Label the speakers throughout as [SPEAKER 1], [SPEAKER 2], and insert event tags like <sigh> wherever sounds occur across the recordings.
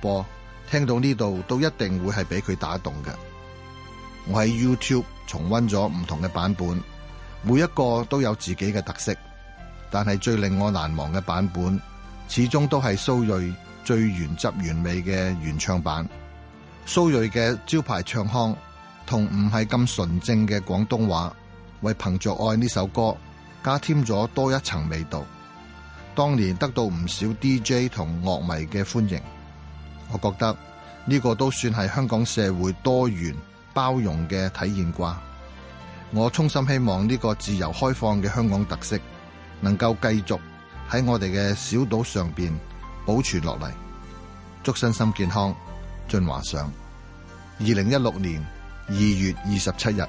[SPEAKER 1] 播，聽到呢度都一定會係俾佢打動嘅。我喺 YouTube 重溫咗唔同嘅版本，每一個都有自己嘅特色，但係最令我難忘嘅版本，始終都係蘇芮最原汁原味嘅原唱版。蘇芮嘅招牌唱腔同唔係咁純正嘅廣東話，為《憑着愛》呢首歌加添咗多一層味道。當年得到唔少 DJ 同樂迷嘅歡迎，我覺得呢個都算係香港社會多元包容嘅體現啩。我衷心希望呢個自由開放嘅香港特色，能夠繼續喺我哋嘅小島上邊保存落嚟。祝身心健康，進華上。二零一六年二月二十七日。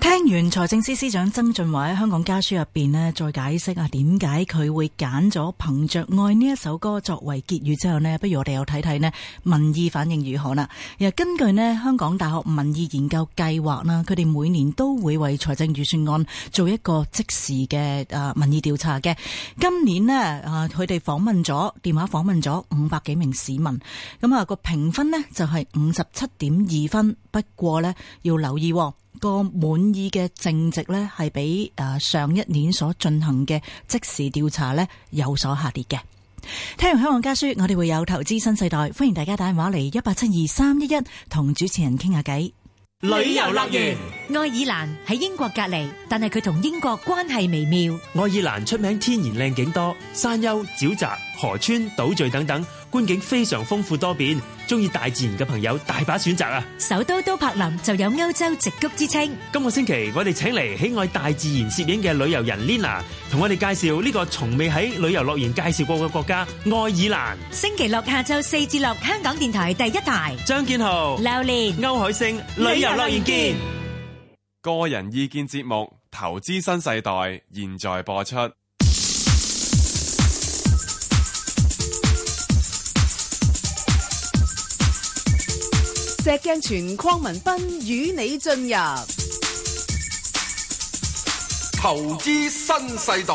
[SPEAKER 2] 聽完財政司司長曾俊華喺香港家書入邊呢，再解釋啊點解佢會揀咗《憑着愛》呢一首歌作為結語之後呢，不如我哋又睇睇呢民意反應如何啦。又根據呢香港大學民意研究計劃啦，佢哋每年都會為財政預算案做一個即時嘅啊民意調查嘅。今年呢，啊，佢哋訪問咗電話訪問咗五百幾名市民，咁啊個評分呢就係五十七點二分，不過呢，要留意喎。個滿意嘅淨值呢，係比誒上一年所進行嘅即時調查呢有所下跌嘅。聽完香港家書，我哋會有投資新世代，歡迎大家打電話嚟一八七二三一一同主持人傾下偈。
[SPEAKER 3] 旅遊樂園，
[SPEAKER 4] 愛爾蘭喺英國隔離，但係佢同英國關係微妙。
[SPEAKER 3] 愛爾蘭出名天然靚景多，山丘、沼澤、河川、島嶼等等，觀景非常豐富多變。中意大自然嘅朋友大把選擇啊！
[SPEAKER 4] 首都都柏林就有歐洲矽谷之稱。
[SPEAKER 3] 今個星期我哋請嚟喜愛大自然攝影嘅旅遊人 Lina，同我哋介紹呢個從未喺旅遊樂園介紹過嘅國家——愛爾蘭。
[SPEAKER 4] 星期六下晝四至六，香港電台第一台。
[SPEAKER 3] 張建豪、
[SPEAKER 4] 榴蓮、
[SPEAKER 3] 歐海星，旅遊樂園見。
[SPEAKER 5] 個人意見節目《投資新世代》現在播出。
[SPEAKER 6] 石鏡泉鄺民彬與你進入
[SPEAKER 7] 投資新世代。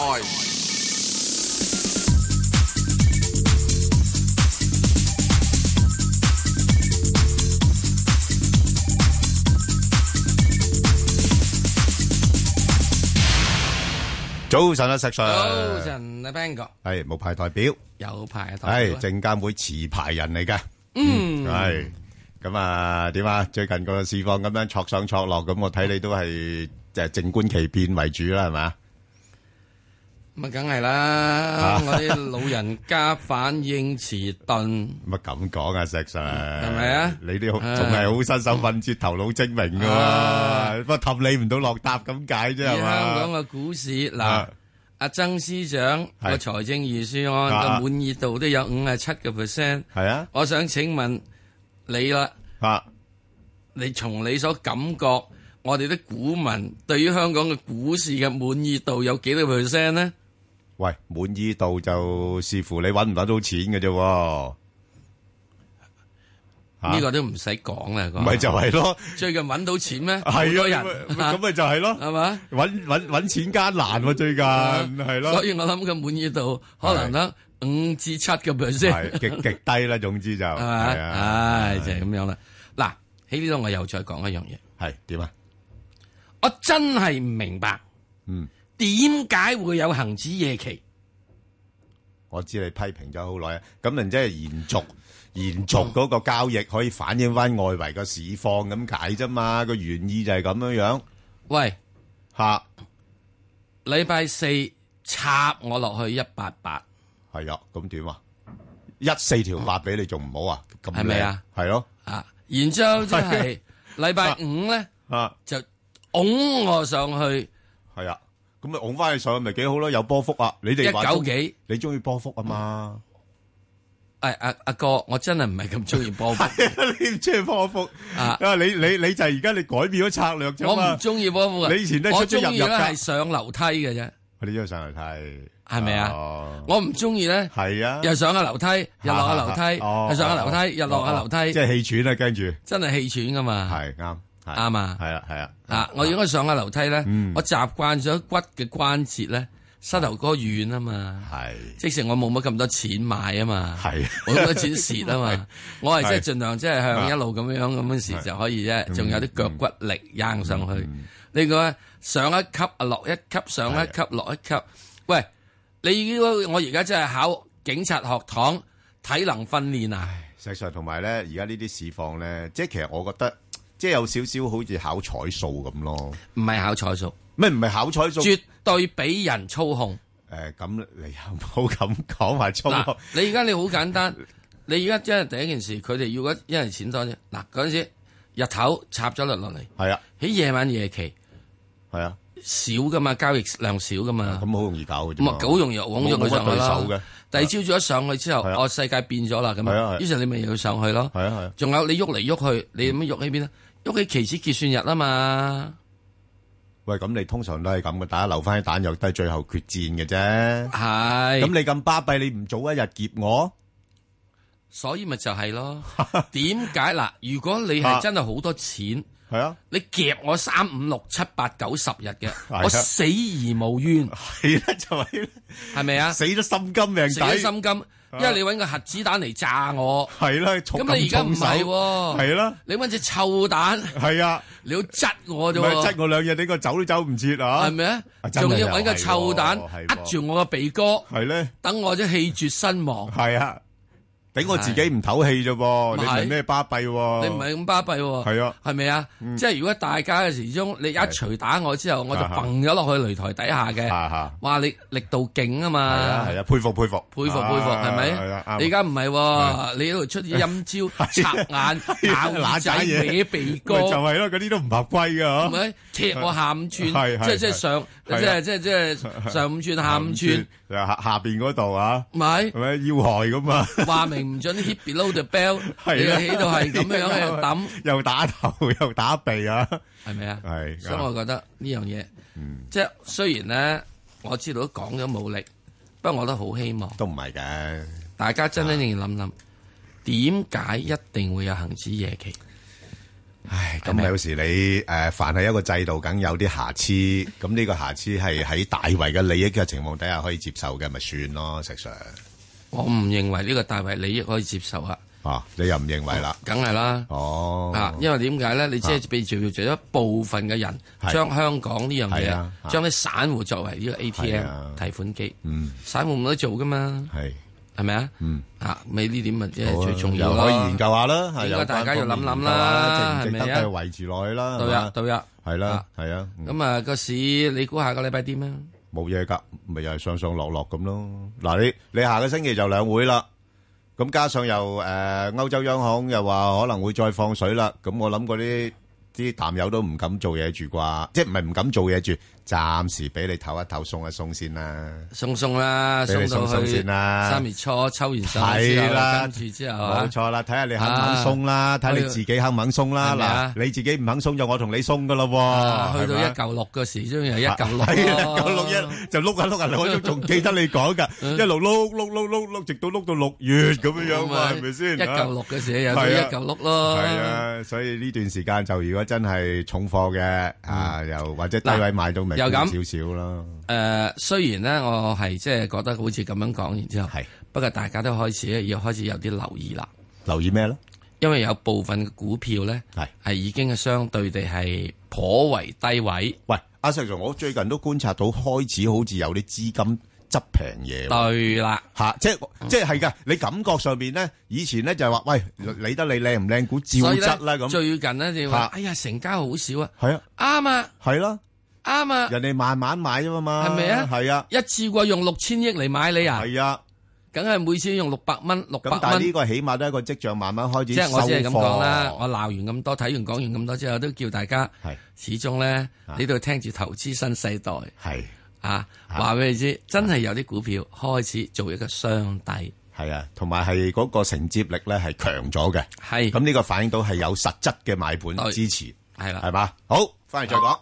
[SPEAKER 8] 早晨啊，石 Sir。
[SPEAKER 9] 早晨啊，Bang 哥。
[SPEAKER 8] 係冇派代表，
[SPEAKER 9] 有派代
[SPEAKER 8] 係
[SPEAKER 9] 表啊。
[SPEAKER 8] 證監會持牌人嚟嘅。
[SPEAKER 9] 嗯
[SPEAKER 8] 係咁啊？點啊？最近個市況咁樣挫上挫落，咁我睇你都係就係靜觀其變為主啦，係嘛？
[SPEAKER 9] 咁啊，梗係啦，我啲老人家反應遲鈍，
[SPEAKER 8] 乜咁講啊，石 Sir 係
[SPEAKER 9] 咪啊
[SPEAKER 8] 你啲好
[SPEAKER 9] 啊
[SPEAKER 8] 仲係好身手敏捷、頭腦精明噶嘛？不過氹你唔到落搭咁解啫，係
[SPEAKER 9] 香港
[SPEAKER 8] 嘛？
[SPEAKER 9] 嘅股市嗱
[SPEAKER 8] 啊，
[SPEAKER 9] 阿曾司長個
[SPEAKER 8] 係
[SPEAKER 9] 財政預算
[SPEAKER 8] 啊
[SPEAKER 9] 案嘅滿意度都有五十七個 percent，
[SPEAKER 8] 係啊
[SPEAKER 9] 我想請問你啦，
[SPEAKER 8] 啊，
[SPEAKER 9] 你從你所感覺，我哋啲股民對於香港嘅股市嘅滿意度有幾多 percent 呢？
[SPEAKER 8] 喂，滿意度就視乎你揾唔揾到錢嘅啫喎。啊
[SPEAKER 9] 呢個都唔使講啦，講
[SPEAKER 8] 咪就係咯，
[SPEAKER 9] 最近揾到錢咩？
[SPEAKER 8] 係啊，
[SPEAKER 9] 好多人
[SPEAKER 8] 咁咪咁
[SPEAKER 9] <laughs>
[SPEAKER 8] 咪就係咯，
[SPEAKER 9] 係嘛？啊
[SPEAKER 8] 揾揾揾錢艱難喎，最近啊係咯
[SPEAKER 9] 所，以我諗佢滿意度可能得五至七嘅 percent，
[SPEAKER 8] 係極
[SPEAKER 9] <laughs>
[SPEAKER 8] 極低啦，總之就
[SPEAKER 9] 係
[SPEAKER 8] 係
[SPEAKER 9] 嘛？
[SPEAKER 8] 啊，
[SPEAKER 9] 唉，就係咁樣啦。嗱，喺呢度我又再講一樣嘢，
[SPEAKER 8] 係點啊？
[SPEAKER 9] 我真係唔明白
[SPEAKER 8] 嗯，
[SPEAKER 9] 點解會有恒指夜期？
[SPEAKER 8] 我知你批評咗好耐，啊咁人即係延
[SPEAKER 9] <laughs>
[SPEAKER 8] 續延續嗰個交易可以反映翻外圍個市況咁解啫嘛，個原意就係咁樣樣
[SPEAKER 9] 喂，
[SPEAKER 8] 吓，
[SPEAKER 9] 禮拜四插我落去一八八，
[SPEAKER 8] 係啊，咁點啊？一四條八俾你仲唔好啊？咁
[SPEAKER 9] 係咪啊
[SPEAKER 8] 靚？係咯，
[SPEAKER 9] 啊，然之後即
[SPEAKER 8] <laughs>
[SPEAKER 9] 係禮拜五咧
[SPEAKER 8] 啊，
[SPEAKER 9] 就拱我上去
[SPEAKER 8] 係啊，咁咪拱翻去上去咪幾好咯？有波幅啊！你
[SPEAKER 9] 一
[SPEAKER 8] 哋話
[SPEAKER 9] 九幾。 <laughs>
[SPEAKER 8] 你中意波幅啊嘛？
[SPEAKER 9] 诶哎阿阿哥，我真係唔係咁中意
[SPEAKER 8] <laughs>
[SPEAKER 9] 波幅， <laughs>
[SPEAKER 8] 啊你唔中意波幅
[SPEAKER 9] 啊
[SPEAKER 8] 啊？你你你就係而家你改變咗策略啫
[SPEAKER 9] 我唔
[SPEAKER 8] 嘛？
[SPEAKER 9] 中意波幅啊！
[SPEAKER 8] 你以前都係
[SPEAKER 9] 我
[SPEAKER 8] 出
[SPEAKER 9] 中
[SPEAKER 8] 出入入
[SPEAKER 9] 意咧
[SPEAKER 8] 㗎
[SPEAKER 9] 係上樓梯嘅啫，
[SPEAKER 8] 我哋呢個上嚟睇
[SPEAKER 9] 係咪啊
[SPEAKER 8] 哦
[SPEAKER 9] 我唔中意咧
[SPEAKER 8] 係啊，
[SPEAKER 9] 又上下樓梯，又落下樓梯，
[SPEAKER 8] <laughs> 哦
[SPEAKER 9] 又上下樓
[SPEAKER 8] 哦
[SPEAKER 9] 梯，又落下樓
[SPEAKER 8] 哦
[SPEAKER 9] 梯
[SPEAKER 8] 即，係氣喘啊，跟住
[SPEAKER 9] 真係氣喘噶嘛。
[SPEAKER 8] 係啱係
[SPEAKER 9] 啱啊
[SPEAKER 8] 係啦係啦
[SPEAKER 9] 啊，我應該上下樓梯咧
[SPEAKER 8] 嗯，
[SPEAKER 9] 我習慣咗骨嘅關節咧，膝頭哥軟啊嘛。
[SPEAKER 8] 係
[SPEAKER 9] 即使我冇乜咁多錢買啊嘛，
[SPEAKER 8] 係
[SPEAKER 9] 冇咁多錢蝕啊
[SPEAKER 8] <laughs>
[SPEAKER 9] 嘛，我係即係盡量即係向一路咁樣咁嗰時就可以
[SPEAKER 8] 嗯
[SPEAKER 9] 啫，仲有啲腳骨力硬上去。你講上一級啊，落一級，上一級落一級。
[SPEAKER 8] 啊
[SPEAKER 9] 喂，你如果我而家真係考警察學堂體能訓練啊，
[SPEAKER 8] 實際上同埋咧，而家呢啲市況咧，即係其實我覺得即係有少少好似考彩數咁咯。
[SPEAKER 9] 唔係考彩數，
[SPEAKER 8] 咩唔係考彩數？
[SPEAKER 9] 絕對俾人操控。
[SPEAKER 8] 誒咁你又冇咁講話粗
[SPEAKER 9] 嗱
[SPEAKER 8] 口，
[SPEAKER 9] 你而家你好簡單，你而家真係第一件事，佢哋要一一人錢多啫。嗱嗰陣時日頭插咗落落嚟，
[SPEAKER 8] 係啊
[SPEAKER 9] 喺夜晚夜期。
[SPEAKER 8] 係啊，
[SPEAKER 9] 少噶嘛，交易量少噶嘛，
[SPEAKER 8] 咁好容易搞嘅啫
[SPEAKER 9] 咁
[SPEAKER 8] 嘛。
[SPEAKER 9] 啊好容易拱咗佢上去
[SPEAKER 8] 冇乜對手
[SPEAKER 9] 啦
[SPEAKER 8] 嘅。啊
[SPEAKER 9] 第二朝早一上去之後，
[SPEAKER 8] 係啊
[SPEAKER 9] 哦世界變咗啦，咁
[SPEAKER 8] 係啊係
[SPEAKER 9] 啊
[SPEAKER 8] 啊，
[SPEAKER 9] 於是你咪又要上去咯。
[SPEAKER 8] 係啊係啊，
[SPEAKER 9] 仲有你喐嚟喐去，你咁樣喐喺邊啊？喐喺期指結算日啊嘛，
[SPEAKER 8] 喂，咁你通常都係咁嘅，大家留翻啲彈藥都係最後決戰嘅啫。咁
[SPEAKER 9] 係，
[SPEAKER 8] 你咁巴閉，你唔早一日劫我？
[SPEAKER 9] 所以咪就係
[SPEAKER 8] <laughs>
[SPEAKER 9] 咯。點解嗱？如果你係
[SPEAKER 8] 啊
[SPEAKER 9] 真係好多錢，
[SPEAKER 8] 係啊，
[SPEAKER 9] 你夾我三五六七八九十日
[SPEAKER 8] <laughs>
[SPEAKER 9] 嘅，
[SPEAKER 8] 啊
[SPEAKER 9] 我死而無冤，
[SPEAKER 8] 係啦，就係啦
[SPEAKER 9] 係咪啊？
[SPEAKER 8] 死咗心甘命
[SPEAKER 9] 死咗
[SPEAKER 8] 抵，
[SPEAKER 9] 心甘，
[SPEAKER 8] 啊
[SPEAKER 9] 因為你揾個核子彈嚟炸我。
[SPEAKER 8] 係啦，重
[SPEAKER 9] 咁你而家唔係
[SPEAKER 8] 重手
[SPEAKER 9] 喎，
[SPEAKER 8] 係啦，
[SPEAKER 9] 你揾只臭蛋，
[SPEAKER 8] 係啊，
[SPEAKER 9] 你要窒我
[SPEAKER 8] 唔
[SPEAKER 9] 啫
[SPEAKER 8] 係
[SPEAKER 9] 喎，
[SPEAKER 8] 執我兩日，你個走都走唔切啊？
[SPEAKER 9] 係咪啊？
[SPEAKER 8] 啊真係
[SPEAKER 9] 仲要揾個臭蛋
[SPEAKER 8] 又係喎係喎
[SPEAKER 9] 扼住我個鼻哥，
[SPEAKER 8] 係咧，
[SPEAKER 9] 等我啲氣絕身亡。
[SPEAKER 8] 係啊，頂我自己唔唞氣啫噃，哦你
[SPEAKER 9] 咪
[SPEAKER 8] 唔
[SPEAKER 9] 係
[SPEAKER 8] 係咩巴閉喎？
[SPEAKER 9] 你唔係咁巴閉喎，
[SPEAKER 8] 係啊
[SPEAKER 9] 係咪啊？即係如果大家嘅時鐘，你一錘打我之後，我就蹦咗落去擂台底下嘅，
[SPEAKER 8] 嗯啊嚇。
[SPEAKER 9] 哇！你力度勁啊嘛，
[SPEAKER 8] 係啊，係啊，佩服，佩服。
[SPEAKER 9] 佩服佩服，係
[SPEAKER 8] 係啊，
[SPEAKER 9] 咪？
[SPEAKER 8] 啱。
[SPEAKER 9] 你而家
[SPEAKER 8] <laughs>
[SPEAKER 9] 唔係喎，你喺度出啲陰招，插眼、咬耳仔、
[SPEAKER 8] 揦哎仔嘢
[SPEAKER 9] 搲鼻哥。
[SPEAKER 8] 咪就係咯，嗰啲都唔合規㗎，嗬？
[SPEAKER 9] 唔係踢我下五寸，即
[SPEAKER 8] 係係
[SPEAKER 9] 係即係上，即
[SPEAKER 8] 係啊 <laughs>
[SPEAKER 9] 係即係即係上五寸下五寸，
[SPEAKER 8] 下-下邊嗰度啊，係咪？要害咁啊。
[SPEAKER 9] 咪
[SPEAKER 8] 啊
[SPEAKER 9] 話明唔準 hit below the bell，
[SPEAKER 8] 係啊
[SPEAKER 9] 你喺度係咁樣
[SPEAKER 8] <laughs>
[SPEAKER 9] 喺度抌，
[SPEAKER 8] 又打頭，又打鼻啊。係，啱。
[SPEAKER 9] 係咪啊？所以我覺得呢樣嘢，即係雖然咧，我知道講咗冇力，不過我都好希望
[SPEAKER 8] 都唔係嘅，係啊，
[SPEAKER 9] 大家真真正正諗諗。點解一定會有恒指夜期？
[SPEAKER 8] 咁有時你，誒，凡係一個制度，梗有啲瑕疵，咁呢個瑕疵係喺大圍嘅利益嘅情況底下可以接受嘅，咪算咯，石Sir。啊，你又
[SPEAKER 9] 我唔認
[SPEAKER 8] 唔認為啦？
[SPEAKER 9] 為呢個大圍利益可以接受啊，梗係啦。
[SPEAKER 8] 哦。
[SPEAKER 9] 啊，因為點解咧？你即係被召做一部分嘅人，
[SPEAKER 8] 係
[SPEAKER 9] 將香港呢樣
[SPEAKER 8] 係啊啊
[SPEAKER 9] 嘢，將啲散戶作為呢個 ATM
[SPEAKER 8] 係啊
[SPEAKER 9] 提款機，散戶冇得做噶嘛，
[SPEAKER 8] 嗯，係，好啊，
[SPEAKER 9] 係咪啊？啊，咪呢點咪即係最重要咯。
[SPEAKER 8] 又可以研究下啦，
[SPEAKER 9] 應該
[SPEAKER 8] 有關
[SPEAKER 9] 大家要諗諗啦，
[SPEAKER 8] 方面研究下啦，值唔
[SPEAKER 9] 係
[SPEAKER 8] 值
[SPEAKER 9] 咪
[SPEAKER 8] 得
[SPEAKER 9] 啊？
[SPEAKER 8] 都係維持落去啦，
[SPEAKER 9] 對
[SPEAKER 8] 係嘛？
[SPEAKER 9] 啊，對啊。
[SPEAKER 8] 系啦
[SPEAKER 9] 啊，
[SPEAKER 8] 系啊，咁
[SPEAKER 9] 咁啊，個市你估下個禮拜點啊？
[SPEAKER 8] 冇嘢噶，咪又係上上落落咁咯。嗱，你你下個星期就兩會啦，咁加上又诶欧洲央行又話可能會再放水啦，咁我諗嗰啲啲淡友都唔敢做嘢住啩，即系唔係唔敢做嘢住，暫時俾你唞一唞，鬆一鬆先啦。
[SPEAKER 9] 鬆鬆啦，
[SPEAKER 8] 俾你
[SPEAKER 9] 鬆
[SPEAKER 8] 鬆
[SPEAKER 9] 到
[SPEAKER 8] 鬆
[SPEAKER 9] 去
[SPEAKER 8] 先啦
[SPEAKER 9] 三月初抽完手之
[SPEAKER 8] 係
[SPEAKER 9] 後，
[SPEAKER 8] 啦，
[SPEAKER 9] 跟住之後啊
[SPEAKER 8] 冇，錯啦，睇下你肯唔肯鬆啦，睇你自己肯唔肯鬆
[SPEAKER 9] 係咪
[SPEAKER 8] 啦
[SPEAKER 9] 啊。
[SPEAKER 8] 嗱，你自己唔肯鬆就我同你鬆噶啦
[SPEAKER 9] 啊
[SPEAKER 8] 喎，
[SPEAKER 9] 去到
[SPEAKER 8] 哦係咪
[SPEAKER 9] 一嚿六嘅時，終於係一嚿六
[SPEAKER 8] 係啊
[SPEAKER 9] 咯
[SPEAKER 8] 九六 <laughs> 一就碌下碌下，我都仲記得你講噶，一路碌碌碌碌碌，直到碌到六月咁樣樣嘛，係咪先？
[SPEAKER 9] 一嚿六嘅時有到一
[SPEAKER 8] 係啊
[SPEAKER 9] 嚿六咯。
[SPEAKER 8] 係啊，所以呢段時間就如果真係重貨嘅啊，又或者低位買到明
[SPEAKER 9] 又
[SPEAKER 8] 少
[SPEAKER 9] 咁
[SPEAKER 8] 少啦，
[SPEAKER 9] 誒、雖然咧，我係即係覺得好似咁樣講完之後，
[SPEAKER 8] 係
[SPEAKER 9] 不過大家都開始要開始有啲留意啦，
[SPEAKER 8] 留意咩咧？
[SPEAKER 9] 因為有部分嘅股票咧
[SPEAKER 8] 係
[SPEAKER 9] 係已經係相對地係頗為低位，
[SPEAKER 8] 喂，阿石 Sir，我最近都觀察到開始好似有啲資金執平嘢喎。
[SPEAKER 9] 對啦，
[SPEAKER 8] 吓，即系即系系噶，你感覺上边咧，以前咧就係話，喂，理得你靚唔靚股，照
[SPEAKER 9] 所以
[SPEAKER 8] 質啦
[SPEAKER 9] 咧
[SPEAKER 8] 咁，
[SPEAKER 9] 最近咧你
[SPEAKER 8] 嚇
[SPEAKER 9] 話，哎呀成交好少啊，
[SPEAKER 8] 係啊，
[SPEAKER 9] 啱啊
[SPEAKER 8] 係啦，
[SPEAKER 9] 啱啊，
[SPEAKER 8] 人哋慢慢買啫嘛，
[SPEAKER 9] 係咪啊
[SPEAKER 8] 係啊，
[SPEAKER 9] 一次過用六千億嚟買你啊，
[SPEAKER 8] 係啊。
[SPEAKER 9] 梗係每次用六百蚊六百
[SPEAKER 8] 咁但係呢
[SPEAKER 9] 蚊。
[SPEAKER 8] 個起碼都係一個跡象，慢慢開始
[SPEAKER 9] 即係我只係咁
[SPEAKER 8] 收
[SPEAKER 9] 講啦，
[SPEAKER 8] 貨
[SPEAKER 9] 我鬧完咁多，睇完講完咁多之後，都叫大家
[SPEAKER 8] 係
[SPEAKER 9] 始終咧
[SPEAKER 8] 啊，
[SPEAKER 9] 你度聽住投資新世代。
[SPEAKER 8] 係
[SPEAKER 9] 啊，
[SPEAKER 8] 啊
[SPEAKER 9] 話俾你知，真係有啲股票開始做一個雙底，
[SPEAKER 8] 係係啊，同埋係嗰個承接力咧係強咗嘅。
[SPEAKER 9] 係
[SPEAKER 8] 咁呢個反映到係有實質嘅買盤
[SPEAKER 9] 對
[SPEAKER 8] 支持，
[SPEAKER 9] 係啦
[SPEAKER 8] 係。嘛？好，翻嚟再講。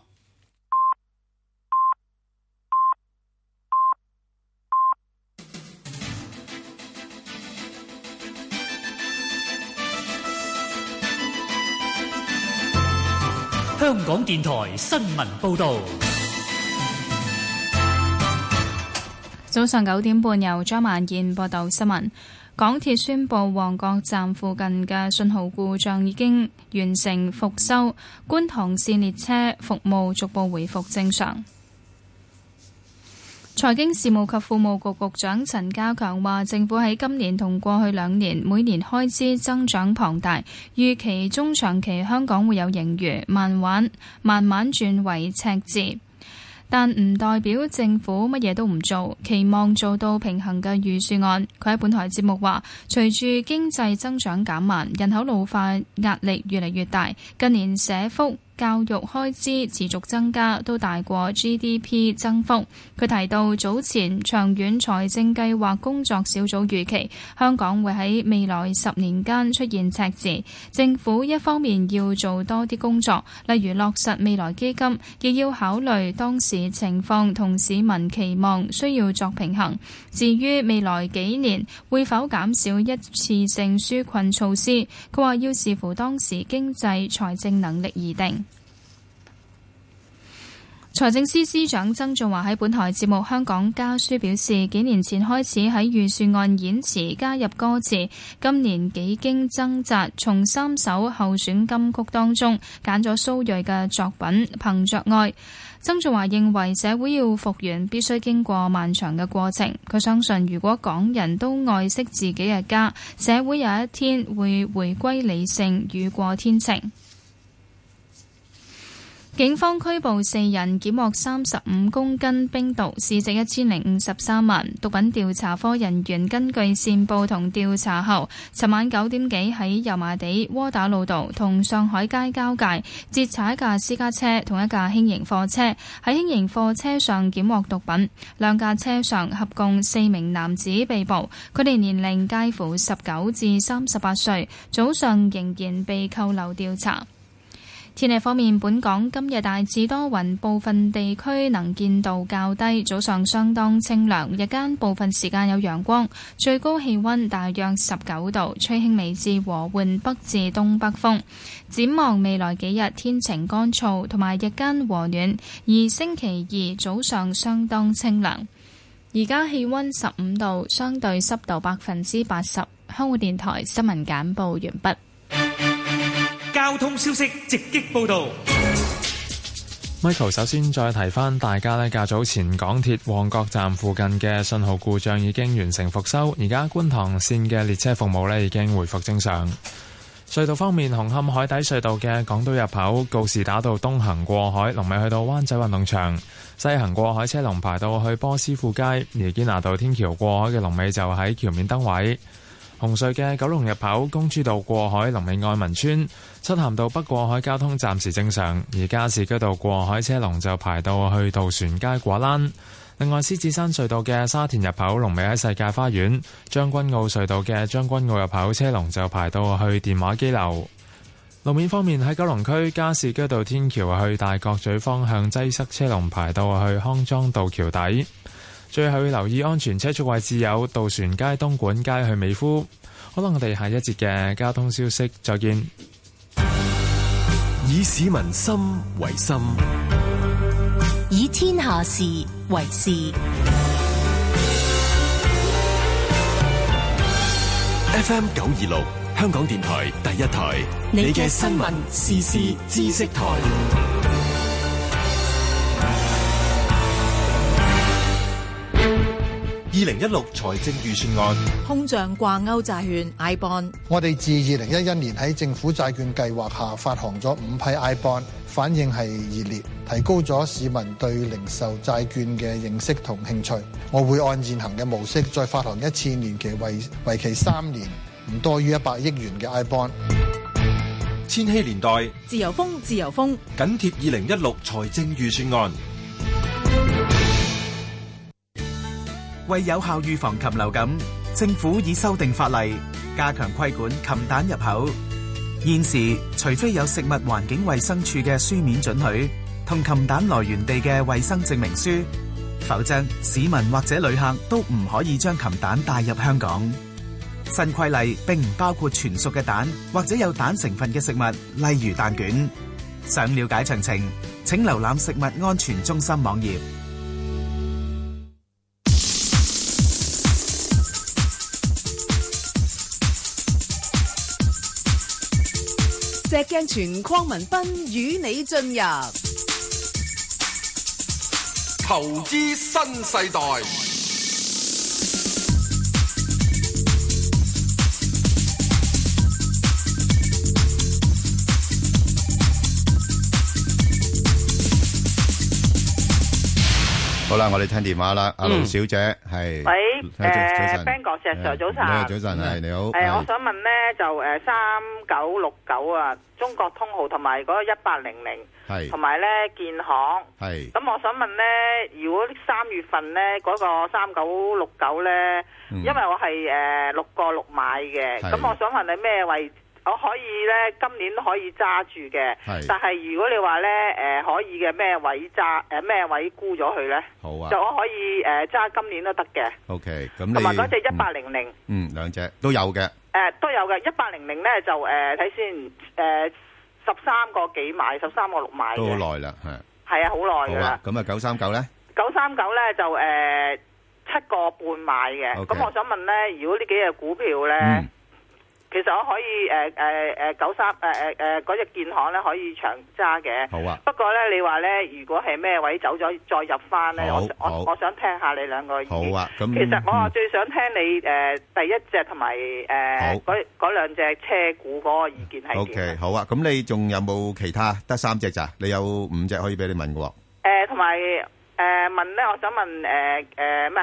[SPEAKER 10] 香港電台新聞報導，
[SPEAKER 11] 早上九點半，由張萬燕報道新聞。港鐵宣布，旺角站附近嘅信號故障已經完成復修，觀塘線列車服務逐步回復正常。財經事務及庫務局局長陳家強話：政府喺今年同過去兩年每年開支增長龐大，預期中長期香港會有盈餘，慢慢慢慢轉為赤字。但唔代表政府乜嘢都唔做，期望做到平衡嘅預算案。佢喺本台節目話，隨住經濟增長減慢，人口老化壓力越嚟越大，近年社福、教育開支持續增加，都大過 GDP 增幅。佢提到早前長遠財政計劃工作小組預期，香港會喺未來十年間出現赤字。政府一方面要做多啲工作，例如落實未來基金，亦要考慮當時情況同市民期望，需要作平衡。至於未來幾年會否減少一次性紓困措施，佢話要視乎當時經濟財政能力而定。財政司司長曾俊華喺本台節目《香港家書》表示，幾年前開始喺預算案演詞加入歌詞，今年幾經掙扎，從三首候選金曲當中揀咗蘇芮嘅作品《憑着愛》。曾俊華認為社會要復原必須經過漫長嘅過程，佢相信如果港人都愛惜自己嘅家，社會有一天會回歸理性，雨過天晴。警方拘捕四人，檢獲三十五公斤冰毒，市值一千零五十三萬。毒品調查科人員根據線報同調查後，尋晚九點幾喺油麻地窩打老道同上海街交界截查一架私家車同一架輕型貨車，喺輕型貨車上檢獲毒品。兩架車上合共四名男子被捕，佢哋年齡介乎十九至三十八歲，早上仍然被扣留調查。天氣方面，本港今日大致多雲，部分地區能見度較低，早上相當清涼，日間部分時間有陽光，最高氣温大約十九度，吹輕微至和緩北至東北風。展望未來幾日天晴乾燥，同埋日間和暖，而星期二早上相當清涼。而家氣温十五度，相對濕度百分之八十。香港電台新聞簡報完畢。
[SPEAKER 10] 交通消息直擊報導。
[SPEAKER 12] Michael 首先再提翻大家呢較早前港鐵旺角站附近嘅信號故障已經完成復修，而家觀塘線嘅列車服務呢已經回復正常。隧道方面，紅磡海底隧道嘅港島入口告士打道東行過海，龍尾去到灣仔運動場；西行過海車龍排到去波斯富街，而堅拿道天橋過海嘅龍尾就喺橋面燈位。紅隧嘅九龍入口公主道過海，龍尾愛民村；漆咸道北過海交通暫時正常，而加士居道過海車龍就排到去渡船街果欄。另外，獅子山隧道嘅沙田入口龍尾喺世界花園；將軍澳隧道嘅將軍澳入口車龍就排到去電話機樓。路面方面喺九龍區加士居道天橋去大角咀方向擠塞車龍排到去康莊道橋底。最後要留意安全車速位置有渡船街、東莞街去美孚。好啦，我哋下一節嘅交通消息再見。
[SPEAKER 5] 以市民心為心，
[SPEAKER 4] 以天下事為事。
[SPEAKER 5] FM 九二六香港電台第一台，你嘅新聞時事知識台，
[SPEAKER 13] 二零一六財政預算案，
[SPEAKER 2] 通脹掛鈎債券 iBond，
[SPEAKER 14] 我哋自二零一一年喺政府債券計劃下發行咗五批 iBond，反應係熱烈，提高咗市民對零售債券嘅認識同興趣。我會按現行嘅模式再發行一次年期為為期三年，唔多於一百億元嘅 iBond。
[SPEAKER 13] 千禧年代
[SPEAKER 2] 自由風，自由風，
[SPEAKER 13] 緊貼二零一六財政預算案。
[SPEAKER 15] 為有效預防禽流感，政府已修訂法例，加強規管禽蛋入口。現時，除非有食物環境衛生署嘅書面准許，同禽蛋來源地嘅衛生證明書，否則市民或者旅客都唔可以將禽蛋帶入香港。新規例並唔包括全熟嘅蛋或者有蛋成分嘅食物，例如蛋卷。想了解詳情，請瀏覽食物安全中心網頁。
[SPEAKER 6] 石鏡泉鄺民彬與你進入
[SPEAKER 7] 投資新世代。
[SPEAKER 8] 好啦，我哋聽電話啦，阿盧
[SPEAKER 16] 嗯。
[SPEAKER 8] 小姐，係。
[SPEAKER 16] 喂，
[SPEAKER 8] 早-
[SPEAKER 16] 誒
[SPEAKER 8] 早晨。
[SPEAKER 16] ，Ben 哥石 Sir 早晨，
[SPEAKER 8] 你好，早晨，係，你好，係。
[SPEAKER 16] 誒，我想問咧就誒三九六九啊，中國通號同埋嗰一八零
[SPEAKER 8] 係
[SPEAKER 16] 零，同埋咧建行。
[SPEAKER 8] 係。
[SPEAKER 16] 咁我想問咧，如果三月份咧嗰個三九六九咧，
[SPEAKER 8] 嗯
[SPEAKER 16] 因為我係誒六個六買嘅，
[SPEAKER 8] 係
[SPEAKER 16] 咁我想問你咩位？我可以咧今年都可以揸住嘅
[SPEAKER 8] 係，
[SPEAKER 16] 但係如果你話咧誒可以嘅咩位揸誒咩位沽咗佢咧？
[SPEAKER 8] 好啊
[SPEAKER 16] 就我可以誒揸今年都得嘅。
[SPEAKER 8] OK，咁
[SPEAKER 16] 同埋
[SPEAKER 8] 你-
[SPEAKER 16] 嗰隻一八零零
[SPEAKER 8] 嗯，嗯，兩隻都有嘅。
[SPEAKER 16] 誒都有嘅，一八零零咧就誒睇先誒十三個幾買，十三個六買嘅，
[SPEAKER 8] 都好耐啦，係。
[SPEAKER 16] 係啊，好耐㗎啦。
[SPEAKER 8] 好啊，咁啊，939呢？
[SPEAKER 16] 九三九咧就誒七個半買嘅，咁
[SPEAKER 8] OK 嗯
[SPEAKER 16] 我想問咧，如果呢幾隻股票咧，其實我可以誒誒誒九三誒誒誒嗰隻建行咧可以長揸嘅。
[SPEAKER 8] 好啊
[SPEAKER 16] 不過咧，你話咧，如果係咩位走咗再入翻咧，我
[SPEAKER 8] 好好
[SPEAKER 16] 我我想聽下你兩個意見。
[SPEAKER 8] 好啊，咁-
[SPEAKER 16] 其實我啊最想聽你誒、呃第一隻同埋誒嗰嗰兩隻車股嗰個意見係點？
[SPEAKER 8] 嗯，OK，好啊，咁你仲有冇其他？得三隻咋？你有五隻可以俾你問嘅喎。
[SPEAKER 16] 誒呃同埋誒問咧，我想問誒誒咩？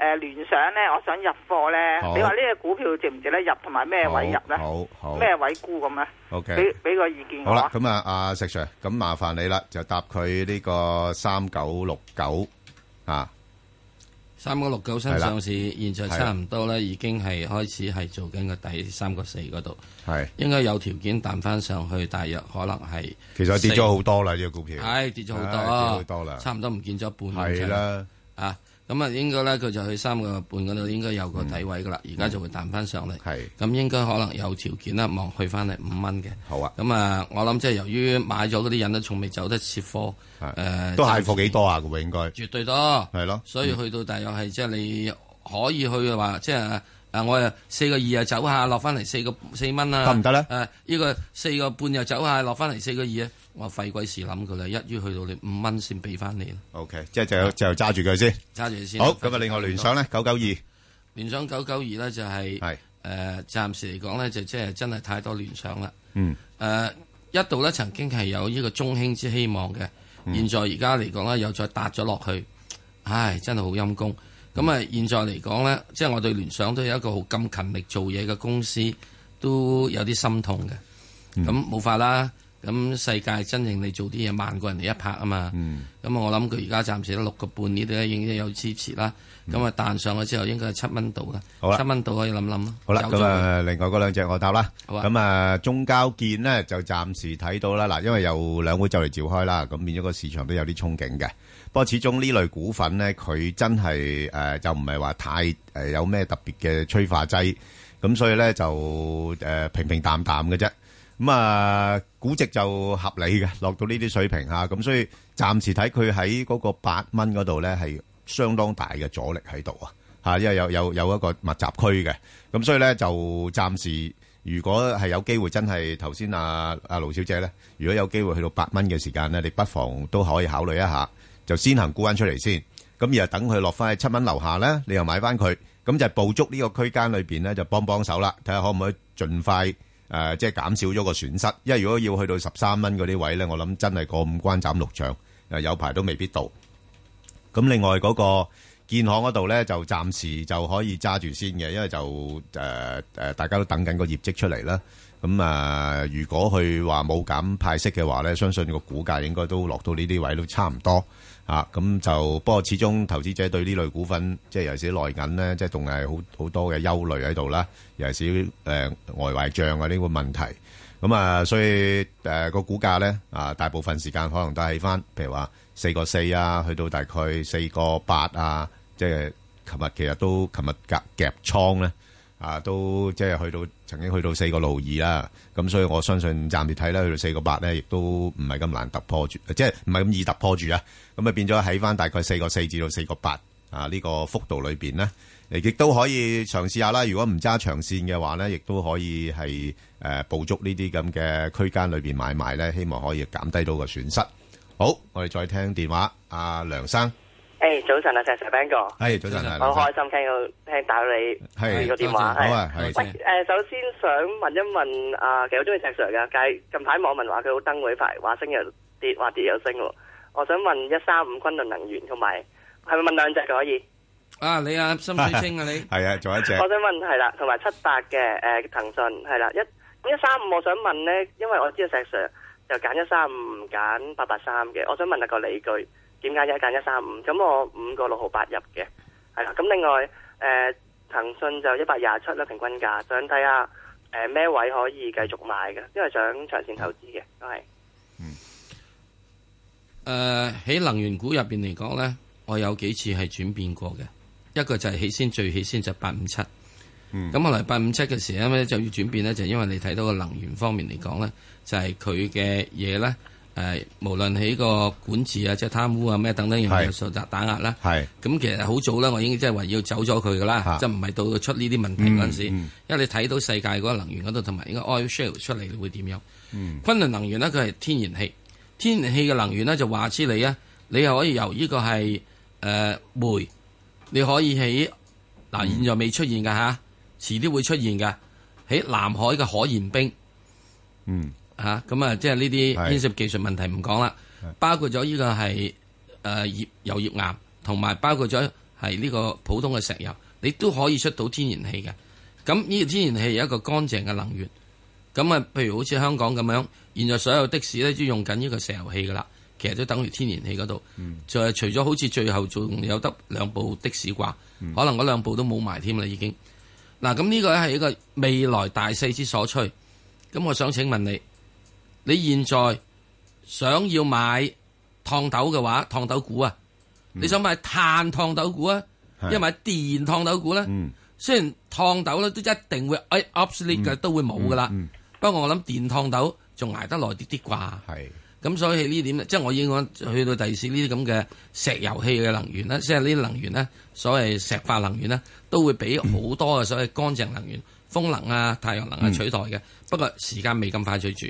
[SPEAKER 16] 誒聯想咧，我想入貨咧，
[SPEAKER 8] 好
[SPEAKER 16] 你話呢只股票值唔值得入，同埋咩位入咧？
[SPEAKER 8] 好，好，好。
[SPEAKER 16] 咩位沽咁咧啊
[SPEAKER 8] OK
[SPEAKER 16] 俾俾個意見我啊。
[SPEAKER 8] 好啦，咁啊，阿石Sir，咁麻煩你啦，就答佢呢個3969啊。
[SPEAKER 9] 三個六九新
[SPEAKER 8] 係啦
[SPEAKER 9] 上市，現在
[SPEAKER 8] 係啦
[SPEAKER 9] 差唔多咧，已經係開始係做緊個第三個四嗰度，
[SPEAKER 8] 係
[SPEAKER 9] 應該有條件彈翻上去，大約可能係
[SPEAKER 8] 其實跌咗好多啊啦，呢個股票。
[SPEAKER 9] 唉，跌咗好多，
[SPEAKER 8] 唉跌咗好多啦
[SPEAKER 9] 差唔多唔見咗一半。
[SPEAKER 8] 係啦，
[SPEAKER 9] 啊，咁啊，應該咧佢就去三個半嗰度應該有個底位噶啦，而家就會彈翻上嚟。
[SPEAKER 8] 嗯係，
[SPEAKER 9] 咁應該可能有條件啦，望去翻嚟五蚊嘅。
[SPEAKER 8] 好啊，
[SPEAKER 9] 咁啊，我諗即係由於買咗嗰啲人都從未走得切貨，誒
[SPEAKER 8] 都蟹貨幾多啊？佢應該
[SPEAKER 9] 絕對多，
[SPEAKER 8] 係咯
[SPEAKER 9] 所以
[SPEAKER 8] 嗯
[SPEAKER 9] 去到大約係即係你可以去嘅話，即係啊，我又四個二又走下，落翻嚟四個四蚊啊，
[SPEAKER 8] 得唔得咧
[SPEAKER 9] 誒，呢個四個半又走下，落翻嚟四個二啊，我費鬼事諗佢啦，一於去到你五蚊先俾翻你啦。啊
[SPEAKER 8] OK，即係就就揸住佢先。
[SPEAKER 9] 揸住佢先。
[SPEAKER 8] 好，咁啊，另外聯想咧，九九二
[SPEAKER 9] 聯想九九二咧就係、誒、暫時嚟講咧就即係真係太多聯想啦。
[SPEAKER 8] 嗯。
[SPEAKER 9] 誒、呃一度咧曾經係有呢個中興之希望嘅，
[SPEAKER 8] 嗯
[SPEAKER 9] 現在而家嚟講咧又再搭咗落去，唉，真係好陰功。咁
[SPEAKER 8] 嗯
[SPEAKER 9] 啊，現在嚟講咧，即係我對聯想都有一個好咁勤力做嘢嘅公司，都有啲心痛嘅。
[SPEAKER 8] 嗯
[SPEAKER 9] 咁冇法啦。咁世界真正你做啲嘢慢過人哋一拍啊嘛。
[SPEAKER 8] 嗯
[SPEAKER 9] 咁啊我諗佢而家暫時都六個半呢啲咧已經有支持啦。咁啊彈上去之後應該係七蚊度啦。
[SPEAKER 8] 嗯好啦
[SPEAKER 9] 七蚊度可以諗諗啦。
[SPEAKER 8] 好啦，
[SPEAKER 9] 走咗
[SPEAKER 8] 咁啊，另外嗰兩隻我答啦。
[SPEAKER 9] 好啊
[SPEAKER 8] 咁啊，中交建咧就暫時睇到啦，嗱，因為有兩會就嚟召開啦，咁變咗個市場都有啲憧憬嘅。不過始終呢類股份咧，佢真係誒、呃就唔係話太誒、呃有咩特別嘅催化劑，咁所以咧就誒、呃平平淡淡嘅啫。咁啊，估值就合理嘅，落到呢啲水平嚇，咁所以暫時睇佢喺嗰個八蚊嗰度咧，係相當大嘅阻力喺度啊，嚇，因為有有有一個密集區嘅，咁所以咧就暫時如果係有機會真係頭先阿阿盧小姐咧，如果有機會去到八蚊嘅時間咧，你不妨都可以考慮一下，就先行沽翻出嚟先，咁然後等佢落翻去七蚊樓下咧，你又買翻佢，咁就捕捉呢個區間裏邊咧就幫幫手啦，睇下可唔可以盡快。誒、即係減少咗個損失，因為如果要去到十三蚊嗰啲位咧，我諗真係過五關斬六將，誒有排都未必到。咁另外嗰個建行嗰度咧就暫時就可以揸住先嘅，因為就誒誒、呃大家都等緊個業績出嚟啦。咁啊、呃如果佢話冇減派息嘅話咧，相信個股價應該都落到呢啲位都差唔多啊。咁就不過始終投資者對呢類股份，即係尤其是內銀咧，即係仲係好好多嘅憂慮喺度啦。尤其是誒、呃外壞帳啊呢個問題。咁啊，所以誒個股價咧啊，大部分時間可能都係翻，譬如話四個四啊，去到大概四個八啊，即係琴日其實都琴日夾夾倉咧啊，都即係去到曾經去到四個六二啦。咁所以我相信暫時睇咧，去到四個八咧，亦都唔係咁難突破住，即係唔係咁易突破住啊。咁啊變咗喺翻大概四個四至到四個八啊呢個幅度裏邊咧。誒亦都可以嘗試下啦。如果唔揸長線嘅話咧，亦都可以係誒、呃捕捉呢啲咁嘅區間裏邊買賣咧，希望可以減低到個損失。好，我哋再聽電話，阿、梁生，
[SPEAKER 17] 诶，早晨啊，石石 Ben 哥，
[SPEAKER 8] 係早晨啊
[SPEAKER 17] 好
[SPEAKER 8] 梁
[SPEAKER 17] 開心聽到聽打你
[SPEAKER 8] 係
[SPEAKER 17] 呢個電話，
[SPEAKER 8] 多
[SPEAKER 17] 係
[SPEAKER 8] 謝好啊係
[SPEAKER 17] 喂，诶，首先想問一問啊，其實好中意石 Sir 噶，但係近排網民話佢好燈會牌，話升又跌，話跌又升喎。我想問一三五昆侖能源同埋係咪問兩隻嘅可以？
[SPEAKER 9] 啊，你啊，心水清啊，你
[SPEAKER 8] <laughs> 係啊，仲有一隻
[SPEAKER 17] 我想問係啦，同埋七八嘅誒騰訊係啦，一咁一三五，我想問呢，因為我知道石 Sir 就揀一三五唔揀八八三嘅，我想問下個理據點解一揀一三五？咁我五個六毫八入嘅係啦，咁另外誒、呃、騰訊就一百廿七啦，平均價，想睇下誒咩位可以繼續買嘅，因為想長線投資嘅都係。
[SPEAKER 9] 誒呃喺能源股入邊嚟講咧，我有幾次係轉變過嘅。一個就係起先最起先就八五七，
[SPEAKER 18] 嗯
[SPEAKER 9] 咁後來八五七嘅時候咧就要轉變咧，就因為你睇到個能源方面嚟講咧，就係佢嘅嘢咧，誒無論喺個管治啊、即係貪污啊咩等等樣嘢受打打壓啦，
[SPEAKER 8] 係
[SPEAKER 9] 咁其實好早啦，我已經即係話要走咗佢噶啦，即係唔係到佢出呢啲問題嗰陣時，
[SPEAKER 18] 嗯
[SPEAKER 9] 因為你睇到世界嗰個能源嗰度同埋呢個 oil shale 出嚟會點樣？
[SPEAKER 18] 嗯
[SPEAKER 9] 昆侖能源咧，佢係天然氣，天然氣嘅能源咧就話之你啊，你又可以由呢個係誒、呃煤，你可以喺嗱、
[SPEAKER 18] 嗯
[SPEAKER 9] 現在未出現㗎吓，遲啲會出現㗎，喺南海嘅可燃冰
[SPEAKER 8] 嗯
[SPEAKER 9] 吓，咁啊即係呢啲
[SPEAKER 18] 係
[SPEAKER 9] 牽涉技術問題唔講啦，包括咗呢個係誒頁油頁岩，同埋包括咗係呢個普通嘅石油，你都可以出到天然氣嘅。咁呢個天然氣有一個乾淨嘅能源。咁啊，譬如好似香港咁樣，現在所有的士咧都用緊呢個石油氣噶啦，其實都等於天然氣嗰度。就係除咗好似最後仲有得兩部的士啩，
[SPEAKER 18] 嗯
[SPEAKER 9] 可能嗰兩部都冇埋添啦已經。嗱，咁呢個係一個未來大勢之所趨。咁我想請問你，你現在想要買燙斗嘅話，燙斗股啊，你想買碳燙斗股啊，
[SPEAKER 18] 係
[SPEAKER 9] 一係買電燙斗股咧？雖然燙斗咧都一定會哎 obsolete 嘅，都會冇噶啦。不過我諗電燙斗仲捱得耐啲啲啩。
[SPEAKER 8] 係。
[SPEAKER 9] 咁所以呢點咧，即係我已經講去到第四呢啲咁嘅石油氣嘅能源咧，即係呢啲能源咧，所謂石化能源咧，都會俾好多嘅所謂乾淨能源、風能啊、太陽能啊
[SPEAKER 18] 嗯
[SPEAKER 9] 取代嘅。不過時間未咁快取住，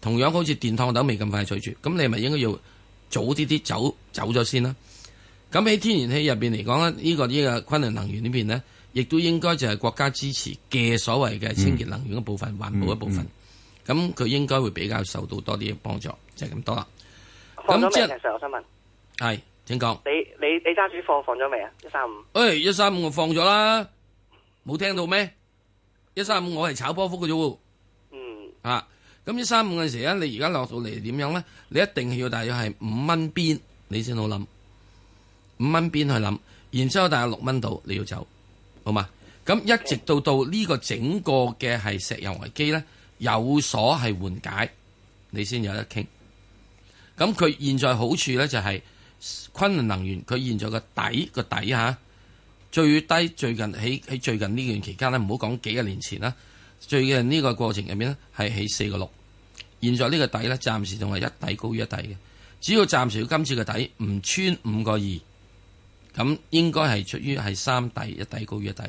[SPEAKER 9] 同樣好似電燙斗未咁快取住，咁你咪應該要早啲啲走走咗先啦。咁喺天然氣入邊嚟講咧，呢、個呢、個昆侖能源呢邊呢，亦都應該就係國家支持嘅所謂嘅清潔能源嘅部分、環保嘅部分。咁佢、應該會比較受到多啲幫助，就係、咁多啦。
[SPEAKER 17] 放咗
[SPEAKER 9] 咁即
[SPEAKER 17] 未？
[SPEAKER 9] 係
[SPEAKER 17] 石 Sir，我想問
[SPEAKER 9] 係請講。
[SPEAKER 17] 你你你揸住貨放咗未啊？一三五。
[SPEAKER 9] 誒哎一三五我放咗啦，冇聽到咩？一三五我係炒波幅嘅啫喎。
[SPEAKER 17] 嗯。
[SPEAKER 9] 啊，咁一三五嘅時咧，你而家落到嚟點樣咧？你一定要大約係五蚊邊，你先好諗。五蚊邊去諗，然之後大約六蚊度你要走，好嘛？咁一直到到呢個整個嘅係石油危機咧有所係緩解，你先有得傾。咁佢現在好處咧就係、昆侖能源佢現在個底個底嚇、最低最近喺喺最近呢段期間咧，唔好講幾廿年前啦，最近呢個過程入面咧係起四個六，現在呢個底咧暫時仲係一底高於一底嘅，只要暫時今次嘅底唔穿五個二，咁應該係出於係三底一底高於一底，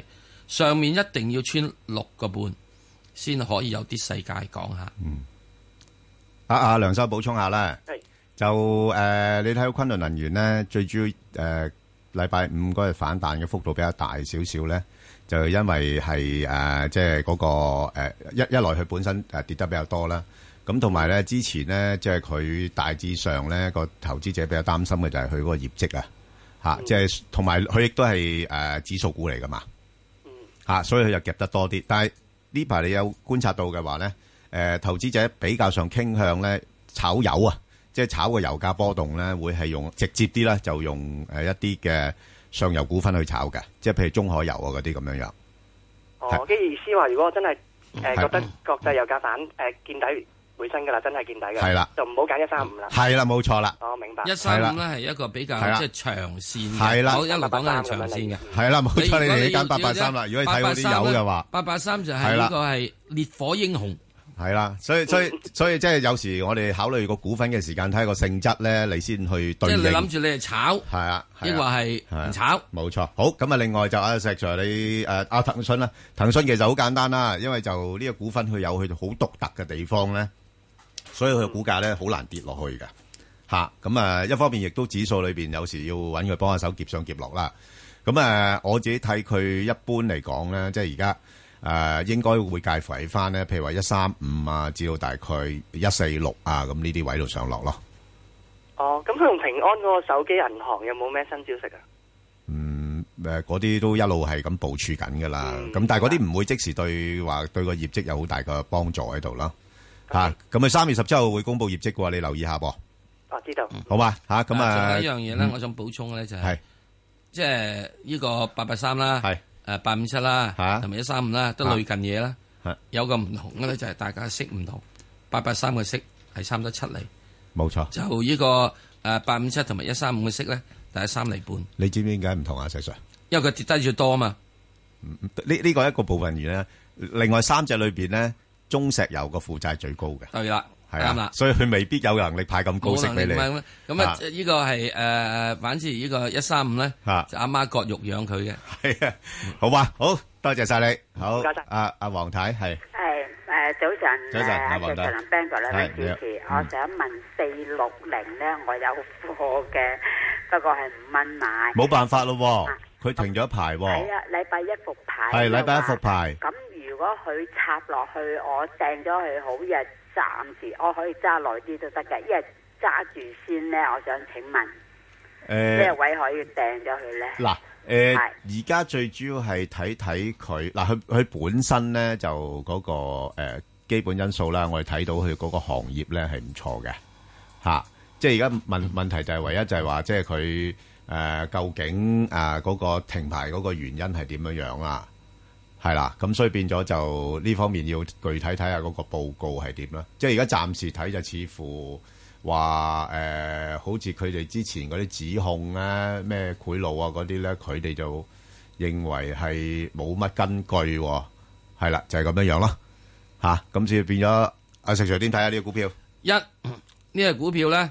[SPEAKER 9] 上面一定要穿六個半先可以有啲世界講下。
[SPEAKER 8] 阿阿啊梁生補充下啦，就誒、呃你睇到昆侖能源咧，最主要誒禮拜五嗰日反彈嘅幅度比較大少少咧，就因為係誒、呃即係嗰、個、呃、一一來佢本身誒跌得比較多啦，咁同埋咧之前咧即係佢大致上咧個投資者比較擔心嘅就係佢嗰個業績啊。吓，即係同埋佢亦都係诶指數股嚟噶嘛，吓，啊所以佢就夾得多啲。但係呢排你有觀察到嘅話咧，诶，投資者比較上傾向咧炒油啊，即係炒個油價波動咧，會係用直接啲啦，就用诶一啲嘅上游股份去炒嘅，即係譬如中海油啊嗰啲咁樣樣。
[SPEAKER 17] 哦，跟住意思話，如果我真係誒
[SPEAKER 8] 嗯係
[SPEAKER 17] 覺得國際油價反誒見底回升㗎啦，真係見底㗎，
[SPEAKER 8] 係啦
[SPEAKER 17] 就唔好揀一三五啦。
[SPEAKER 8] 係啦，冇錯啦。
[SPEAKER 17] 哦，明白。
[SPEAKER 9] 一三五咧係一個比較
[SPEAKER 8] 係啦
[SPEAKER 9] 即係長線嘅，
[SPEAKER 8] 係啦
[SPEAKER 9] 我一路講緊係長線嘅。
[SPEAKER 8] 係啦冇錯
[SPEAKER 9] 如果
[SPEAKER 8] 你哋呢間
[SPEAKER 9] 要
[SPEAKER 8] 883啦如果你睇嗰啲
[SPEAKER 9] 883
[SPEAKER 8] 友嘅話
[SPEAKER 9] 八八三就
[SPEAKER 8] 係
[SPEAKER 9] 係
[SPEAKER 8] 啦
[SPEAKER 9] 呢個係烈火英雄。
[SPEAKER 8] 系啦，所以所以所以即係有時我哋考慮個股份嘅時間，睇下個性質咧，你先
[SPEAKER 9] 即
[SPEAKER 8] 去對
[SPEAKER 9] 係
[SPEAKER 8] 應。
[SPEAKER 9] 你諗住你係炒，
[SPEAKER 8] 係啊，係啊
[SPEAKER 9] 抑或係
[SPEAKER 8] 係啊
[SPEAKER 9] 唔炒？
[SPEAKER 8] 冇錯。好，咁啊，另外就阿石 Sir 你诶阿騰訊啦，騰訊其實好簡單啦，因為就呢個股份佢有佢好獨特嘅地方咧，所以佢嘅股價咧好難跌落去嘅吓。咁啊，一方面亦都指數裏边有時要揾佢幫下手，夾上夾落啦。咁啊，我自己睇佢一般嚟講咧，即係而家。誒、應該會介乎喺翻咧，譬如話一三五啊，至到大概一四六啊，咁呢啲位度上落咯。
[SPEAKER 17] 哦，咁佢同平安嗰個手機銀行有冇咩新消息啊？
[SPEAKER 8] 誒嗰啲都一路係咁部署緊噶啦，咁、但係嗰啲唔會即時對話對個業績有好大嘅幫助喺度啦。嚇，咁佢三月十七號會公布業績嘅喎，你留意下噃，
[SPEAKER 17] 我知道。
[SPEAKER 8] 好嘛？嚇，咁
[SPEAKER 9] 仲
[SPEAKER 8] 啊，
[SPEAKER 9] 有一樣嘢咧
[SPEAKER 8] 嗯，
[SPEAKER 9] 我想補充咧就
[SPEAKER 8] 係
[SPEAKER 9] 係，即係呢個八八三啦，
[SPEAKER 8] 係
[SPEAKER 9] 誒八五七啦，同埋一三五啦，都類近嘢啦
[SPEAKER 8] 係。
[SPEAKER 9] 有個唔同嘅咧，就係大家息唔同，八八三嘅息係差唔多七厘，
[SPEAKER 8] 冇錯。
[SPEAKER 9] 就呢個誒八五七同埋一三五嘅息咧，大概三厘半，
[SPEAKER 8] 你知唔知點解唔同啊，石 Sir？
[SPEAKER 9] 因為佢跌低咗多啊嘛。
[SPEAKER 8] 呢呢個一個部分原因啦，另外三隻裏邊咧，中石油個負債最高嘅，
[SPEAKER 9] 對啦，
[SPEAKER 8] 係
[SPEAKER 9] 啱
[SPEAKER 8] 啊
[SPEAKER 9] 啦，
[SPEAKER 8] 所以佢未必有能力派咁高
[SPEAKER 9] 冇
[SPEAKER 8] 息
[SPEAKER 9] 能
[SPEAKER 8] 俾
[SPEAKER 9] 力
[SPEAKER 8] 你。
[SPEAKER 9] 買咁咁啊
[SPEAKER 8] 啊，
[SPEAKER 9] 呢個係誒，反之呢個一三五咧，
[SPEAKER 8] 啊
[SPEAKER 9] 就阿媽割肉養佢嘅。
[SPEAKER 8] 係啊，好嘛，好多謝晒你，好
[SPEAKER 18] 唔該晒，
[SPEAKER 8] 阿阿黃太係
[SPEAKER 18] 係誒早晨，
[SPEAKER 8] 早晨
[SPEAKER 18] 誒
[SPEAKER 8] 阿
[SPEAKER 18] 早
[SPEAKER 8] 黃德
[SPEAKER 18] 晨 b a n g 咧
[SPEAKER 8] 係
[SPEAKER 18] 位
[SPEAKER 8] 你好
[SPEAKER 18] 主持，
[SPEAKER 8] 嗯
[SPEAKER 18] 我想問四六零咧，我有貨嘅，不過係五蚊買。啊
[SPEAKER 8] 冇辦法咯喎，佢停咗一排喎
[SPEAKER 18] 嗯係。啊，禮拜一復牌。
[SPEAKER 8] 係禮拜一復牌
[SPEAKER 18] 咁如果佢插落去，我掟咗佢好日，暫時我可以揸耐啲都得嘅，因為揸住先咧。我想請問
[SPEAKER 8] 誒
[SPEAKER 18] 咩位可以掟咗佢咧？
[SPEAKER 8] 嗱，誒
[SPEAKER 18] 係
[SPEAKER 8] 而家最主要係睇睇佢嗱，佢佢本身咧就嗰、個、誒基本因素啦，我哋睇到佢嗰個行業咧係唔錯嘅嚇、即係而家問問題就係唯一就係話，即係佢誒究竟啊嗰、個停牌嗰個原因係點樣樣啦？係啦，咁所以變咗就呢方面要具體睇下嗰個報告係點啦。即係而家暫時睇就似乎話誒、呃好似佢哋之前嗰啲指控咧，咩賄賂啊嗰啲咧，佢哋就認為係冇乜根據喎、係啦，就係、咁樣樣咯嚇。咁、所以變咗阿石 Sir 點睇啊下呢個股票？
[SPEAKER 9] 一呢個股票咧，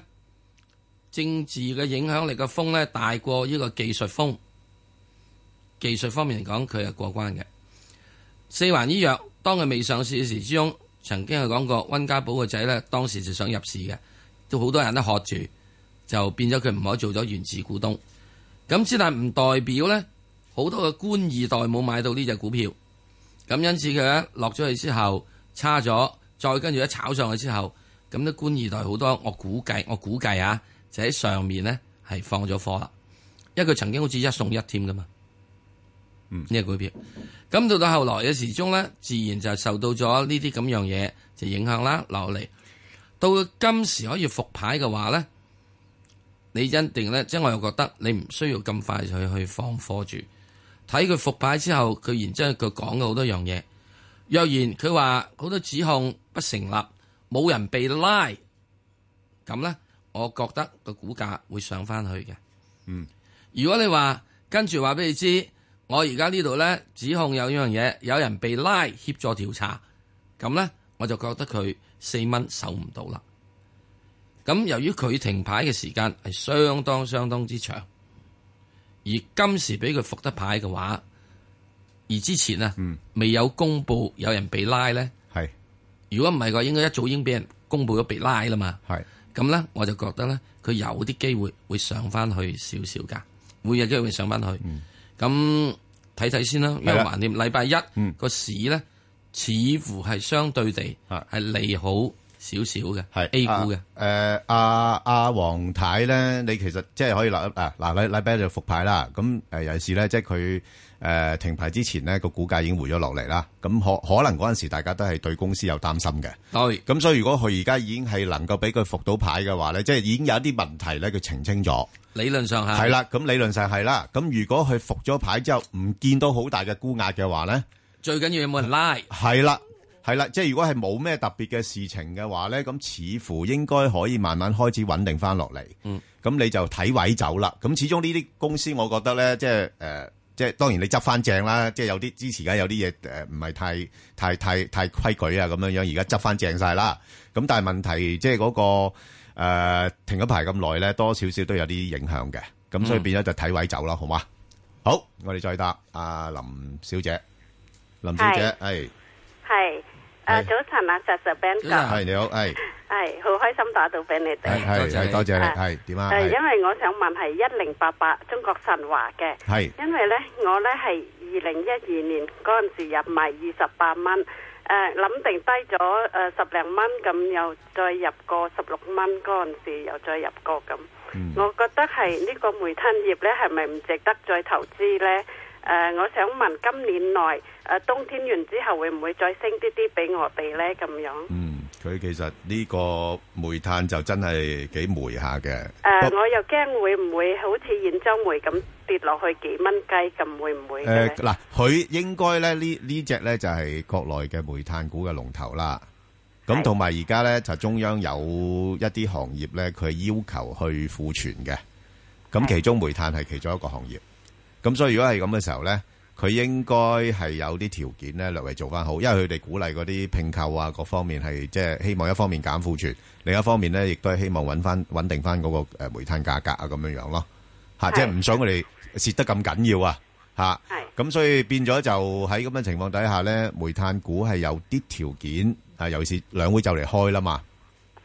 [SPEAKER 9] 政治嘅影響力嘅風咧大過呢個技術風。技術方面嚟講，佢係過關嘅。四環醫藥當佢未上市嘅時之中，曾經係講過温家寶個仔咧，當時就想入市嘅，都好多人都喝住，就變咗佢唔可以做咗原始股東。咁之但唔代表咧，好多嘅官二代冇買到呢只股票。咁因此佢咧落咗去之後差咗，再跟住一炒上去之後，咁啲官二代好多，我估計我估計啊，就喺上面咧係放咗貨啦，因為佢曾經好似一送一添噶嘛，
[SPEAKER 8] 嗯
[SPEAKER 9] 呢個股票，咁到到後來嘅時鐘咧，自然就受到咗呢啲咁樣嘢就影響啦落嚟，到今時可以復牌嘅話咧。你一定咧，即係我又覺得你唔需要咁快去去放貨住，睇佢復牌之後，佢然之後佢講嘅好多樣嘢。若然佢話好多指控不成立，冇人被拉，咁咧，我覺得個股價會上翻去嘅。
[SPEAKER 8] 嗯，
[SPEAKER 9] 如果你話跟住話俾你知，我而家呢度咧指控有樣嘢，有人被拉協助調查，咁咧我就覺得佢四蚊守唔到啦。咁由於佢停牌嘅時間係相當相當之長，而今時俾佢復得牌嘅話，而之前啊、未有公佈有人被拉咧，
[SPEAKER 8] 嗯係
[SPEAKER 9] 如果唔係嘅話，應該一早已經俾人公佈咗被拉啦嘛。
[SPEAKER 8] 係
[SPEAKER 9] 咁咧，我就覺得咧，佢有啲機會會上翻去少少㗎，會有機會上翻去。咁睇睇先啦，因為
[SPEAKER 8] 嗯係啦啊嗯
[SPEAKER 9] 橫掂禮拜一個市咧，似乎係相對地係利好少少嘅，
[SPEAKER 8] 啊係
[SPEAKER 9] A 股嘅。
[SPEAKER 8] 啊誒阿阿黃太咧，你其實即係可以嗱嗱嗱禮禮拜一就復牌啦。咁誒尤其是咧，即係佢誒停牌之前咧，個股價已經回咗落嚟啦。咁可可能嗰陣時大家都係對公司有擔心嘅。
[SPEAKER 9] 對。
[SPEAKER 8] 咁所以如果佢而家已經係能夠俾佢復到牌嘅話咧，即係已經有一啲問題咧，佢澄清咗。
[SPEAKER 9] 理論上係
[SPEAKER 8] 係啦，，咁理論上係啦。咁如果佢復咗牌之後唔見到好大嘅沽壓嘅話咧，
[SPEAKER 9] 最緊要有冇人拉。
[SPEAKER 8] 系啦，系啦，即系如果係冇咩特別嘅事情嘅話咧，咁似乎應該可以慢慢開始穩定翻落嚟。
[SPEAKER 9] 嗯，
[SPEAKER 8] 咁你就睇位走啦。咁始終呢啲公司，我覺得咧，即係诶、呃即係當然你執翻正啦。即係有啲之前而家有啲嘢诶，唔、係太太太太規矩啊咁樣樣，而家執翻正晒啦。咁但係問題即係嗰、個个呃停咗牌咁耐咧，多少少都有啲影響嘅。咁所以
[SPEAKER 9] 嗯
[SPEAKER 8] 變咗就睇位走啦，好嘛？好，我哋再答阿、林小姐，林小姐，係。
[SPEAKER 19] 系诶，
[SPEAKER 8] 係
[SPEAKER 19] 早晨啊，石石 Ben 哥，
[SPEAKER 8] 系你好，系
[SPEAKER 19] 系好开心打到俾你哋，
[SPEAKER 8] 系系多谢
[SPEAKER 19] 啊
[SPEAKER 8] 你，系点啊？
[SPEAKER 19] 誒
[SPEAKER 8] 係
[SPEAKER 19] 因為我想問係一零八八中國神華嘅，
[SPEAKER 8] 係
[SPEAKER 19] 因為呢，我呢係二零一二年嗰陣時入埋二十八蚊，誒諗定低咗誒十零蚊咁，又再入過十六蚊嗰陣時，又再入過咁。我覺得係呢個煤炭業呢，係咪唔值得再投資呢？誒、我想問今年內誒、冬天完之後會唔會再升啲啲俾我哋呢？咁樣？
[SPEAKER 8] 佢其實呢個煤炭就真係幾煤下嘅，
[SPEAKER 19] 诶、呃我又驚會唔會好似現州梅咁跌落去幾蚊雞咁，會唔會嘅
[SPEAKER 8] 诶
[SPEAKER 19] 呢？
[SPEAKER 8] 嗱，佢應該咧呢呢只咧就係國內嘅煤炭股嘅龍頭啦。咁同埋而家咧就中央有一啲行業咧，佢要求去庫存嘅。咁其中煤炭係其中一個行業。咁所以如果係咁嘅時候咧，佢應該係有啲條件咧略為做翻好，因為佢哋鼓勵嗰啲拼購啊，各方面係即係希望一方面減庫存，另一方面咧亦都係希望揾翻穩定翻嗰個誒煤炭價格啊咁樣樣咯。嚇，即係唔想佢哋蝕得咁緊要啊！嚇，咁所以變咗就喺咁嘅情況底下咧，煤炭股係有啲條件啊，尤其是兩會就嚟開啦嘛。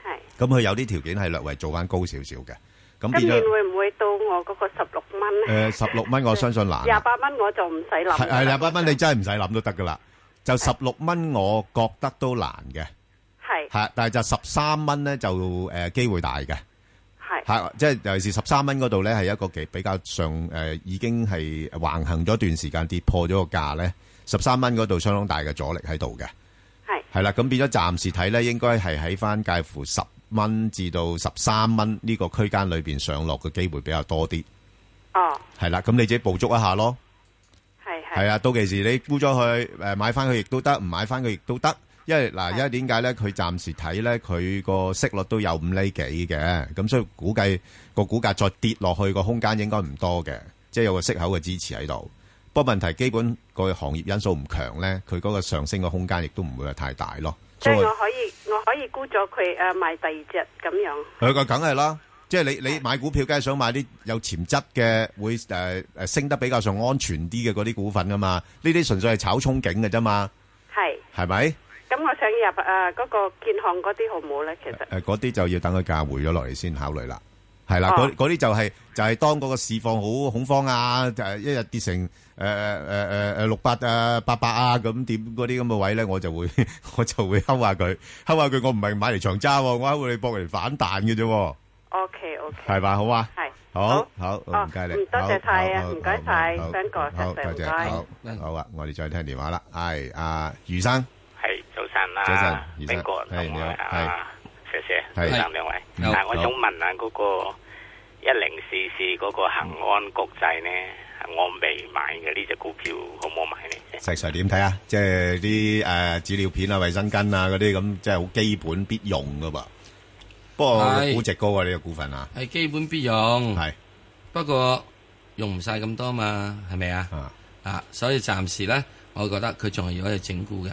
[SPEAKER 8] 係。咁佢有啲條件係略為做翻高少少嘅，咁變
[SPEAKER 19] 今年
[SPEAKER 8] 咗
[SPEAKER 19] 會唔會到我嗰個十六蚊
[SPEAKER 8] 誒
[SPEAKER 19] 咧？
[SPEAKER 8] 十六蚊，我相信難。
[SPEAKER 19] 廿八蚊我就唔使諗
[SPEAKER 8] 啊係-
[SPEAKER 19] 啦。
[SPEAKER 8] 係，廿八蚊你真係唔使諗都得㗎啦。就16蚊我覺得都難嘅。
[SPEAKER 19] 係。
[SPEAKER 8] 係，但係就13蚊呢，就，呃，機會大嘅。
[SPEAKER 19] 係。
[SPEAKER 8] 係，即係尤其是13蚊嗰度呢，係一個幾-比較上，呃，已經係橫行咗一段時間，跌破咗個價呢，13蚊嗰度相當大嘅阻力喺度嘅。係啦，咁變咗暫時睇呢，應該係喺返介乎10蚊至到13蚊呢個區間裏邊上落嘅機會比較多啲。
[SPEAKER 19] 哦，
[SPEAKER 8] 係啦，咁你自己捕捉一下咯。
[SPEAKER 19] 係係。
[SPEAKER 8] 系啊，到期時你沽咗佢，诶買翻佢亦都得，唔買翻佢亦都得。因為嗱，因為點解咧？佢暫時睇咧，佢個息率都有五厘幾嘅，咁所以估計個股價再跌落去個空間應該唔多嘅，即係有個息口嘅支持喺度。不過問題基本個行業因素唔強咧，佢嗰個上升嘅空間亦都唔會係太大咯。
[SPEAKER 19] 即
[SPEAKER 8] 所以
[SPEAKER 19] 係
[SPEAKER 8] 我
[SPEAKER 19] 我可以，我可以沽咗佢诶，誒買第二隻咁樣。
[SPEAKER 8] 佢個梗係啦，即係你你買股票，梗係想買啲有潛質嘅，會誒誒、呃升得比較上安全啲嘅嗰啲股份噶嘛。呢啲純粹係炒憧憬嘅啫嘛，
[SPEAKER 19] 係。
[SPEAKER 8] 係咪？
[SPEAKER 19] 咁我想入诶嗰個建行嗰啲好唔好咧？其實
[SPEAKER 8] 诶，嗰啲就要等佢價回咗落嚟先考慮啦。係啦，
[SPEAKER 19] 哦
[SPEAKER 8] 嗰嗰啲就係就係當嗰個市況好恐慌啊，就係一日跌成诶诶诶诶六百啊八百啊咁點嗰啲咁嘅位咧，我就會 <laughs> 我就會睺下佢，睺下佢，我唔係買嚟長揸喎，我睺佢嚟搏嚟反彈嘅啫喎，
[SPEAKER 19] ，OK OK。
[SPEAKER 8] 係嘛？好嘛？
[SPEAKER 19] 係。
[SPEAKER 8] 好好
[SPEAKER 19] 哦
[SPEAKER 8] 唔該你，
[SPEAKER 19] 唔多
[SPEAKER 8] 好
[SPEAKER 19] 謝晒啊
[SPEAKER 8] 好好
[SPEAKER 19] 唔該晒
[SPEAKER 8] 好好
[SPEAKER 19] Ben 哥
[SPEAKER 8] 好
[SPEAKER 19] 石 Sir，
[SPEAKER 8] 多謝
[SPEAKER 19] 唔該
[SPEAKER 8] 好好啊，我哋再聽電話啦，係阿余生，
[SPEAKER 20] 系早晨
[SPEAKER 8] 早晨
[SPEAKER 20] 啦，
[SPEAKER 8] 余生
[SPEAKER 20] 邊個
[SPEAKER 8] 係你好
[SPEAKER 20] 啊？謝謝，
[SPEAKER 8] 係
[SPEAKER 20] 早晨兩位。
[SPEAKER 8] 嗯
[SPEAKER 20] 嗱，我
[SPEAKER 8] 好
[SPEAKER 20] 想問下嗰個一零四四嗰個恒安國際呢，我未買嘅呢只股票，好唔好買呢？
[SPEAKER 8] 石 Sir 點睇啊？即係啲誒紙尿片啊、衛生巾啊嗰啲咁，即係好基本必用噶噃。不過
[SPEAKER 9] 係
[SPEAKER 8] 估值高啊，呢個股份啊，
[SPEAKER 9] 係基本必用。
[SPEAKER 8] 係，
[SPEAKER 9] 不過用唔晒咁多嘛，係咪啊？啊，所以暫時咧，我覺得佢仲係要喺度整固嘅。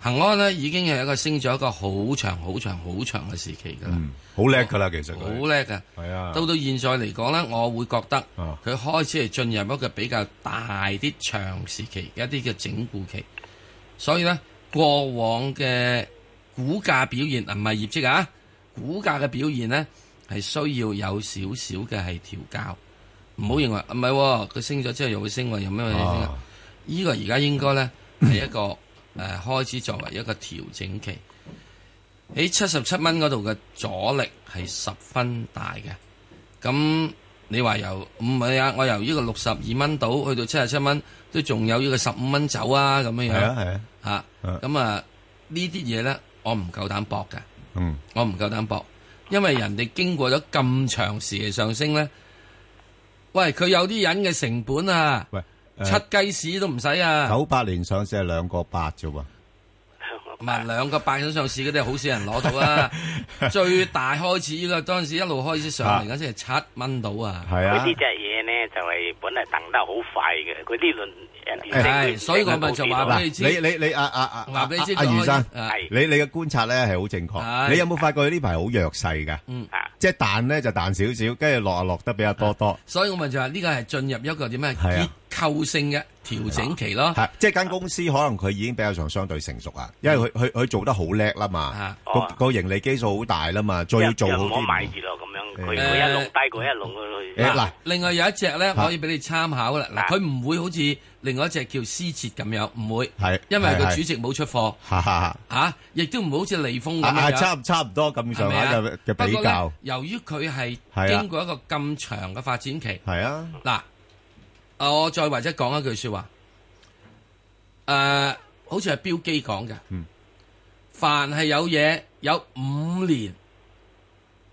[SPEAKER 9] 恒安咧已經係一個升咗一個好長、好長、好長嘅時期㗎啦，
[SPEAKER 8] 好叻噶啦，其實佢
[SPEAKER 9] 好叻㗎。
[SPEAKER 8] 係啊，
[SPEAKER 9] 到到現在嚟講咧，我會覺得佢開始係進入一個比較大啲長時期一啲嘅整固期，所以咧過往嘅股價表現啊唔係業績啊，股價嘅表現咧係需要有少少嘅係調校，唔好認為啊唔係喎，佢升咗之後又會升喎，有
[SPEAKER 8] 哦
[SPEAKER 9] 咩嘢升啊？呢 <clears throat> 個而家應該咧係一個誒、呃、開始作為一個調整期。喺七十七蚊嗰度嘅阻力係十分大嘅。咁你話由唔係啊？我由呢個六十二蚊到去到七十七蚊，都仲有呢個十五蚊走啊咁樣樣。
[SPEAKER 8] 係啊係
[SPEAKER 9] 啊。嚇咁啊！呢啲嘢咧，我唔夠膽搏嘅。
[SPEAKER 8] 嗯，
[SPEAKER 9] 我唔夠膽搏，因為人哋經過咗咁長時嘅上升咧，喂，佢有啲人嘅成本啊，
[SPEAKER 8] 喂，呃
[SPEAKER 9] 七雞屎都唔使啊，
[SPEAKER 8] 九八年上市係兩個八啫喎，
[SPEAKER 9] 唔係兩個八想上市嗰啲，好少人攞到
[SPEAKER 8] <laughs>
[SPEAKER 9] 啊。最大開始呢個當時一路開始
[SPEAKER 8] 啊
[SPEAKER 9] 上嚟嗰陣時係七蚊到啊，
[SPEAKER 20] 佢呢只嘢咧就係本嚟等得好快嘅，佢呢輪人哋
[SPEAKER 9] 係所以我咪就話俾你知，
[SPEAKER 8] 嗱你你你啊啊啊，
[SPEAKER 9] 話俾你知
[SPEAKER 8] 阿
[SPEAKER 9] 佢
[SPEAKER 8] 余生
[SPEAKER 9] 開，
[SPEAKER 8] 你你嘅觀察咧係好正確。
[SPEAKER 9] 係
[SPEAKER 8] 你有冇發覺呢排好弱勢㗎？
[SPEAKER 9] 嗯，
[SPEAKER 8] 即係彈咧就彈少少，跟住落啊落得比較多多。
[SPEAKER 9] 所以我咪就話呢個係進入一個點咩
[SPEAKER 8] 係
[SPEAKER 9] 結
[SPEAKER 8] 啊
[SPEAKER 9] 構性嘅調整期咯。
[SPEAKER 8] 係啊即係間公司可能佢已經比較上相對成熟啊，因為佢佢佢做得好叻啦嘛，個個盈利基數好大啦嘛，再要做好
[SPEAKER 20] 唔好
[SPEAKER 8] 啲。
[SPEAKER 20] 買熱咯咁樣，佢
[SPEAKER 9] 誒
[SPEAKER 20] 佢一弄低，佢一弄佢去。
[SPEAKER 9] 嗱，另外有一隻
[SPEAKER 20] 嚇
[SPEAKER 9] 咧可以俾你參考啦。嗱，佢唔會好似另外一隻叫思捷咁樣，唔會，
[SPEAKER 8] 係
[SPEAKER 9] 因為個
[SPEAKER 8] 係係
[SPEAKER 9] 主席冇出貨
[SPEAKER 8] 哈哈哈
[SPEAKER 9] 嚇，亦都唔會好似利豐咁
[SPEAKER 8] 啊
[SPEAKER 9] 樣，
[SPEAKER 8] 差唔差唔多咁上下
[SPEAKER 9] 係咪啊
[SPEAKER 8] 嘅嘅比
[SPEAKER 9] 不過
[SPEAKER 8] 較
[SPEAKER 9] 呢，由於佢
[SPEAKER 8] 係啊
[SPEAKER 9] 係經過一個咁長嘅發展期，
[SPEAKER 8] 係啊，
[SPEAKER 9] 嗱，我再或者講一句説話，誒，好似係標基講嘅
[SPEAKER 8] 嗯，
[SPEAKER 9] 凡係有嘢有五年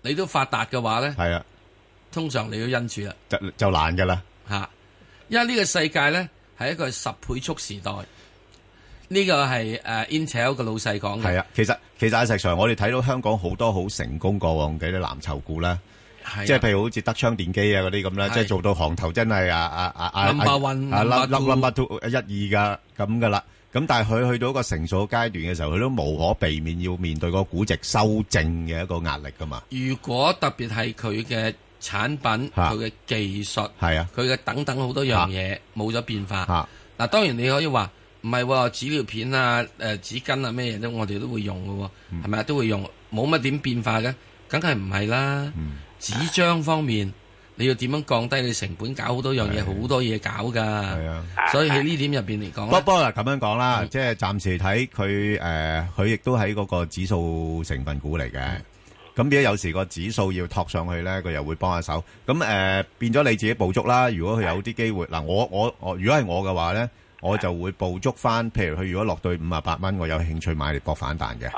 [SPEAKER 9] 你都發達嘅話咧，
[SPEAKER 8] 係啊，
[SPEAKER 9] 通常你要因住啦。
[SPEAKER 8] 就就難㗎啦。
[SPEAKER 9] 吓，因為呢個世界咧係一個十倍速時代，呢、個係诶 Intel 嘅老細講嘅，
[SPEAKER 8] 係啊，其實其實阿石 Sir，我哋睇到香港好多好成功過往嘅啲藍籌股啦，
[SPEAKER 9] 係啊
[SPEAKER 8] 即係譬如好似德昌電機啊嗰啲咁啦，
[SPEAKER 9] 係
[SPEAKER 8] 即係做到行頭真係啊啊啊啊
[SPEAKER 9] Number one，
[SPEAKER 8] 啊
[SPEAKER 9] number
[SPEAKER 8] number
[SPEAKER 9] two
[SPEAKER 8] number two 一二噶咁噶啦。咁但係佢去到一個成熟嘅階段嘅時候，佢都無可避免要面對個估值修正嘅一個壓力噶嘛。
[SPEAKER 9] 如果特別係佢嘅產品、
[SPEAKER 8] 嚇
[SPEAKER 9] 佢嘅技術、
[SPEAKER 8] 係啊，
[SPEAKER 9] 佢嘅等等好多樣嘢冇咗變化。
[SPEAKER 8] 嚇
[SPEAKER 9] 嗱，當然你可以話唔係喎，紙尿片啊、誒、紙巾啊咩嘢都我哋都會用嘅喎，
[SPEAKER 8] 嗯
[SPEAKER 9] 係咪啊？都會用，冇乜點變化嘅，梗係唔係啦？
[SPEAKER 8] 嗯
[SPEAKER 9] 紙張方面，你要點樣降低你成本？搞好多樣嘢，好多嘢搞㗎。係
[SPEAKER 8] 啊，
[SPEAKER 9] 所以喺呢點入邊嚟講
[SPEAKER 8] 不
[SPEAKER 9] 咧，
[SPEAKER 8] 不過嗱咁樣講啦，即係暫時睇佢誒，佢亦都喺嗰個指數成分股嚟嘅。咁變咗有時個指數要托上去咧，佢又會幫下手。咁誒、呃、變咗你自己捕捉啦。如果佢有啲機會，嗱我我我，如果係我嘅話咧，我就會捕捉翻。譬如佢如果落到五啊八蚊，我有興趣買嚟搏反彈嘅。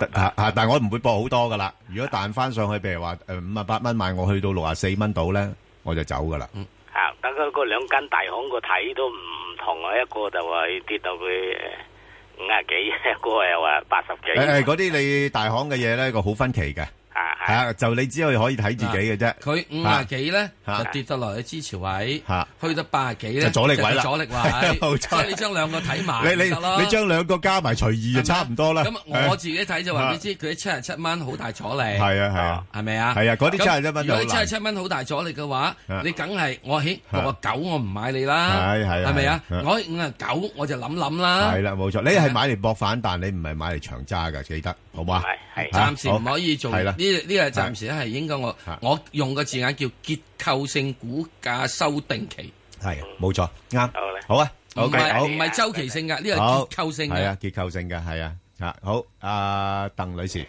[SPEAKER 8] 但但但但我唔會搏好多噶啦。如果彈翻上去，譬如話誒五啊八蚊買，我去到六啊四蚊到咧，我就走噶啦。
[SPEAKER 20] 嚇！等佢嗰兩間大行個睇都唔同啊，一個就話跌到佢五啊幾，一個又話八十幾。
[SPEAKER 8] 誒誒，嗰啲你大行嘅嘢咧，個好分歧嘅。係啊，就你只可以可以睇自己嘅啫。
[SPEAKER 9] 佢五啊幾咧
[SPEAKER 8] 嚇
[SPEAKER 9] 就跌得落去支持位
[SPEAKER 8] 嚇，
[SPEAKER 9] 去到八啊幾咧
[SPEAKER 8] 就阻力位啦
[SPEAKER 9] 就係阻力
[SPEAKER 8] 冇 <laughs>
[SPEAKER 9] 位，
[SPEAKER 8] 錯
[SPEAKER 9] 所以你將兩個睇埋
[SPEAKER 8] 你你
[SPEAKER 9] 咪得咯
[SPEAKER 8] 你將兩個加埋隨意就差唔多啦。
[SPEAKER 9] 咁我自己睇就話俾你知，佢七十七蚊好大阻力。
[SPEAKER 8] 係啊係啊，
[SPEAKER 9] 係咪啊？
[SPEAKER 8] 係啊，嗰啲
[SPEAKER 9] 咁
[SPEAKER 8] 七十一蚊
[SPEAKER 9] 如
[SPEAKER 8] 就
[SPEAKER 9] 果
[SPEAKER 8] 好
[SPEAKER 9] 七十
[SPEAKER 8] 難。
[SPEAKER 9] 七蚊好大阻力嘅話，
[SPEAKER 8] 啊
[SPEAKER 9] 你梗係我起六啊九，我唔買你啦。
[SPEAKER 8] 係係係
[SPEAKER 9] 係咪啊？
[SPEAKER 8] 啊
[SPEAKER 9] 我起五啊九，我就諗諗啦。
[SPEAKER 8] 係啦，冇錯。你係買嚟搏反彈，你唔係買嚟長揸㗎，記得好嘛？係
[SPEAKER 9] 暫時唔可以做
[SPEAKER 8] 係
[SPEAKER 9] 呢
[SPEAKER 8] 啦
[SPEAKER 9] 呢，個暫時係應該我我用個字眼叫結構性股價修訂期，
[SPEAKER 8] 係冇錯，啱。好啊
[SPEAKER 9] 唔
[SPEAKER 8] ，OK，
[SPEAKER 9] 係
[SPEAKER 8] 好
[SPEAKER 9] 唔。係周期性嘅，呢個
[SPEAKER 8] 好
[SPEAKER 9] 係結構性
[SPEAKER 8] 係
[SPEAKER 9] 嘅
[SPEAKER 8] 啊，。結構性嘅係啊。啊，好，阿鄧女士，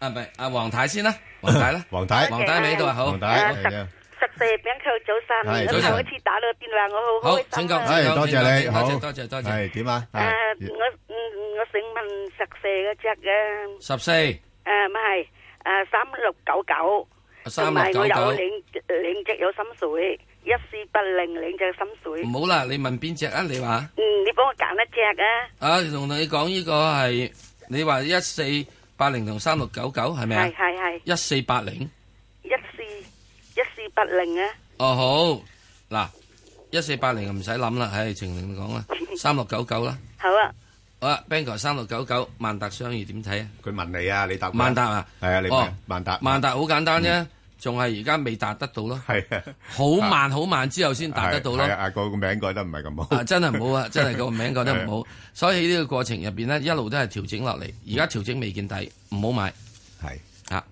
[SPEAKER 9] 啊唔係，阿黃太先啦，黃太啦，
[SPEAKER 8] <laughs> 黃太，
[SPEAKER 9] 黃太喺度啊，好，
[SPEAKER 8] 黃太
[SPEAKER 9] 好
[SPEAKER 8] 係啊
[SPEAKER 1] 十四餅扣早晨，
[SPEAKER 8] 係
[SPEAKER 1] 咁
[SPEAKER 8] 早晨
[SPEAKER 1] 頭一次打到電話，我好
[SPEAKER 9] 好
[SPEAKER 1] 開
[SPEAKER 9] 請
[SPEAKER 1] 心
[SPEAKER 9] 講
[SPEAKER 1] 啊！
[SPEAKER 8] 係多謝你，
[SPEAKER 9] 多謝
[SPEAKER 8] 好，
[SPEAKER 9] 多謝多謝
[SPEAKER 8] 係點啊？
[SPEAKER 1] 誒
[SPEAKER 8] 係，
[SPEAKER 1] 我嗯我想問十四嗰只嘅
[SPEAKER 9] 十四。
[SPEAKER 1] 誒唔係誒三六九九，
[SPEAKER 9] 3699
[SPEAKER 1] 同埋我有兩兩隻有心水，一四八零兩隻心水。
[SPEAKER 9] 唔好啦，你問邊只啊？你話
[SPEAKER 1] 嗯，你幫我揀一隻啊？
[SPEAKER 9] 啊，同你講呢個係你話一四八零同三六九九係咪啊
[SPEAKER 1] 係？係係
[SPEAKER 9] 一四八零
[SPEAKER 1] 一四一四八零啊？
[SPEAKER 9] 哦好嗱，一四八零唔使諗啦，唉，情玲講啦，三六九九啦，
[SPEAKER 1] 好啊，
[SPEAKER 9] 好啊 b a n g o r 三六九九，萬達商業點睇啊？
[SPEAKER 8] 佢問你啊，你答
[SPEAKER 9] 萬達啊？
[SPEAKER 8] 係啊，你
[SPEAKER 9] 哦
[SPEAKER 8] 問萬達，嗯
[SPEAKER 9] 萬達好簡單啫，仲係而家未達得到咯，
[SPEAKER 8] 係啊，
[SPEAKER 9] 好慢好慢之後先達得到咯
[SPEAKER 8] 係。啊，個個名改得唔係咁好。
[SPEAKER 9] 啊，真係唔
[SPEAKER 8] <laughs>
[SPEAKER 9] 好啊！真係個名覺得唔
[SPEAKER 8] 係啊
[SPEAKER 9] 好，所以喺呢個過程入邊咧，一路都係調整落嚟。而家調整未見底，唔好買。
[SPEAKER 8] 係
[SPEAKER 9] 啊，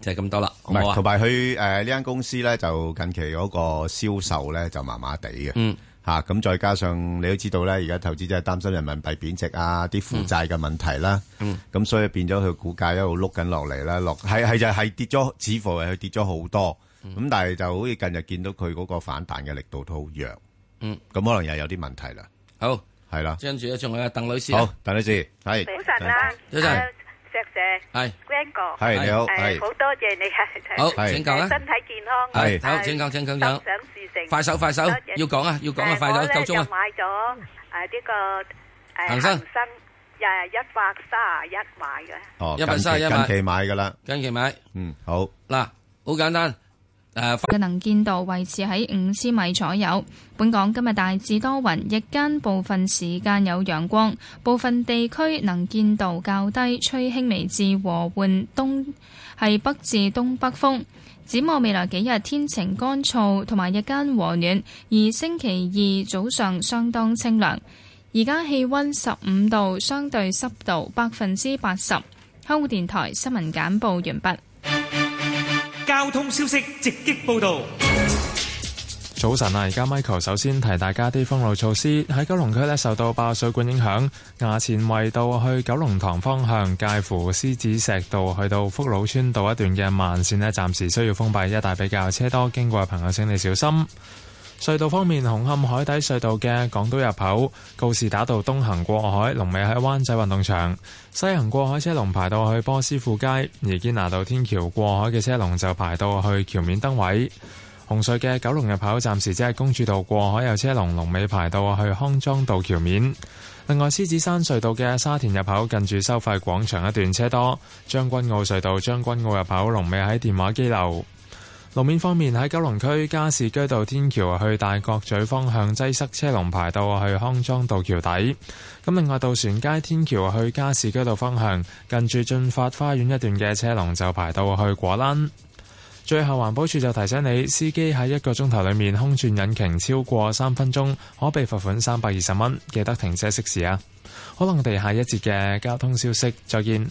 [SPEAKER 9] 就係咁多啦，好
[SPEAKER 8] 唔
[SPEAKER 9] 唔好
[SPEAKER 8] 係，
[SPEAKER 9] 啊？
[SPEAKER 8] 同埋佢誒呢間公司咧，就近期嗰個銷售咧就麻麻地嘅。
[SPEAKER 9] 嗯，
[SPEAKER 8] 吓，咁再加上你都知道咧，而家投資者係擔心人民幣貶值啊，啲負債嘅問題啦，
[SPEAKER 9] 嗯
[SPEAKER 8] 咁所以變咗佢股價一路碌緊落嚟啦，落係係就係跌咗，似乎係佢跌咗好多，咁但係就好似近日見到佢嗰個反彈嘅力度都好弱，
[SPEAKER 9] 嗯，
[SPEAKER 8] 咁可能又有啲問題啦，
[SPEAKER 9] 好，
[SPEAKER 8] 係啦，
[SPEAKER 9] 跟住咧仲有鄧女士啊，
[SPEAKER 8] 好，鄧女士，係，
[SPEAKER 21] 早晨啦，
[SPEAKER 8] 早晨
[SPEAKER 21] 啊
[SPEAKER 22] Ờ,
[SPEAKER 21] 石 Sir，
[SPEAKER 9] 係
[SPEAKER 21] Glen 哥，
[SPEAKER 8] 係你好
[SPEAKER 21] 誒
[SPEAKER 8] 係
[SPEAKER 21] 好多謝你啊，
[SPEAKER 9] 好
[SPEAKER 21] 誒
[SPEAKER 9] 請講
[SPEAKER 22] Dạ,
[SPEAKER 9] 啊
[SPEAKER 21] 身體健康，
[SPEAKER 9] 係
[SPEAKER 21] 誒
[SPEAKER 9] 好請講請
[SPEAKER 21] 心
[SPEAKER 9] 講講
[SPEAKER 21] 想事成，
[SPEAKER 9] 快手快手
[SPEAKER 21] 多
[SPEAKER 22] dạ.
[SPEAKER 21] 謝
[SPEAKER 9] 要講啊要講啊
[SPEAKER 21] 誒
[SPEAKER 9] 快手
[SPEAKER 21] 我咧
[SPEAKER 9] 夠鐘啊
[SPEAKER 21] 就買咗
[SPEAKER 22] à,
[SPEAKER 21] 誒呢個誒
[SPEAKER 8] 恒生
[SPEAKER 21] 生
[SPEAKER 22] dạ,
[SPEAKER 21] 誒一百三十一買嘅，
[SPEAKER 8] 哦，
[SPEAKER 9] 一百三十一
[SPEAKER 8] 近期
[SPEAKER 9] 買
[SPEAKER 8] 近期買噶啦，
[SPEAKER 9] 跟住買，
[SPEAKER 8] 嗯，好，
[SPEAKER 9] 嗱，好簡單，誒，
[SPEAKER 11] 嘅能見度維持喺五千米左右。本港今日大致多雲，日間部分時間有陽光，部分地區能見度較低，吹輕微至和緩東係北至東北風。展望未來幾日天晴乾燥，同埋日間和暖，而星期二早上相當清涼。而家氣温十五度，相對濕度百分之八十。香港電台新聞簡報完畢。
[SPEAKER 10] 交通消息直擊報道。
[SPEAKER 12] 早晨啊！而家 Michael 首先提大家啲封路措施。喺九龍區呢，受到爆水管影響，衙前圍道去九龍塘方向，介乎獅子石道去到福老村道一段嘅慢線呢，暫時需要封閉，一帶比較車多，經過嘅朋友請你小心。隧道方面，紅磡海底隧道嘅港島入口告士打道東行過海，龍尾喺灣仔運動場；西行過海車龍排到去波斯富街，而堅拿道天橋過海嘅車龍就排到去橋面燈位。紅隧嘅九龍入口暫時只係公主道過海有車龍，龍尾排到去康莊道橋面。另外，獅子山隧道嘅沙田入口近住收費廣場一段車多；將軍澳隧道將軍澳入口龍尾喺電話機樓。路面方面喺九龍區加士居道天橋去大角咀方向擠塞車龍排到去康莊道橋底。咁另外渡船街天橋去加士居道方向，近住進發花園一段嘅車龍就排到去果欄。最後環保署就提醒你，司機喺一個鐘頭裏面空轉引擎超過三分鐘，可被罰款三百二十蚊。記得停車熄匙啊！好啦，我哋下一節嘅交通消息再見。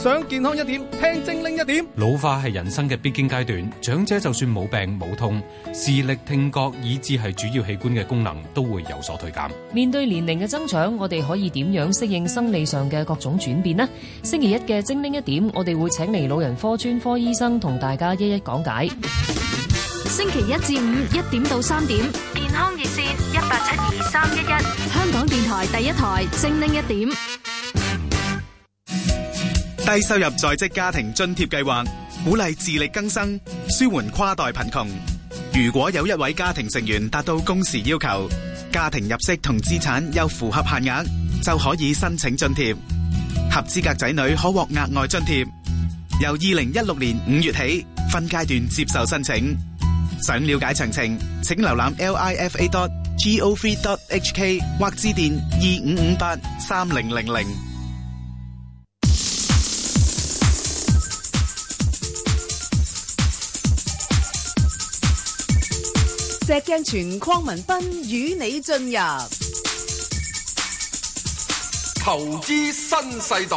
[SPEAKER 23] 想健康一點，聽精靈一點。
[SPEAKER 24] 老化係人生嘅必經階段，長者就算冇病冇痛，視力、聽覺以至係主要器官嘅功能都會有所退減。
[SPEAKER 25] 面對年齡嘅增長，我哋可以點樣適應生理上嘅各種轉變呢？星期一嘅精靈一點，我哋會請嚟老人科專科醫生同大家一一講解。
[SPEAKER 26] 星期一至五一點到三點，健康熱線一八七二三一一，香港電台第一台精靈一點。
[SPEAKER 27] 低收入在職家庭津貼計劃鼓勵自力更生，舒緩跨代貧窮。如果有一位家庭成員達到工時要求，家庭入息同資產又符合限額，就可以申請津貼。合資格仔女可獲額外津貼。由二零一六年五月起，分階段接受申請。想了解詳情，請瀏覽 lifa.gov.hk 或致電二五五八三零零零。
[SPEAKER 6] 石鏡泉邝文斌與你進入
[SPEAKER 7] 投資新世代，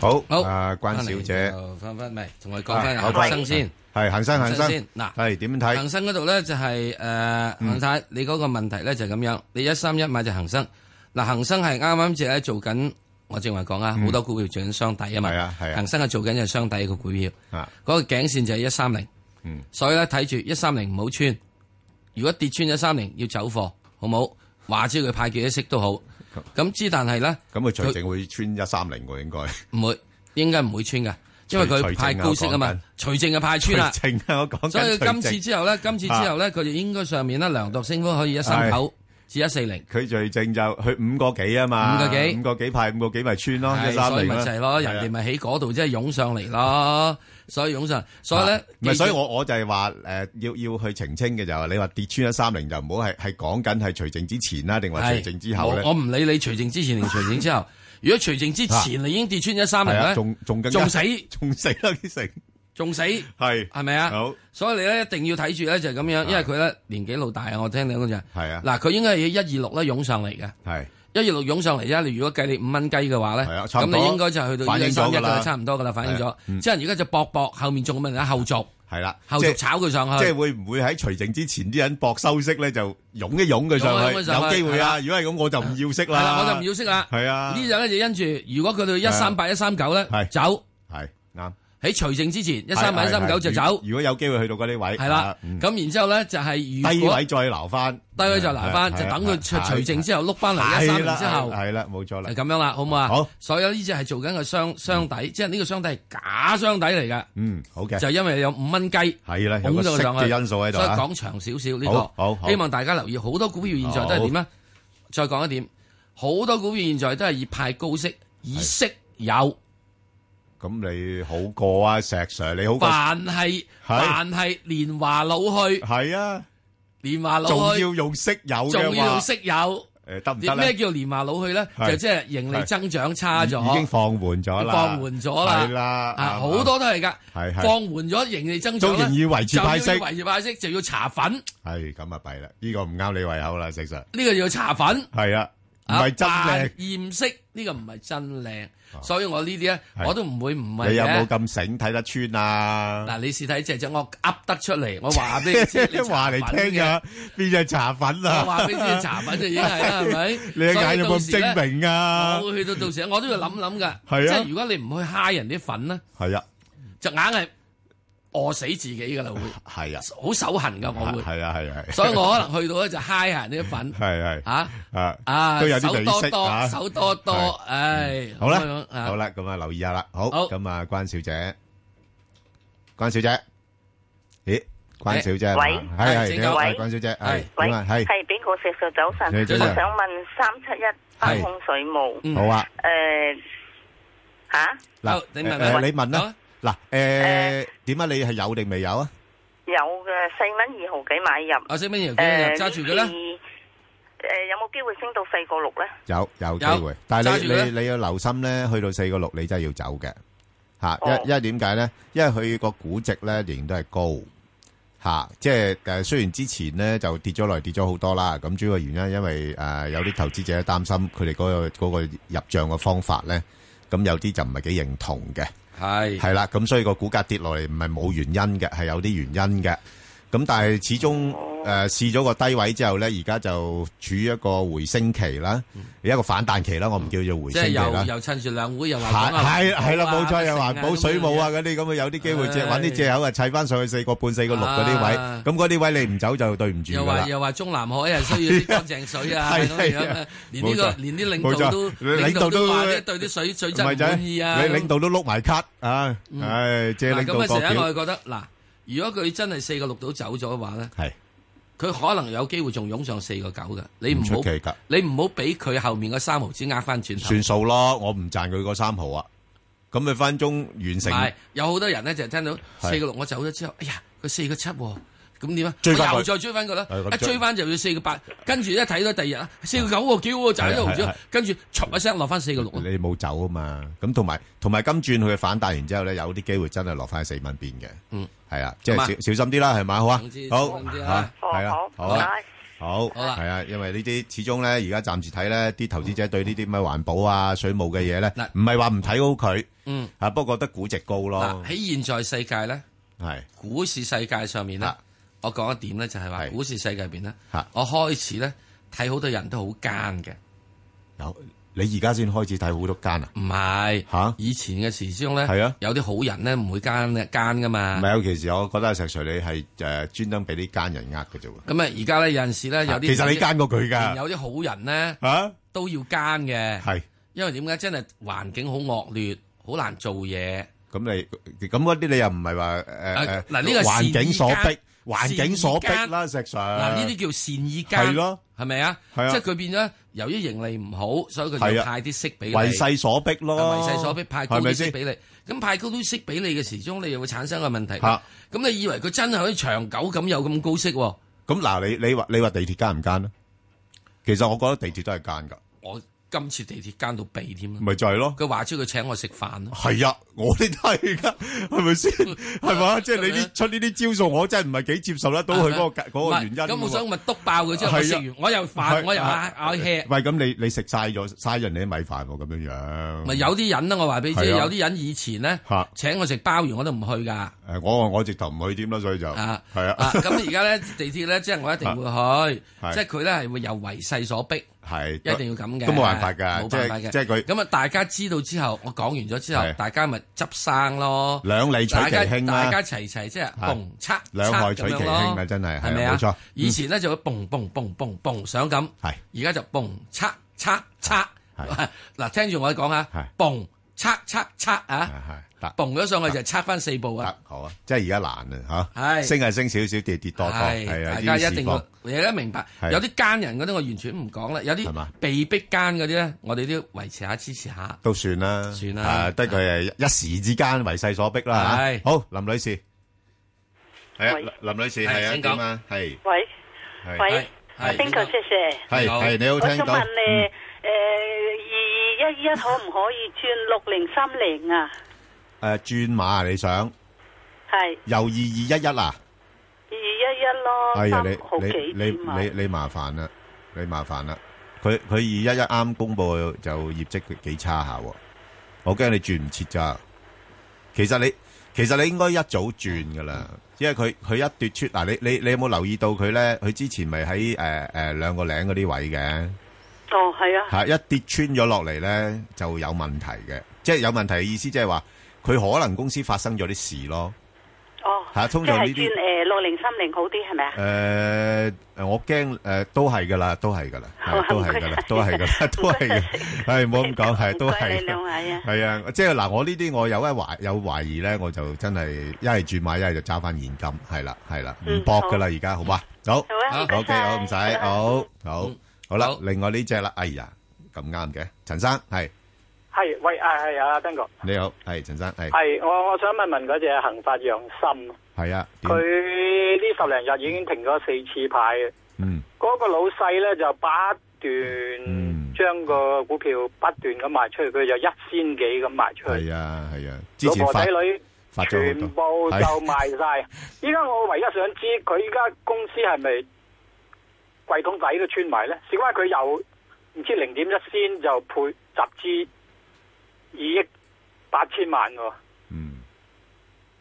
[SPEAKER 8] 好，
[SPEAKER 9] 好，
[SPEAKER 8] 啊，關小姐，
[SPEAKER 9] 哦翻翻咪同我講翻
[SPEAKER 8] 啊好
[SPEAKER 9] 恒生先，
[SPEAKER 8] 係恒生恒生
[SPEAKER 9] 先嗱，
[SPEAKER 8] 係點睇？嗯
[SPEAKER 9] 恒生嗰度咧就係誒恒太，你嗰個問題咧就係咁樣，你一三一買就恒生，嗱恒生係啱啱只係做緊，我正話講啊，
[SPEAKER 8] 嗯
[SPEAKER 9] 好多股票做緊雙底啊嘛，恒生係做緊隻雙底嘅股票，
[SPEAKER 8] 嗰
[SPEAKER 9] 個頸線就係一三零，所以咧睇住一三零唔好穿，如果跌穿一三零要走貨，好冇？話知佢派幾多息都好，咁之但係咧，
[SPEAKER 8] 咁佢隨正會穿一三零喎，應該
[SPEAKER 9] 唔會，應該唔會穿噶，因為佢派高息啊嘛，除淨嘅派穿啦。
[SPEAKER 8] 除淨啊，我講緊
[SPEAKER 9] 所以今
[SPEAKER 8] 除
[SPEAKER 9] 次
[SPEAKER 8] 淨
[SPEAKER 9] 之後咧，今次之後咧，佢就應該上面咧量度升幅可以一三九至一四零。
[SPEAKER 8] 佢最正就佢五個幾啊嘛，
[SPEAKER 9] 五個幾
[SPEAKER 8] 五個幾派五個幾咪穿咯，
[SPEAKER 9] 係
[SPEAKER 8] 一三
[SPEAKER 9] 所以
[SPEAKER 8] 零啊
[SPEAKER 9] 咪就係咯，人哋咪喺嗰度即係湧上嚟咯，所以湧上，所以咧，
[SPEAKER 8] 啊唔係，所以我-我就係話，誒，要-要去澄清嘅就係，你話跌穿130就唔好係-係講緊係除淨之前啦，定話
[SPEAKER 9] 係
[SPEAKER 8] 除淨之後呢？
[SPEAKER 9] 我我唔理你除淨之前定除淨之後，如果除淨之前你已經跌穿一三零
[SPEAKER 8] 係啊，
[SPEAKER 9] 咧，
[SPEAKER 8] 仲- <laughs> 仲更加-
[SPEAKER 9] 仲死
[SPEAKER 8] 仲死啦，啲成。
[SPEAKER 9] 仲死
[SPEAKER 8] 係。
[SPEAKER 9] 係咪啊？
[SPEAKER 8] 好。啊
[SPEAKER 9] 所以你咧一定要睇住咧就係咁樣，因為佢咧年紀老大啊，我聽你講就係
[SPEAKER 8] 係啊
[SPEAKER 9] 嗱，佢應該係一二六咧湧上嚟嘅，
[SPEAKER 8] 係。啊
[SPEAKER 9] 一二六湧上嚟啫。你如果計你五蚊雞嘅話咧，咁
[SPEAKER 8] 差唔多
[SPEAKER 9] 你應該就係去到
[SPEAKER 8] 反
[SPEAKER 9] 一
[SPEAKER 8] 映
[SPEAKER 9] 三
[SPEAKER 8] 咗
[SPEAKER 9] 一
[SPEAKER 8] 㗎啦
[SPEAKER 9] 啦，差唔多噶啦，反映
[SPEAKER 8] 係
[SPEAKER 9] 咗
[SPEAKER 8] 啊。嗯
[SPEAKER 9] 即係而家就搏搏，後面仲有乜嘢後續？
[SPEAKER 8] 係啦，
[SPEAKER 9] 後
[SPEAKER 8] 即係-
[SPEAKER 9] 續炒佢上去。
[SPEAKER 8] 即係會唔會喺除淨之前啲人搏收息呢，就湧一湧佢上
[SPEAKER 9] 湧
[SPEAKER 8] 去，
[SPEAKER 9] 一湧佢上去，
[SPEAKER 8] 有機會
[SPEAKER 9] 係
[SPEAKER 8] 啊，
[SPEAKER 9] 啦。
[SPEAKER 8] 如果係咁，我就唔要息啦。
[SPEAKER 9] 係啦，我就唔要息啦。
[SPEAKER 8] 係啊。
[SPEAKER 9] 呢就咧就因住，如果佢到一三八、一三九咧，走
[SPEAKER 8] 係，啱。
[SPEAKER 9] 喺除淨之前，一三八、一三九就
[SPEAKER 8] 係，係，係，
[SPEAKER 9] 走。
[SPEAKER 8] 如-如果有機會去到嗰啲位，
[SPEAKER 9] 係啦，
[SPEAKER 8] 啊，嗯。
[SPEAKER 9] 咁然之後咧就係如果
[SPEAKER 8] 低位再留返。
[SPEAKER 9] 低位就留翻，
[SPEAKER 8] 係，
[SPEAKER 9] 就
[SPEAKER 8] 係，
[SPEAKER 9] 等佢除
[SPEAKER 8] 係，
[SPEAKER 9] 除淨之後碌翻嚟一三
[SPEAKER 8] 係啦，
[SPEAKER 9] 年之後，
[SPEAKER 8] 係啦，冇錯啦。
[SPEAKER 9] 就咁樣啦，好唔好啊？
[SPEAKER 8] 好，
[SPEAKER 9] 所有呢只係做緊個雙雙底，即係呢個雙底係假雙底嚟㗎。
[SPEAKER 8] 嗯，好嘅，
[SPEAKER 9] 就因為有五蚊雞，
[SPEAKER 8] 係啦有
[SPEAKER 9] 拱
[SPEAKER 8] 個
[SPEAKER 9] 咗
[SPEAKER 8] 息
[SPEAKER 9] 上去
[SPEAKER 8] 嘅因素喺度
[SPEAKER 9] 所以
[SPEAKER 8] 啊
[SPEAKER 9] 講長少少呢
[SPEAKER 8] 好好
[SPEAKER 9] 個，
[SPEAKER 8] 好
[SPEAKER 9] 希望大家留意好多股票現在都係點咧？再講一點，好多股票現在都係以派高息，以息有，
[SPEAKER 8] 咁你好過啊，石Sir，你好過-
[SPEAKER 9] 凡係
[SPEAKER 8] 係
[SPEAKER 9] 凡係年華老去，
[SPEAKER 8] 係啊，
[SPEAKER 9] 年華老去，
[SPEAKER 8] 仲要用息友嘅話，
[SPEAKER 9] 仲要用息有。
[SPEAKER 8] 誒，得唔得咧？
[SPEAKER 9] 咩叫年華老去咧？
[SPEAKER 8] 係
[SPEAKER 9] 就即係盈利增長差咗，
[SPEAKER 8] 已經放緩咗啦。
[SPEAKER 9] 放緩咗啦，
[SPEAKER 8] 係啦，
[SPEAKER 9] 啊
[SPEAKER 8] 啱，
[SPEAKER 9] 好多都係噶，
[SPEAKER 8] 係係
[SPEAKER 9] 放緩咗盈利增長咧
[SPEAKER 8] 都仍然維持派息
[SPEAKER 9] 就要維持派息就要搽粉，呢
[SPEAKER 8] 啱。係，咁啊弊啦，呢個唔啱你胃口啦，石Sir。
[SPEAKER 9] 個要搽粉，
[SPEAKER 8] 係啊，唔係真
[SPEAKER 9] 扮
[SPEAKER 8] 靚，
[SPEAKER 9] 驗色呢個唔係真靚，所以我呢啲咧
[SPEAKER 8] 係
[SPEAKER 9] 我都唔會唔係嘅。
[SPEAKER 8] 你有冇咁醒睇得穿啊？
[SPEAKER 9] 嗱，你試睇隻隻我噏得出嚟，我話俾
[SPEAKER 8] <laughs>
[SPEAKER 9] 你知，你搽粉嘅
[SPEAKER 8] 話嚟聽㗎，邊隻茶粉啊？
[SPEAKER 9] 我話俾你知，搽粉就已經係啦，係咪？
[SPEAKER 8] 你嘅眼有冇咁精明啊？
[SPEAKER 9] 所以到時呢我會去到到時，我都要諗諗㗎。
[SPEAKER 8] 係啊
[SPEAKER 9] 即係如果你唔去蝦人啲粉咧。就硬係餓死自己噶啦，會
[SPEAKER 8] 係啊，
[SPEAKER 9] 好手痕噶，我會，
[SPEAKER 8] 係啊，係啊，係啊。
[SPEAKER 9] 所以我可能去到咧就嗨下啲
[SPEAKER 8] <laughs>
[SPEAKER 9] 粉
[SPEAKER 8] 係，係。
[SPEAKER 9] 嚇
[SPEAKER 8] 啊，
[SPEAKER 9] 啊，
[SPEAKER 8] 都有啲
[SPEAKER 9] 手
[SPEAKER 8] 利息，
[SPEAKER 9] 多多，
[SPEAKER 8] 啊。
[SPEAKER 9] 手多多，唉，
[SPEAKER 8] 好啦，
[SPEAKER 9] 咁樣啊
[SPEAKER 8] 好啦，咁啊，留意下啦。好，咁啊，關小姐。關小姐。咦，關
[SPEAKER 4] 誒，
[SPEAKER 8] 小姐係嘛？
[SPEAKER 4] 喂，
[SPEAKER 8] 係，係，
[SPEAKER 4] 係，
[SPEAKER 8] 你
[SPEAKER 4] 請
[SPEAKER 8] 好，
[SPEAKER 4] 講。
[SPEAKER 8] 係，關小姐，係，
[SPEAKER 4] 喂，
[SPEAKER 8] 點啊？係，
[SPEAKER 4] 系边个石 Sir 早晨，
[SPEAKER 8] 你
[SPEAKER 4] 我
[SPEAKER 8] 早晨
[SPEAKER 4] 想问三七一北控水务，
[SPEAKER 8] 嗯好啊，
[SPEAKER 4] 诶吓
[SPEAKER 8] 嗱，
[SPEAKER 4] 誒
[SPEAKER 8] 誒，你問啦。嗱，誒，點啊？你係有定未有啊？
[SPEAKER 4] 有嘅四蚊二毫几买入，
[SPEAKER 9] 啊四蚊二毫幾
[SPEAKER 4] 诶
[SPEAKER 9] 買入揸住佢啦，
[SPEAKER 4] 诶有冇机會升到四個六咧？
[SPEAKER 8] 有-有機會。但係你-
[SPEAKER 4] 揸住佢啦。
[SPEAKER 8] 你-你要留心呢，去到4.6你真係要走嘅。嚇，
[SPEAKER 4] 哦
[SPEAKER 8] 因-因為點解呢？因為佢個估值呢，仍然都係高。嚇，即係，誒，雖然之前呢，就跌咗落嚟，跌咗好多啦，咁主要嘅原因因為，誒，有啲投資者擔心佢哋嗰個-嗰個入帳嘅方法呢，咁有啲就唔係幾認同嘅。
[SPEAKER 9] 係
[SPEAKER 8] 係啦，咁所以個股價跌落嚟唔係冇原因嘅，係有啲原因嘅。咁但係始終誒試咗個低位之後咧，而家就處於一個回升期啦，而一個反彈期啦，我唔叫做回
[SPEAKER 9] 即
[SPEAKER 8] 升
[SPEAKER 9] 係
[SPEAKER 8] 期啦
[SPEAKER 9] 又。又趁住兩會又話
[SPEAKER 8] 係
[SPEAKER 9] 講啊
[SPEAKER 8] 係係啦，冇錯，
[SPEAKER 9] 又
[SPEAKER 8] 又環保水母啊嗰啲咁啊，有啲機會借
[SPEAKER 9] 唉
[SPEAKER 8] 揾啲借口啊，砌翻上去四個半、四個六嗰啲位，
[SPEAKER 9] 啊
[SPEAKER 8] 咁嗰啲位你唔走就對唔住
[SPEAKER 9] 又
[SPEAKER 8] 㗎
[SPEAKER 9] 話
[SPEAKER 8] 啦。
[SPEAKER 9] 又話中南海係需要啲乾淨水啊，咁
[SPEAKER 8] <laughs> 係
[SPEAKER 9] 樣
[SPEAKER 8] 係
[SPEAKER 9] 啊
[SPEAKER 8] 啊，
[SPEAKER 9] 連呢個
[SPEAKER 8] 冇錯
[SPEAKER 9] 連啲領導都
[SPEAKER 8] 冇
[SPEAKER 9] 領
[SPEAKER 8] 錯
[SPEAKER 9] 導都
[SPEAKER 8] 領導都
[SPEAKER 9] 話咧對啲水水質唔
[SPEAKER 8] 咪就係，
[SPEAKER 9] 滿意啊，
[SPEAKER 8] 你領導都碌埋卡，啊，
[SPEAKER 9] 嗯。嗱
[SPEAKER 8] 唉，借領導
[SPEAKER 9] 咁啊，成日
[SPEAKER 8] 過橋。
[SPEAKER 9] 我係覺得嗱，如果佢真係四個六到走咗嘅話咧，
[SPEAKER 8] 係
[SPEAKER 9] 佢可能有機會仲湧上四個九嘅，你唔好
[SPEAKER 8] 唔出奇㗎
[SPEAKER 9] 你唔好俾佢後面嗰三毫子呃翻轉頭。
[SPEAKER 8] 算數咯，我唔賺佢嗰三毫啊，咁咪分鐘完
[SPEAKER 9] 唔
[SPEAKER 8] 成。
[SPEAKER 9] 係有好多人咧就係聽到四
[SPEAKER 8] 係
[SPEAKER 9] 個六我走咗之後，哎呀佢四個七喎，咁點啊？
[SPEAKER 8] 追返佢
[SPEAKER 9] 我又再追翻佢啦
[SPEAKER 8] 係咁，
[SPEAKER 9] 一
[SPEAKER 8] 追
[SPEAKER 9] 追翻就要四個八，跟住一睇到第二日啊四個九喎，幾好喎，賺咗一毫
[SPEAKER 8] 係係
[SPEAKER 9] 子
[SPEAKER 8] 係，
[SPEAKER 9] 跟住嚓一聲落翻四個六。
[SPEAKER 8] 你冇走啊嘛，咁同埋同埋金轉佢反彈完之後咧，有啲機會真係落翻四蚊邊嘅。
[SPEAKER 9] 嗯，
[SPEAKER 8] 係啊，即係
[SPEAKER 9] 咁啊
[SPEAKER 8] 小小心啲啦，係咪？好啊
[SPEAKER 9] 總之，
[SPEAKER 8] 好
[SPEAKER 9] 小心啲
[SPEAKER 8] 啊
[SPEAKER 9] 啦
[SPEAKER 8] 係啊
[SPEAKER 9] 好，
[SPEAKER 8] 好
[SPEAKER 9] 好唔
[SPEAKER 8] 啊
[SPEAKER 9] 該，
[SPEAKER 8] 好，
[SPEAKER 9] 好啦
[SPEAKER 8] 係啊，因為呢啲始終咧，而家暫時睇咧，啲投資者對呢啲咩環保啊、水務嘅嘢咧，唔係話唔睇好佢，
[SPEAKER 9] 嗯，
[SPEAKER 8] 啊，不過覺得估值高咯
[SPEAKER 9] 嗱，喺現在世界咧，
[SPEAKER 8] 係啊
[SPEAKER 9] 股市世界上面咧，我講一點咧就係話股市世界入邊咧，我開始咧睇好多人都好奸嘅。
[SPEAKER 8] 有你而家先開始睇好多間啊？
[SPEAKER 9] 唔係
[SPEAKER 8] 嚇，
[SPEAKER 9] 以前嘅時之中咧，
[SPEAKER 8] 係啊，
[SPEAKER 9] 有啲好人咧唔會奸奸噶嘛。
[SPEAKER 8] 唔係，尤其是我覺得阿石 Sir 你係誒專登俾啲奸人呃嘅啫喎。
[SPEAKER 9] 咁啊，而家咧有陣時咧有啲
[SPEAKER 8] 其實你奸過佢㗎
[SPEAKER 9] 有啲好人咧
[SPEAKER 8] 嚇
[SPEAKER 9] 都要奸嘅，
[SPEAKER 8] 係
[SPEAKER 9] 因為點解真係環境好惡劣，好難做嘢。
[SPEAKER 8] 咁你咁嗰啲你又唔係話誒
[SPEAKER 9] 啊
[SPEAKER 8] 誒
[SPEAKER 9] 嗱呢個係
[SPEAKER 8] 環境
[SPEAKER 9] 善
[SPEAKER 8] 所
[SPEAKER 9] 意
[SPEAKER 8] 逼
[SPEAKER 9] 間，
[SPEAKER 8] 環境所逼啦，石 Sir。
[SPEAKER 9] 嗱，呢啲叫善意間，
[SPEAKER 8] 係咯，
[SPEAKER 9] 係咪啊？
[SPEAKER 8] 係啊
[SPEAKER 9] 即係佢變咗，由於盈利唔好，所以佢
[SPEAKER 8] 係
[SPEAKER 9] 就
[SPEAKER 8] 啊
[SPEAKER 9] 派啲息俾你，
[SPEAKER 8] 為勢所逼咯，
[SPEAKER 9] 為勢所逼派高
[SPEAKER 8] 係咪
[SPEAKER 9] 啲
[SPEAKER 8] 先
[SPEAKER 9] 息俾你。咁派高啲息俾你嘅時鐘，你又會產生個問題。
[SPEAKER 8] 嚇
[SPEAKER 9] 咁你以為佢真係可以長久咁有咁高息喎？
[SPEAKER 8] 咁嗱，你你話你話地鐵奸唔奸咧？其實我覺得地鐵都係奸㗎，
[SPEAKER 9] 我今次地鐵奸到鼻添啦，
[SPEAKER 8] 咪就係咯。
[SPEAKER 9] 佢話出佢請我食飯咯。
[SPEAKER 8] 係啊，我哋都係㗎，係
[SPEAKER 9] <laughs>
[SPEAKER 8] 咪先？係嘛？即係你啲出呢啲招數，我真係唔係幾接受得到佢嗰個嗰個原因㗎喎。
[SPEAKER 9] 咁我想咪篤爆佢之後，
[SPEAKER 8] 係啊
[SPEAKER 9] 我食完我又飯，
[SPEAKER 8] 係
[SPEAKER 9] 我又
[SPEAKER 8] 係
[SPEAKER 9] 嗌嗌 hea。
[SPEAKER 8] 喂，咁你你食晒咗嘥人哋啲米飯喎，咁樣樣。
[SPEAKER 9] 咪有啲人啦，我話俾你知，
[SPEAKER 8] 係啊
[SPEAKER 9] 有啲人以前咧
[SPEAKER 8] 嚇
[SPEAKER 9] 請我食鮑魚我都唔去㗎。
[SPEAKER 8] 誒，我我直頭唔去添啦，所以就
[SPEAKER 9] 啊
[SPEAKER 8] 係
[SPEAKER 9] 啊
[SPEAKER 8] 啊，
[SPEAKER 9] 咁而家咧地鐵咧，即係我一定會去，
[SPEAKER 8] 啊係
[SPEAKER 9] 即係佢咧係會由為勢所逼，
[SPEAKER 8] 係
[SPEAKER 9] 一定要咁嘅，
[SPEAKER 8] 都冇辦法㗎，
[SPEAKER 9] 冇
[SPEAKER 8] 即
[SPEAKER 9] 辦法嘅。
[SPEAKER 8] 係即係佢
[SPEAKER 9] 咁啊，大家知道之後，我講完咗之後
[SPEAKER 8] 係，
[SPEAKER 9] 大家咪執生咯，
[SPEAKER 8] 兩利取其
[SPEAKER 9] 大家
[SPEAKER 8] 輕啦
[SPEAKER 9] 大家齊齊即係
[SPEAKER 8] 係
[SPEAKER 9] 蹦測
[SPEAKER 8] 兩害取其輕啊真係係啊
[SPEAKER 9] 係咪啊？
[SPEAKER 8] 冇錯
[SPEAKER 9] 以前咧就會蹦蹦蹦蹦蹦想咁，
[SPEAKER 8] 係
[SPEAKER 9] 而家就蹦測測測， <laughs> 嗱聽住我講下，蹦測測測啊，蹦咗上去就測翻四步啊，
[SPEAKER 8] 好啊。 <laughs> 即係而家難啊嚇，
[SPEAKER 9] 係
[SPEAKER 8] 升係升少少，跌跌多多，
[SPEAKER 9] 係
[SPEAKER 8] 係啊，
[SPEAKER 9] 大
[SPEAKER 8] 呢啲
[SPEAKER 9] 家一
[SPEAKER 8] 市
[SPEAKER 9] 定
[SPEAKER 8] 況
[SPEAKER 9] 要，你都明白。
[SPEAKER 8] 係
[SPEAKER 9] 有啲奸人嗰啲我完全唔講啦，有啲被逼奸嗰啲咧，我哋都要維持下支持下。
[SPEAKER 8] 都算啦，
[SPEAKER 9] 算啦
[SPEAKER 8] 啊得佢係一時之間為勢所逼啦
[SPEAKER 9] 係
[SPEAKER 8] 嚇好，林女士，係啊
[SPEAKER 22] 喂，
[SPEAKER 8] 林林女士
[SPEAKER 22] 係
[SPEAKER 8] 係啊，
[SPEAKER 22] 請講
[SPEAKER 8] 點啊？係
[SPEAKER 22] 喂
[SPEAKER 8] 係
[SPEAKER 22] 喂，
[SPEAKER 8] 係
[SPEAKER 22] 阿冰球謝謝，
[SPEAKER 8] 係係你好聽到
[SPEAKER 22] 我想問你，誒二二一一可唔可以轉六零三零啊？
[SPEAKER 8] 誒轉馬啊你想
[SPEAKER 22] 係
[SPEAKER 8] 由二二一一啊？
[SPEAKER 22] 二一一咯，
[SPEAKER 8] 哎呀，你
[SPEAKER 22] 三毫
[SPEAKER 8] 你
[SPEAKER 22] 幾
[SPEAKER 8] 你
[SPEAKER 22] 點啊？
[SPEAKER 8] 你你麻煩啦，你麻煩啦。佢佢二一一啱公布就業績幾差下喎，我驚你轉唔切咋。其實你其實你應該一早轉噶啦，因為佢佢一跌出嗱，你你你有冇留意到佢咧？佢之前咪喺誒誒兩個零嗰啲位嘅。
[SPEAKER 22] 哦，係啊，
[SPEAKER 8] 係一跌穿咗落嚟咧，就有問題嘅。即係有問題嘅意思，即係話佢可能公司發生咗啲事咯。
[SPEAKER 22] 哦，
[SPEAKER 8] 係啊通
[SPEAKER 22] 即
[SPEAKER 8] 常
[SPEAKER 22] 係
[SPEAKER 8] 呢啲
[SPEAKER 22] 轉誒六零三零好啲係咪啊？
[SPEAKER 8] 誒誒，呃我驚誒都係噶啦，都
[SPEAKER 22] <laughs>
[SPEAKER 8] 係噶啦，係都係噶啦，都係噶啦，都係嘅，係唔好咁講，係都
[SPEAKER 22] 你
[SPEAKER 8] 係。
[SPEAKER 22] 兩位啊，
[SPEAKER 8] 係啊，即係嗱，我呢啲我有一懷有懷疑咧，我就真係一係轉買，一係就揸翻現金，係啦係啦，唔搏噶啦，而家好嘛？好
[SPEAKER 22] 嗯好啊唔該
[SPEAKER 8] ，OK，
[SPEAKER 22] 晒
[SPEAKER 8] 好唔使，好好好啦。另外呢只啦，哎呀，咁啱嘅，哎陳生係
[SPEAKER 13] 係喂，係係啊，Ben 哥，
[SPEAKER 8] 你好，係陳生係
[SPEAKER 13] 係我我想問問嗰只恒發陽心，
[SPEAKER 8] 係啊，
[SPEAKER 13] 佢呢十零日已經停咗四次牌，
[SPEAKER 8] 嗯，
[SPEAKER 13] 嗰、個老細咧就不
[SPEAKER 8] 嗯
[SPEAKER 13] 斷將個股票不斷咁賣出去，佢就一千幾咁賣出去，
[SPEAKER 8] 係啊係啊，之
[SPEAKER 13] 老
[SPEAKER 8] 前
[SPEAKER 13] 婆
[SPEAKER 8] 發
[SPEAKER 13] 仔女
[SPEAKER 8] 發咗
[SPEAKER 13] 全
[SPEAKER 8] 好
[SPEAKER 13] 部
[SPEAKER 8] 多，
[SPEAKER 13] 就
[SPEAKER 8] 係
[SPEAKER 13] 賣晒。依家我唯一想知佢依家公司係咪櫃桶底都穿埋咧？小解佢又唔知零點一先就配集資二億八千萬喎。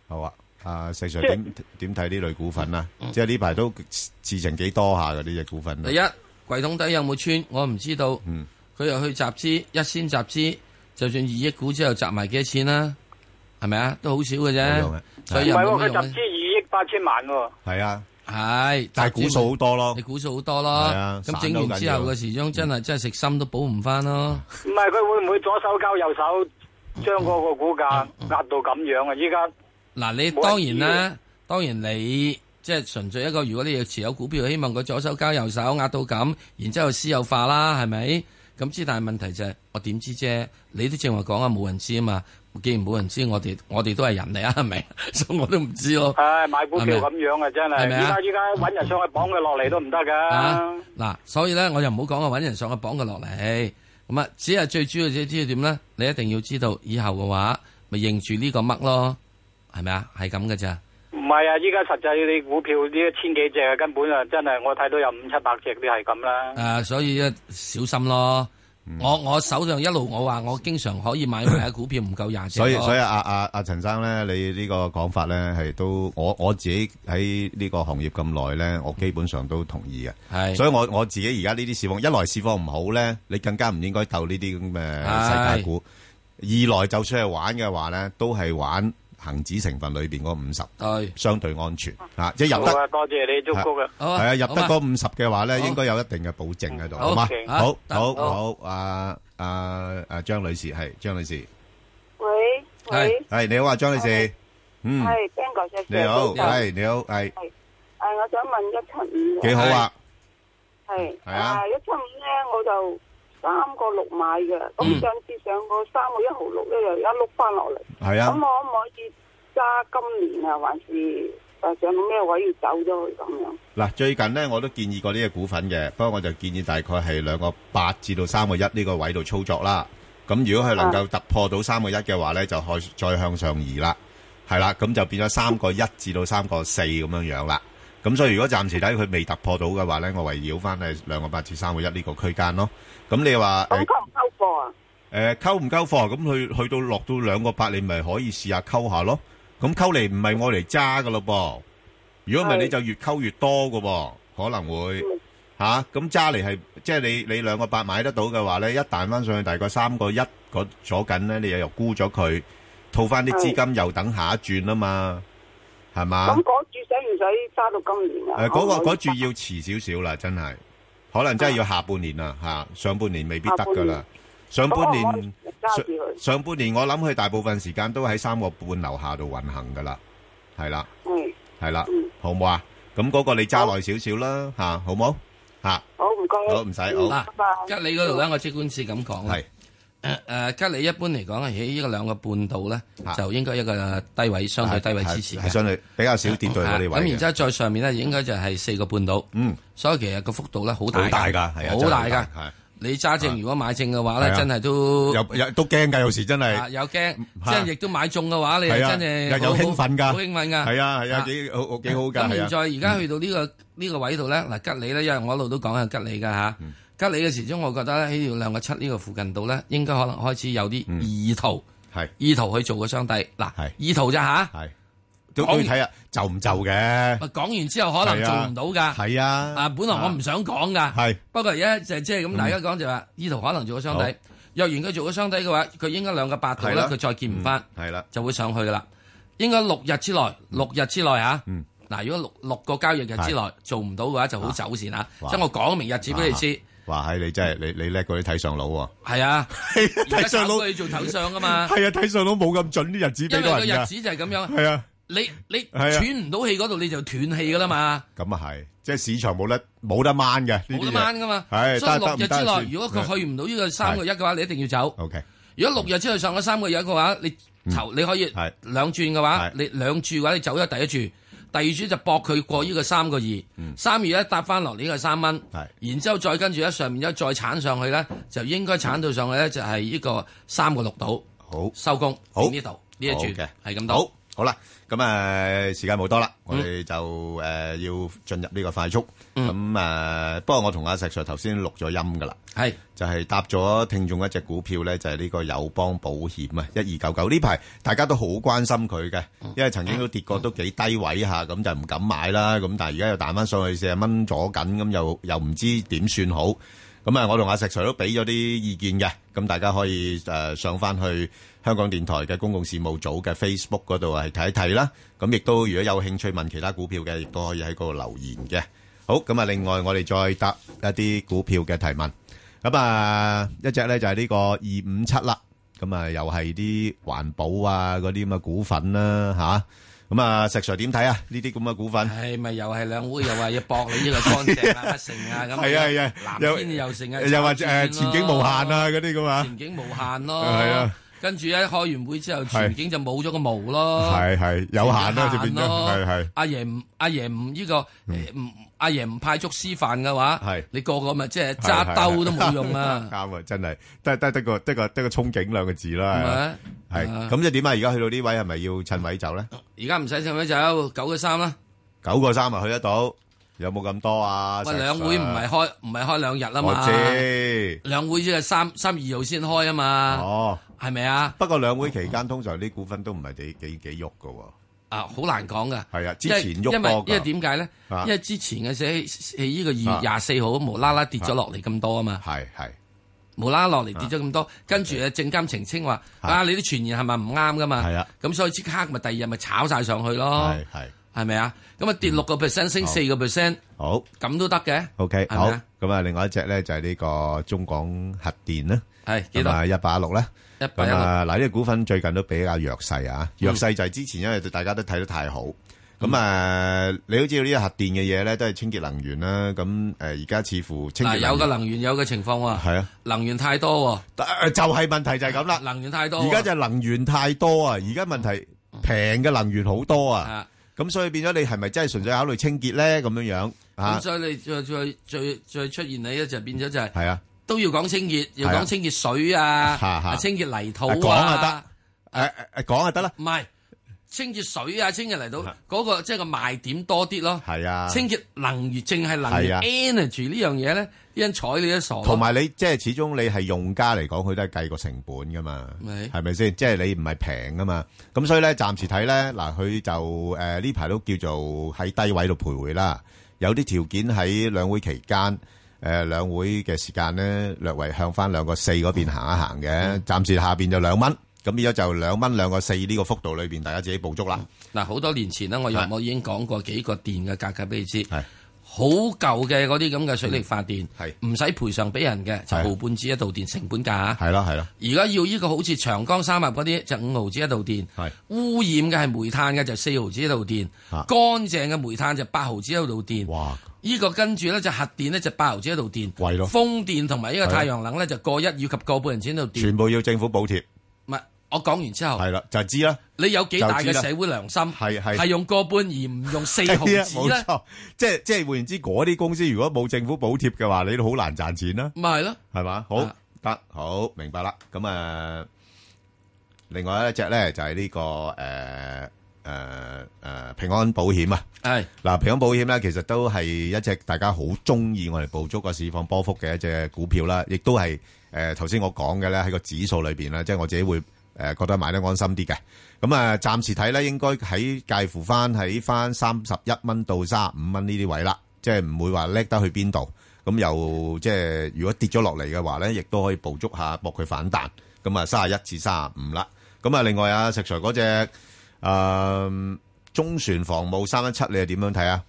[SPEAKER 8] 好啊，阿石 Sir 點點睇呢類股份啊？即係呢排都事情幾多下嘅呢隻股份啊。
[SPEAKER 9] 第一櫃桶底有冇穿，我唔知道。
[SPEAKER 8] 嗯
[SPEAKER 9] 佢又去集資，一先集資，就算二億股之後集埋幾多錢啦，係咪啊？都好少嘅
[SPEAKER 13] 冇用
[SPEAKER 9] 啫
[SPEAKER 13] 嘅，
[SPEAKER 9] 所以
[SPEAKER 13] 唔
[SPEAKER 9] 又
[SPEAKER 13] 係
[SPEAKER 9] 冇
[SPEAKER 13] 喎，佢
[SPEAKER 9] 咩用嘅
[SPEAKER 13] 集資二億八千萬喎。
[SPEAKER 8] 係啊，
[SPEAKER 9] 係，
[SPEAKER 8] 但係股數好多咯，
[SPEAKER 9] 你股數好多
[SPEAKER 8] 係
[SPEAKER 9] 咯，
[SPEAKER 8] 啊散
[SPEAKER 9] 咁
[SPEAKER 8] 得
[SPEAKER 9] 整
[SPEAKER 8] 好
[SPEAKER 9] 完
[SPEAKER 8] 緊
[SPEAKER 9] 之
[SPEAKER 8] 要嗯
[SPEAKER 9] 後嘅時鐘真係真係食心都補唔翻咯。
[SPEAKER 13] 唔係佢會唔會左手交右手將嗰個股
[SPEAKER 9] 嗯
[SPEAKER 13] 價壓到咁樣啊？依家
[SPEAKER 9] 嗱，你當然
[SPEAKER 13] 啊
[SPEAKER 9] 啦，當然你即係純粹一個，如果你要持有股票，希望佢左手交右手壓到咁，然之後私有化啦，係咪？咁之但係問題就係、我點知啫？你都正話講啊，冇人知啊嘛。既然冇人知，我哋我哋都係人嚟啊，係咪？ <laughs> 所以我都唔知咯。
[SPEAKER 13] 唉買股票咁樣啊，真係
[SPEAKER 9] 係咪啊啊
[SPEAKER 13] 依家依家揾人上去綁佢落嚟都唔得㗎。
[SPEAKER 9] 嗱，所以咧，我又唔好講我揾人上去綁佢落嚟。咁啊，只係最主要即係知道點咧？你一定要知道以後嘅話，咪認住呢個乜咯，係咪啊？係咁嘅咋。
[SPEAKER 13] 唔係啊！依家實際你股票呢一千幾隻啊，根本啊真係我睇到有五七百隻都係咁啦
[SPEAKER 9] 誒、。呃所以咧小心咯。
[SPEAKER 8] 嗯
[SPEAKER 9] 我我手上一路我話我經常可以買埋嘅股票唔夠廿隻咯。
[SPEAKER 8] 所以啊所以阿阿阿陳生咧，你呢個講法咧係都我我自己喺呢個行業咁耐咧，我基本上都同意嘅。
[SPEAKER 9] 係
[SPEAKER 8] 所以我我自己而家呢啲市況，一來市況唔好咧，你更加唔應該鬥呢啲咁嘅世界股；二來就算係玩嘅話咧，都係玩恒指成分裏邊嗰五
[SPEAKER 9] 十，
[SPEAKER 8] 相對安全啊！即係入得
[SPEAKER 13] 好啊，多謝你祝福啊！
[SPEAKER 8] 係啊，入得嗰五十嘅話咧，應該有一定嘅保證喺度，
[SPEAKER 13] 好
[SPEAKER 8] 好嘛？
[SPEAKER 13] 好
[SPEAKER 8] 好
[SPEAKER 13] 得
[SPEAKER 8] 好
[SPEAKER 13] 好
[SPEAKER 8] 好，啊啊啊，張女士係張女士，
[SPEAKER 2] 喂
[SPEAKER 8] 係
[SPEAKER 2] 喂，
[SPEAKER 8] 係你好啊，張女士，嗯，
[SPEAKER 2] 係 Ben 哥 Sir，
[SPEAKER 8] 你好，
[SPEAKER 2] 係
[SPEAKER 8] 係你好，係
[SPEAKER 2] 係我想問一七五。
[SPEAKER 8] 幾好啊！
[SPEAKER 2] 係
[SPEAKER 8] 係啊
[SPEAKER 2] 一七五咧我就三個六買嘅，
[SPEAKER 8] 嗯
[SPEAKER 2] 咁上次上過三個一毫六咧，又一碌翻落嚟。
[SPEAKER 8] 係啊
[SPEAKER 2] 咁我可唔可以揸今年啊，還是誒上到咩位要走咗佢咁樣？
[SPEAKER 8] 嗱，最近咧我都建議過呢只股份嘅，不過我就建議大概係兩個八至到三個一呢個位度操作啦。咁如果佢能
[SPEAKER 2] 啊
[SPEAKER 8] 夠突破到三個一嘅話咧，就可以再向上移啦，係啦，咁就變咗三個一至到三個四咁樣樣啦。咁所以如果暫時睇佢未突破到嘅話咧，我圍繞翻係兩個八至三個一呢個區間咯。咁你話
[SPEAKER 2] 咁
[SPEAKER 8] 誒
[SPEAKER 2] 溝唔溝貨啊？
[SPEAKER 8] 誒溝唔溝貨？咁佢去到落到兩個八，你咪可以試下溝下咯。咁溝嚟唔係我嚟揸噶咯噃，如果唔係你就越溝越多噶喎，可能會
[SPEAKER 2] 嗯
[SPEAKER 8] 吓。咁揸嚟係即係你你兩個八買得到嘅話咧，一彈翻上去大概三個一嗰左緊咧，你又又沽咗佢，套翻啲資金又等下一轉啊嘛，係嘛？
[SPEAKER 2] 咁嗰注使唔使揸到今
[SPEAKER 22] à?
[SPEAKER 2] 年啊？
[SPEAKER 8] 誒，嗰個
[SPEAKER 2] 可唔可以
[SPEAKER 8] 嗰注要遲少少啦，真係，可能真係要下半年啦，吓上半年未必得噶啦。上
[SPEAKER 2] 下
[SPEAKER 8] 半
[SPEAKER 2] 半年
[SPEAKER 8] 年
[SPEAKER 2] 咁我可以揸住
[SPEAKER 8] 上
[SPEAKER 2] 佢
[SPEAKER 8] 上半年我諗佢大部分時間都喺三個半樓下度運行噶啦，係啦，
[SPEAKER 2] 嗯，
[SPEAKER 8] 係啦，好唔好啊？咁嗰個你揸耐少少啦，吓好冇吓？
[SPEAKER 2] 好唔該。
[SPEAKER 8] 好唔使好
[SPEAKER 9] 嗱，吉利嗰度咧，我即管是咁講啦。係誒吉利一般嚟講係啊喺呢個兩個半度咧，就應該一個低位相對低位支持嘅
[SPEAKER 8] 係相對比較少跌
[SPEAKER 9] Ờ,
[SPEAKER 8] 到嗰啲位嘅
[SPEAKER 9] 咁然之後再上面咧，應該就係四個半度。
[SPEAKER 8] 嗯，
[SPEAKER 9] 所以其實個幅度咧好大㗎，
[SPEAKER 8] 好大㗎係啊
[SPEAKER 9] 好大
[SPEAKER 8] 真
[SPEAKER 9] 㗎
[SPEAKER 8] 係好大係。
[SPEAKER 9] 你揸正如果買正嘅話
[SPEAKER 8] 係
[SPEAKER 9] 咧，
[SPEAKER 8] 啊
[SPEAKER 9] 真係都
[SPEAKER 8] 有有都驚㗎，有時真
[SPEAKER 9] 啊
[SPEAKER 8] 係
[SPEAKER 9] 有驚，即
[SPEAKER 8] 嚇
[SPEAKER 9] 係亦都買中嘅話，你
[SPEAKER 8] 係啊
[SPEAKER 9] 真係
[SPEAKER 8] 有有
[SPEAKER 9] 好
[SPEAKER 8] 興奮㗎
[SPEAKER 9] 好興奮㗎。
[SPEAKER 8] 係啊係啊
[SPEAKER 9] Dạ.
[SPEAKER 8] 幾好好幾好㗎
[SPEAKER 9] 咁
[SPEAKER 8] 係啊
[SPEAKER 9] 現在而家去到呢個呢個位度咧，嗱吉利咧，因為我一路都講係吉利㗎嚇。
[SPEAKER 8] 嗯
[SPEAKER 9] 吉利嘅時鐘，我覺得咧喺條兩個七呢個附近度咧，應該可能開始有啲意圖，
[SPEAKER 8] 嗯係
[SPEAKER 9] 意圖去做個相對。嗱，意圖咋嚇？
[SPEAKER 8] 係都都要睇下就唔就嘅。
[SPEAKER 9] 講完之後可能做唔到㗎。
[SPEAKER 8] 係啊，
[SPEAKER 9] 啊，本來我唔想講㗎。
[SPEAKER 8] 係嗯
[SPEAKER 9] 不過而家就即係咁，大家講就話意圖可能做個相對
[SPEAKER 8] 好。
[SPEAKER 9] 若然佢做個相對嘅話，佢應該兩個八度
[SPEAKER 8] 係
[SPEAKER 9] 咧，
[SPEAKER 8] 啦嗯
[SPEAKER 9] 佢再見唔翻，
[SPEAKER 8] 係啦，
[SPEAKER 9] 就會上去㗎啦。應該六日之內，六日之內嚇。
[SPEAKER 8] 嗯
[SPEAKER 9] 嗱，如果六六個交易日之內做唔到嘅話，就好走線啊！即
[SPEAKER 8] 哇
[SPEAKER 9] 係我講明日子俾你知。
[SPEAKER 8] 哇！係你真係你你叻過啲睇相佬喎。
[SPEAKER 9] 係啊，
[SPEAKER 8] <laughs> 睇
[SPEAKER 9] 而家
[SPEAKER 8] 上
[SPEAKER 9] 炒
[SPEAKER 8] 佬
[SPEAKER 9] 佢做頭相噶
[SPEAKER 8] <laughs>
[SPEAKER 9] 嘛，
[SPEAKER 8] 係啊，睇相佬冇咁準啲日子
[SPEAKER 9] 因
[SPEAKER 8] 俾
[SPEAKER 9] 為個
[SPEAKER 8] 到
[SPEAKER 9] 日
[SPEAKER 8] 人㗎。
[SPEAKER 9] 子就係咁樣。
[SPEAKER 8] 係啊，
[SPEAKER 9] 你你
[SPEAKER 8] 係啊
[SPEAKER 9] 喘唔到氣嗰度，你就斷氣噶啦嘛，
[SPEAKER 8] 咁啊係，即係市場冇得冇得掹嘅，
[SPEAKER 9] 冇
[SPEAKER 8] 冇
[SPEAKER 9] 得掹噶嘛。
[SPEAKER 8] 係，
[SPEAKER 9] 所以六
[SPEAKER 8] 得
[SPEAKER 9] 日之內，如果佢去
[SPEAKER 8] 唔
[SPEAKER 9] 唔到呢個三個一嘅話，你一定要走。
[SPEAKER 8] O K，
[SPEAKER 9] 如果六日之內上咗三個一嘅話，你
[SPEAKER 8] 嗯
[SPEAKER 9] 頭你可以兩轉嘅話，你兩注嘅話，你走咗第一注，第二注就搏佢過呢個三個
[SPEAKER 8] 嗯
[SPEAKER 9] 二，三二一搭翻落呢個三蚊，然之後再跟住喺上面一再鏟上去咧，就應該鏟到上去咧就係呢個三個六度，
[SPEAKER 8] 好
[SPEAKER 9] 收工，
[SPEAKER 8] 好
[SPEAKER 9] 呢度呢一注
[SPEAKER 8] 嘅
[SPEAKER 9] 係咁多。
[SPEAKER 8] 好，好啦，咁誒時間冇多啦，我哋就誒要進入呢個快速。咁誒，不過我同阿石 Sir 頭先錄咗音噶啦，
[SPEAKER 9] 係
[SPEAKER 8] 就係答咗聽眾一隻股票咧，就係呢個友邦保險啊，一二九九呢排大家都好關心佢嘅，因為曾經都跌過都幾低位下，咁就唔敢買啦。咁但係而家又彈翻上去四十蚊左緊，咁又又唔知點算好。咁啊，我同阿石 Sir 都俾咗啲意見嘅，咁大家可以誒、呃上翻去香港電台嘅公共事務組嘅 Facebook 嗰度係睇一睇啦。咁亦都如果有興趣問其他股票嘅，亦都可以喺嗰度留言嘅。好，咁啊，另外我哋再答一啲股票嘅提問。咁啊，一隻咧就係呢個二五七啦，咁啊又係啲環保啊嗰啲咁嘅股份啦、吓。咁啊，石 Sir 點睇啊？呢啲咁嘅股份？
[SPEAKER 9] 係咪又係兩會又話要搏你呢個乾淨啊乜成
[SPEAKER 8] <laughs>
[SPEAKER 9] 啊咁？
[SPEAKER 8] 係啊係啊
[SPEAKER 9] 藍
[SPEAKER 8] 又
[SPEAKER 9] 天又成啊，
[SPEAKER 8] 又或者
[SPEAKER 9] 炒
[SPEAKER 8] 誒
[SPEAKER 9] 錢
[SPEAKER 8] 前
[SPEAKER 9] 咯
[SPEAKER 8] 景無限啊嗰啲咁啊。
[SPEAKER 9] 前景無限咯。
[SPEAKER 8] 係啊。
[SPEAKER 9] 跟住咧，開完會之後，
[SPEAKER 8] 係
[SPEAKER 9] 前景就冇咗個毛咯。
[SPEAKER 8] 係係有限啦就變咗
[SPEAKER 9] 咯
[SPEAKER 8] 係係
[SPEAKER 9] 阿爺唔阿爺唔呢個誒唔阿爺唔派足師範嘅話，係你個個咪即係揸兜都冇用啊！
[SPEAKER 8] <laughs> 啱啊，真係得得得個得個得個憧憬兩個字啦。
[SPEAKER 9] 係咪
[SPEAKER 8] 係咁即係點啊？而家去到呢位係咪要趁位走咧？
[SPEAKER 9] 而家唔使趁咩走，九個三啦。
[SPEAKER 8] 九個三啊，去得到，有冇咁多啊？
[SPEAKER 9] 喂，
[SPEAKER 8] 石
[SPEAKER 9] 兩會唔係
[SPEAKER 8] Sir？
[SPEAKER 9] 開唔係開兩日啦嘛？
[SPEAKER 8] 我知
[SPEAKER 9] 兩會即係三三二號先開啊嘛。
[SPEAKER 8] 哦，
[SPEAKER 9] 係咪啊？
[SPEAKER 8] 不過兩會期間通常啲股份都唔係幾幾幾喐噶喎。
[SPEAKER 9] 啊，好難講噶。
[SPEAKER 8] 係啊，之
[SPEAKER 9] 因為
[SPEAKER 8] 前
[SPEAKER 9] 因
[SPEAKER 8] 喐
[SPEAKER 9] 為
[SPEAKER 8] 多㗎
[SPEAKER 9] 因為點解咧？
[SPEAKER 8] 啊
[SPEAKER 9] 因為之前嘅寫喺呢個二
[SPEAKER 8] 啊
[SPEAKER 9] 月廿四號無啦啦跌咗落嚟咁多啊嘛。
[SPEAKER 8] 係係。
[SPEAKER 9] 無啦啦落嚟跌咗咁多，跟住啊證監澄清話啊，你啲傳言係咪唔啱噶嘛？係
[SPEAKER 8] 啊，
[SPEAKER 9] 咁所以即刻咪第二日咪炒晒上去咯。
[SPEAKER 8] 係係，
[SPEAKER 9] 係咪啊？咁啊跌六個 percent 升四個 percent，
[SPEAKER 8] 好
[SPEAKER 9] 咁都得嘅。
[SPEAKER 8] OK，
[SPEAKER 9] 係咪
[SPEAKER 8] 好。
[SPEAKER 9] 啊
[SPEAKER 8] 咁啊，另外一隻呢，就係呢個中港核電啦。
[SPEAKER 9] 係，幾多？
[SPEAKER 8] 咁啊，186啦。
[SPEAKER 9] 186
[SPEAKER 8] 咁啊，嗱，呢個股份最近都比較弱勢啊。弱勢就係之前因為大家都睇得太好，咁咁啊，你都知道呢啲核電嘅嘢咧，都係清潔能源啦。咁誒，而家似乎清
[SPEAKER 9] 嗱，
[SPEAKER 8] 潔
[SPEAKER 9] 有個
[SPEAKER 8] 源
[SPEAKER 9] 能源有嘅情況喎，
[SPEAKER 8] 係啊，
[SPEAKER 9] 能源太多
[SPEAKER 8] 喎，就係問題就係咁啦，
[SPEAKER 9] 能源太多喎，
[SPEAKER 8] 而家就係能源太多啊！而家問題平嘅能源好多啊，咁所以變咗你係咪真係純粹考慮清潔咧？咁樣樣
[SPEAKER 9] 咁
[SPEAKER 8] 啊，
[SPEAKER 9] 所以你再再再再出現你咧就變咗就係
[SPEAKER 8] 係啊，
[SPEAKER 9] 都要講清潔，要
[SPEAKER 8] 係啊
[SPEAKER 9] 講清潔水啊
[SPEAKER 8] 嚇嚇，
[SPEAKER 9] 清潔泥土
[SPEAKER 8] 講啊
[SPEAKER 9] 啊，
[SPEAKER 8] 得，誒誒講啊得啦，
[SPEAKER 9] 唔係清潔水啊，清潔泥土嗰個即係個賣點多啲咯。
[SPEAKER 8] 係啊，
[SPEAKER 9] 清潔能源淨係能
[SPEAKER 8] 係
[SPEAKER 9] 源
[SPEAKER 8] 啊
[SPEAKER 9] energy 呢樣嘢咧，啲人睬你都傻咯。
[SPEAKER 8] 同埋你即係始終你係用家嚟講，佢都係計個成本噶嘛，係咪先？即係你唔係平噶嘛，咁所以咧暫時睇咧嗱，佢就誒呢排都叫做喺低位度徘徊啦。有啲條件喺兩會期間，誒、兩會嘅時間咧，略為向翻兩個四嗰邊行一行嘅。暫時下邊就兩蚊，咁變咗就兩蚊兩個四呢個幅度裏邊，大家自己捕捉啦。
[SPEAKER 9] 嗱，好多年前咧，我有我已經講過幾個電嘅價格俾你知，好舊嘅嗰啲咁嘅水力發電，
[SPEAKER 8] 嗯
[SPEAKER 9] 唔使賠償俾人嘅，就毫半子一度電成本價。
[SPEAKER 8] 係啦，係啦。
[SPEAKER 9] 而家要呢個好似長江三峽嗰啲就五毫子一度電，污染嘅係煤炭嘅就四毫子一度電，乾淨嘅煤炭就八毫子一度電。
[SPEAKER 8] 啊哇！
[SPEAKER 9] 呢個跟住咧就核電咧就八毫子一度電，
[SPEAKER 8] 貴咯
[SPEAKER 9] 風電同埋呢
[SPEAKER 8] 係
[SPEAKER 9] 個
[SPEAKER 8] 咯
[SPEAKER 9] 太陽能咧就過一以及過半人錢一度電。
[SPEAKER 8] 全部要政府補貼，
[SPEAKER 9] 唔係，我講完之後
[SPEAKER 8] 係啦，就知啦。
[SPEAKER 9] 你有幾大嘅
[SPEAKER 8] 就知啦
[SPEAKER 9] 社會良心？
[SPEAKER 8] 係係
[SPEAKER 9] 係用個半而唔用四毫
[SPEAKER 8] 係啊
[SPEAKER 9] 子
[SPEAKER 8] 冇
[SPEAKER 9] 咧？
[SPEAKER 8] 錯，即係即係換言之，嗰啲公司如果冇政府補貼嘅話，你都好難賺錢啦。
[SPEAKER 9] 咪係咯，
[SPEAKER 8] 係嘛？好得好明白啦。咁啊，另外一隻咧就係呢個誒誒誒平安保險啊。
[SPEAKER 9] 係
[SPEAKER 8] 嗱，平安保險咧，其實都係一隻大家好中意我哋捕捉個市況波幅嘅一隻股票啦，亦都係誒頭先我講嘅咧喺個指數裏邊啦，即係我自己會誒覺得買得安心啲嘅。咁啊，暫時睇咧應該喺介乎翻喺翻三十一蚊到三十五蚊呢啲位啦，即係唔會話叻得去邊度。咁又即係如果跌咗落嚟嘅話咧，亦都可以捕捉下搏佢反彈。咁啊，三十一至三十五啦。咁啊，另外啊，石 Sir 嗰隻誒中船防務三一七，你係點樣睇啊？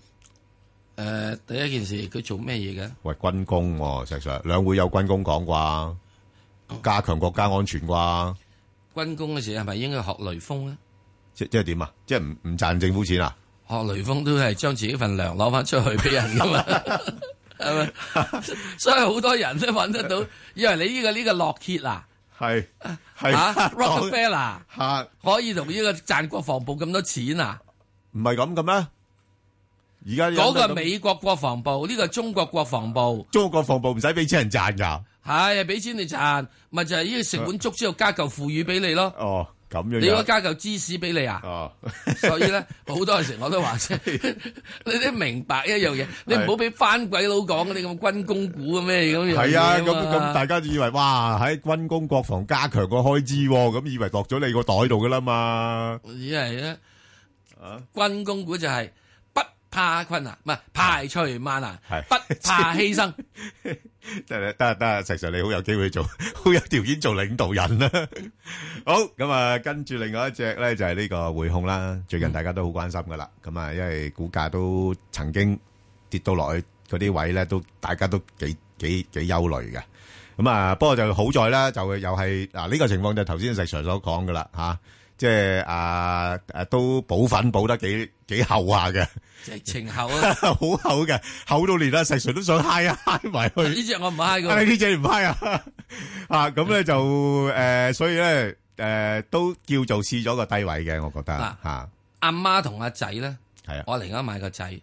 [SPEAKER 9] 誒，呃第一件事佢做咩嘢嘅？
[SPEAKER 8] 喂，軍工喎、石 Sir，兩會有軍工講啩，加強國家安全啩，
[SPEAKER 9] 軍工嘅時係咪應該學雷鋒咧？
[SPEAKER 8] 即即係點啊？即係唔唔賺政府錢啊？
[SPEAKER 9] 學雷鋒都係將自己份糧攞翻出去俾人噶嘛，
[SPEAKER 8] <laughs>
[SPEAKER 9] 係咪？所以好多人都揾得到，以為你呢個呢個洛歇啊，
[SPEAKER 8] 係係
[SPEAKER 9] 嚇
[SPEAKER 8] <laughs>
[SPEAKER 9] Rockefeller 啊
[SPEAKER 8] 嚇，
[SPEAKER 9] 可以同呢個賺國防部咁多錢啊？
[SPEAKER 8] 唔係咁嘅咩？而家
[SPEAKER 9] 嗰個係美國國防部，呢個係中國國防部，
[SPEAKER 8] 中國防部唔使俾錢人賺㗎。
[SPEAKER 9] 係俾錢你賺，咪就係呢個食碗粥之後加嚿腐乳俾你咯。
[SPEAKER 8] 哦，咁樣樣
[SPEAKER 9] 你應該加嚿芝士俾你啊！
[SPEAKER 8] 哦，
[SPEAKER 9] <laughs> 所以咧好多時我都話啫，
[SPEAKER 8] <laughs>
[SPEAKER 9] 你都明白一樣嘢，你唔好俾翻鬼佬講嗰啲咁軍工股咁咩咁樣嘢嘛。
[SPEAKER 8] 係啊，咁咁大家就以為哇喺軍工國防加強個開支喎，咁以為落咗你個袋度㗎啦嘛。
[SPEAKER 9] 因為咧
[SPEAKER 8] 啊
[SPEAKER 9] 軍工股就係不怕困難，唔係排除萬難，
[SPEAKER 8] <laughs>
[SPEAKER 9] 不怕犧牲。
[SPEAKER 8] 得啦得啦得啦，石 Sir 你好有機會做，好有條件做 <laughs> 領導人啦。 <laughs> 好，咁啊，跟住另外一隻咧就係呢個匯控啦，最近大家都好關心噶啦。咁啊，因為股價都曾經跌到落去嗰啲位咧，都大家都幾幾幾憂慮嘅。咁啊，不過就好在啦，就又係嗱呢個情況就頭先石 Sir 所講噶啦吓，即係啊誒都補粉補得幾幾厚下嘅， <laughs>
[SPEAKER 9] 即係情厚啊！
[SPEAKER 8] 好厚嘅，厚到連阿石 Sir 都想嗨一嗨埋 <laughs> 去。
[SPEAKER 9] 呢只我唔
[SPEAKER 8] <laughs>
[SPEAKER 9] 嗨
[SPEAKER 8] 啊
[SPEAKER 9] 㗎，
[SPEAKER 8] 呢只唔嗨啊！ <laughs> 啊，咁咧就
[SPEAKER 9] <laughs>
[SPEAKER 8] 誒、呃所以咧誒、呃都叫做試咗個低位嘅，我覺得
[SPEAKER 9] 嗱
[SPEAKER 8] 嚇。
[SPEAKER 9] 阿媽同阿仔咧，
[SPEAKER 8] 係啊，
[SPEAKER 9] 我嚟緊買個仔。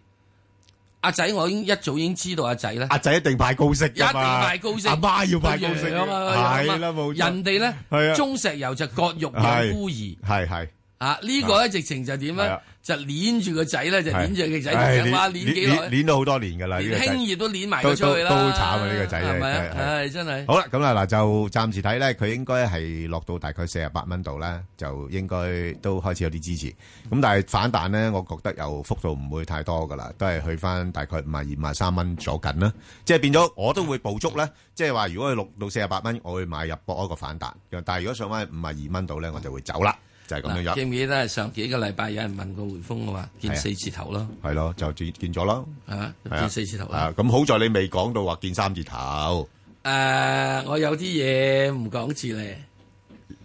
[SPEAKER 9] 阿仔，我已經一早已經知道阿仔咧，
[SPEAKER 8] 阿仔一定派高息
[SPEAKER 9] 一定
[SPEAKER 8] 㗎嘛，
[SPEAKER 9] 派高息，
[SPEAKER 8] 啊阿媽要派高息
[SPEAKER 9] 個樣啊，
[SPEAKER 8] 係
[SPEAKER 9] 有
[SPEAKER 8] 啦，
[SPEAKER 9] 啊
[SPEAKER 8] 冇錯
[SPEAKER 9] 人哋
[SPEAKER 8] 係啊
[SPEAKER 9] 咧，中石油就割肉養
[SPEAKER 8] 係
[SPEAKER 9] 孤兒
[SPEAKER 8] 係係
[SPEAKER 9] 啊！呢個咧直情就點
[SPEAKER 8] 係
[SPEAKER 9] 咧
[SPEAKER 8] 啊，
[SPEAKER 9] 就攆住個仔咧，就攆住個仔，
[SPEAKER 8] 唉
[SPEAKER 9] 就話攆
[SPEAKER 8] 攣
[SPEAKER 9] 幾耐
[SPEAKER 8] 攣攣到好多年㗎啦，呢個
[SPEAKER 9] 連
[SPEAKER 8] 仔
[SPEAKER 9] 輕易都攆埋
[SPEAKER 8] 都
[SPEAKER 9] 佢出去啦，
[SPEAKER 8] 都都慘啊呢個仔
[SPEAKER 9] 係咪
[SPEAKER 8] 係
[SPEAKER 9] 啊
[SPEAKER 8] 係？
[SPEAKER 9] 唉，真係
[SPEAKER 8] 好啦，咁啦嗱，就暫時睇咧，佢應該係落到大概四十八蚊度啦，就應該都開始有啲支持。咁但係反彈咧，我覺得又幅度唔會太多噶啦，都係去翻大概五廿二、五廿三蚊左近啦。即係變咗，我都會捕捉咧，即係話如果佢落到四十八蚊，我會買入博一個反彈。但係如果上翻五廿二蚊度咧，我就會走啦，就係咁樣
[SPEAKER 9] 嗱記
[SPEAKER 8] 樣。
[SPEAKER 9] 唔記得上幾個禮拜有人問過匯豐嘅話，見
[SPEAKER 8] 係啊
[SPEAKER 9] 四字頭咯，
[SPEAKER 8] 係咯，就見見咗咯，
[SPEAKER 9] 啊，
[SPEAKER 8] 係啊
[SPEAKER 9] 見四字頭啦
[SPEAKER 8] 啊。咁好在你未講到話見三字頭，
[SPEAKER 9] 誒，我有啲嘢唔講住咧，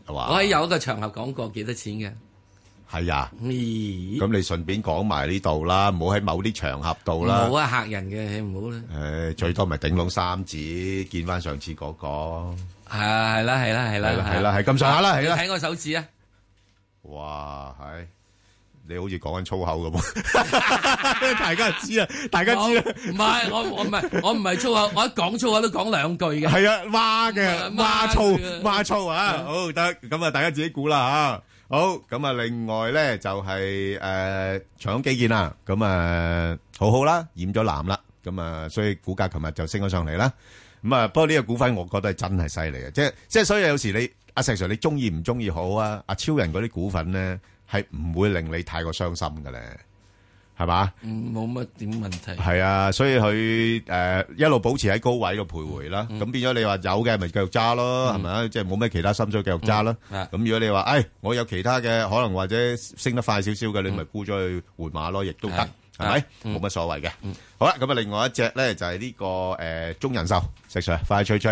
[SPEAKER 8] 哇
[SPEAKER 9] 我喺有一個場合講過幾多錢嘅，
[SPEAKER 8] 係啊，咁你順便講埋呢度啦，唔好喺某啲場合度啦。
[SPEAKER 9] 唔好啊嚇人嘅，唔好啦。
[SPEAKER 8] 誒，最多咪頂籠三指，見翻上次嗰個。
[SPEAKER 9] 係啊，係啦，係啦，係啦，
[SPEAKER 8] 係啦係啦係咁上下啦係
[SPEAKER 9] 你
[SPEAKER 8] 啦
[SPEAKER 9] 睇我手指啊！
[SPEAKER 8] 哇，係你好似講緊粗口咁喎 <laughs> 大家知啊，大家知啊。
[SPEAKER 9] 唔係我我唔係我唔係粗口，我一講粗口都講兩句嘅。
[SPEAKER 8] 係啊，蛙嘅
[SPEAKER 9] 唔係
[SPEAKER 8] 蛙
[SPEAKER 9] 嘅
[SPEAKER 8] 醋蛙醋啊，好得咁啊，大家自己估啦吓。好咁啊，另外咧就係誒搶基建啦，咁啊好好啦，染咗藍啦，咁啊所以股價琴日就升咗上嚟啦。咁啊，不過呢個股份我覺得係真係犀利嘅，即係即係所以有時你阿石 Sir 你中意唔中意好啊，阿超人嗰啲股份咧係唔會令你太過傷心嘅咧，係嘛？
[SPEAKER 9] 嗯冇乜點問題。
[SPEAKER 8] 係啊，所以佢誒一路保持喺高位度徘徊啦。咁變咗你話有嘅咪繼續揸咯，係咪啊？即係冇咩其他心水繼續揸啦。咁如果你話誒我有其他嘅可能或者升得快少少嘅，你咪沽咗去換馬咯，亦都得，係咪？冇乜所謂嘅。好啦，咁啊，另外一隻咧就係呢個誒中人壽，石 Sir 快脆脆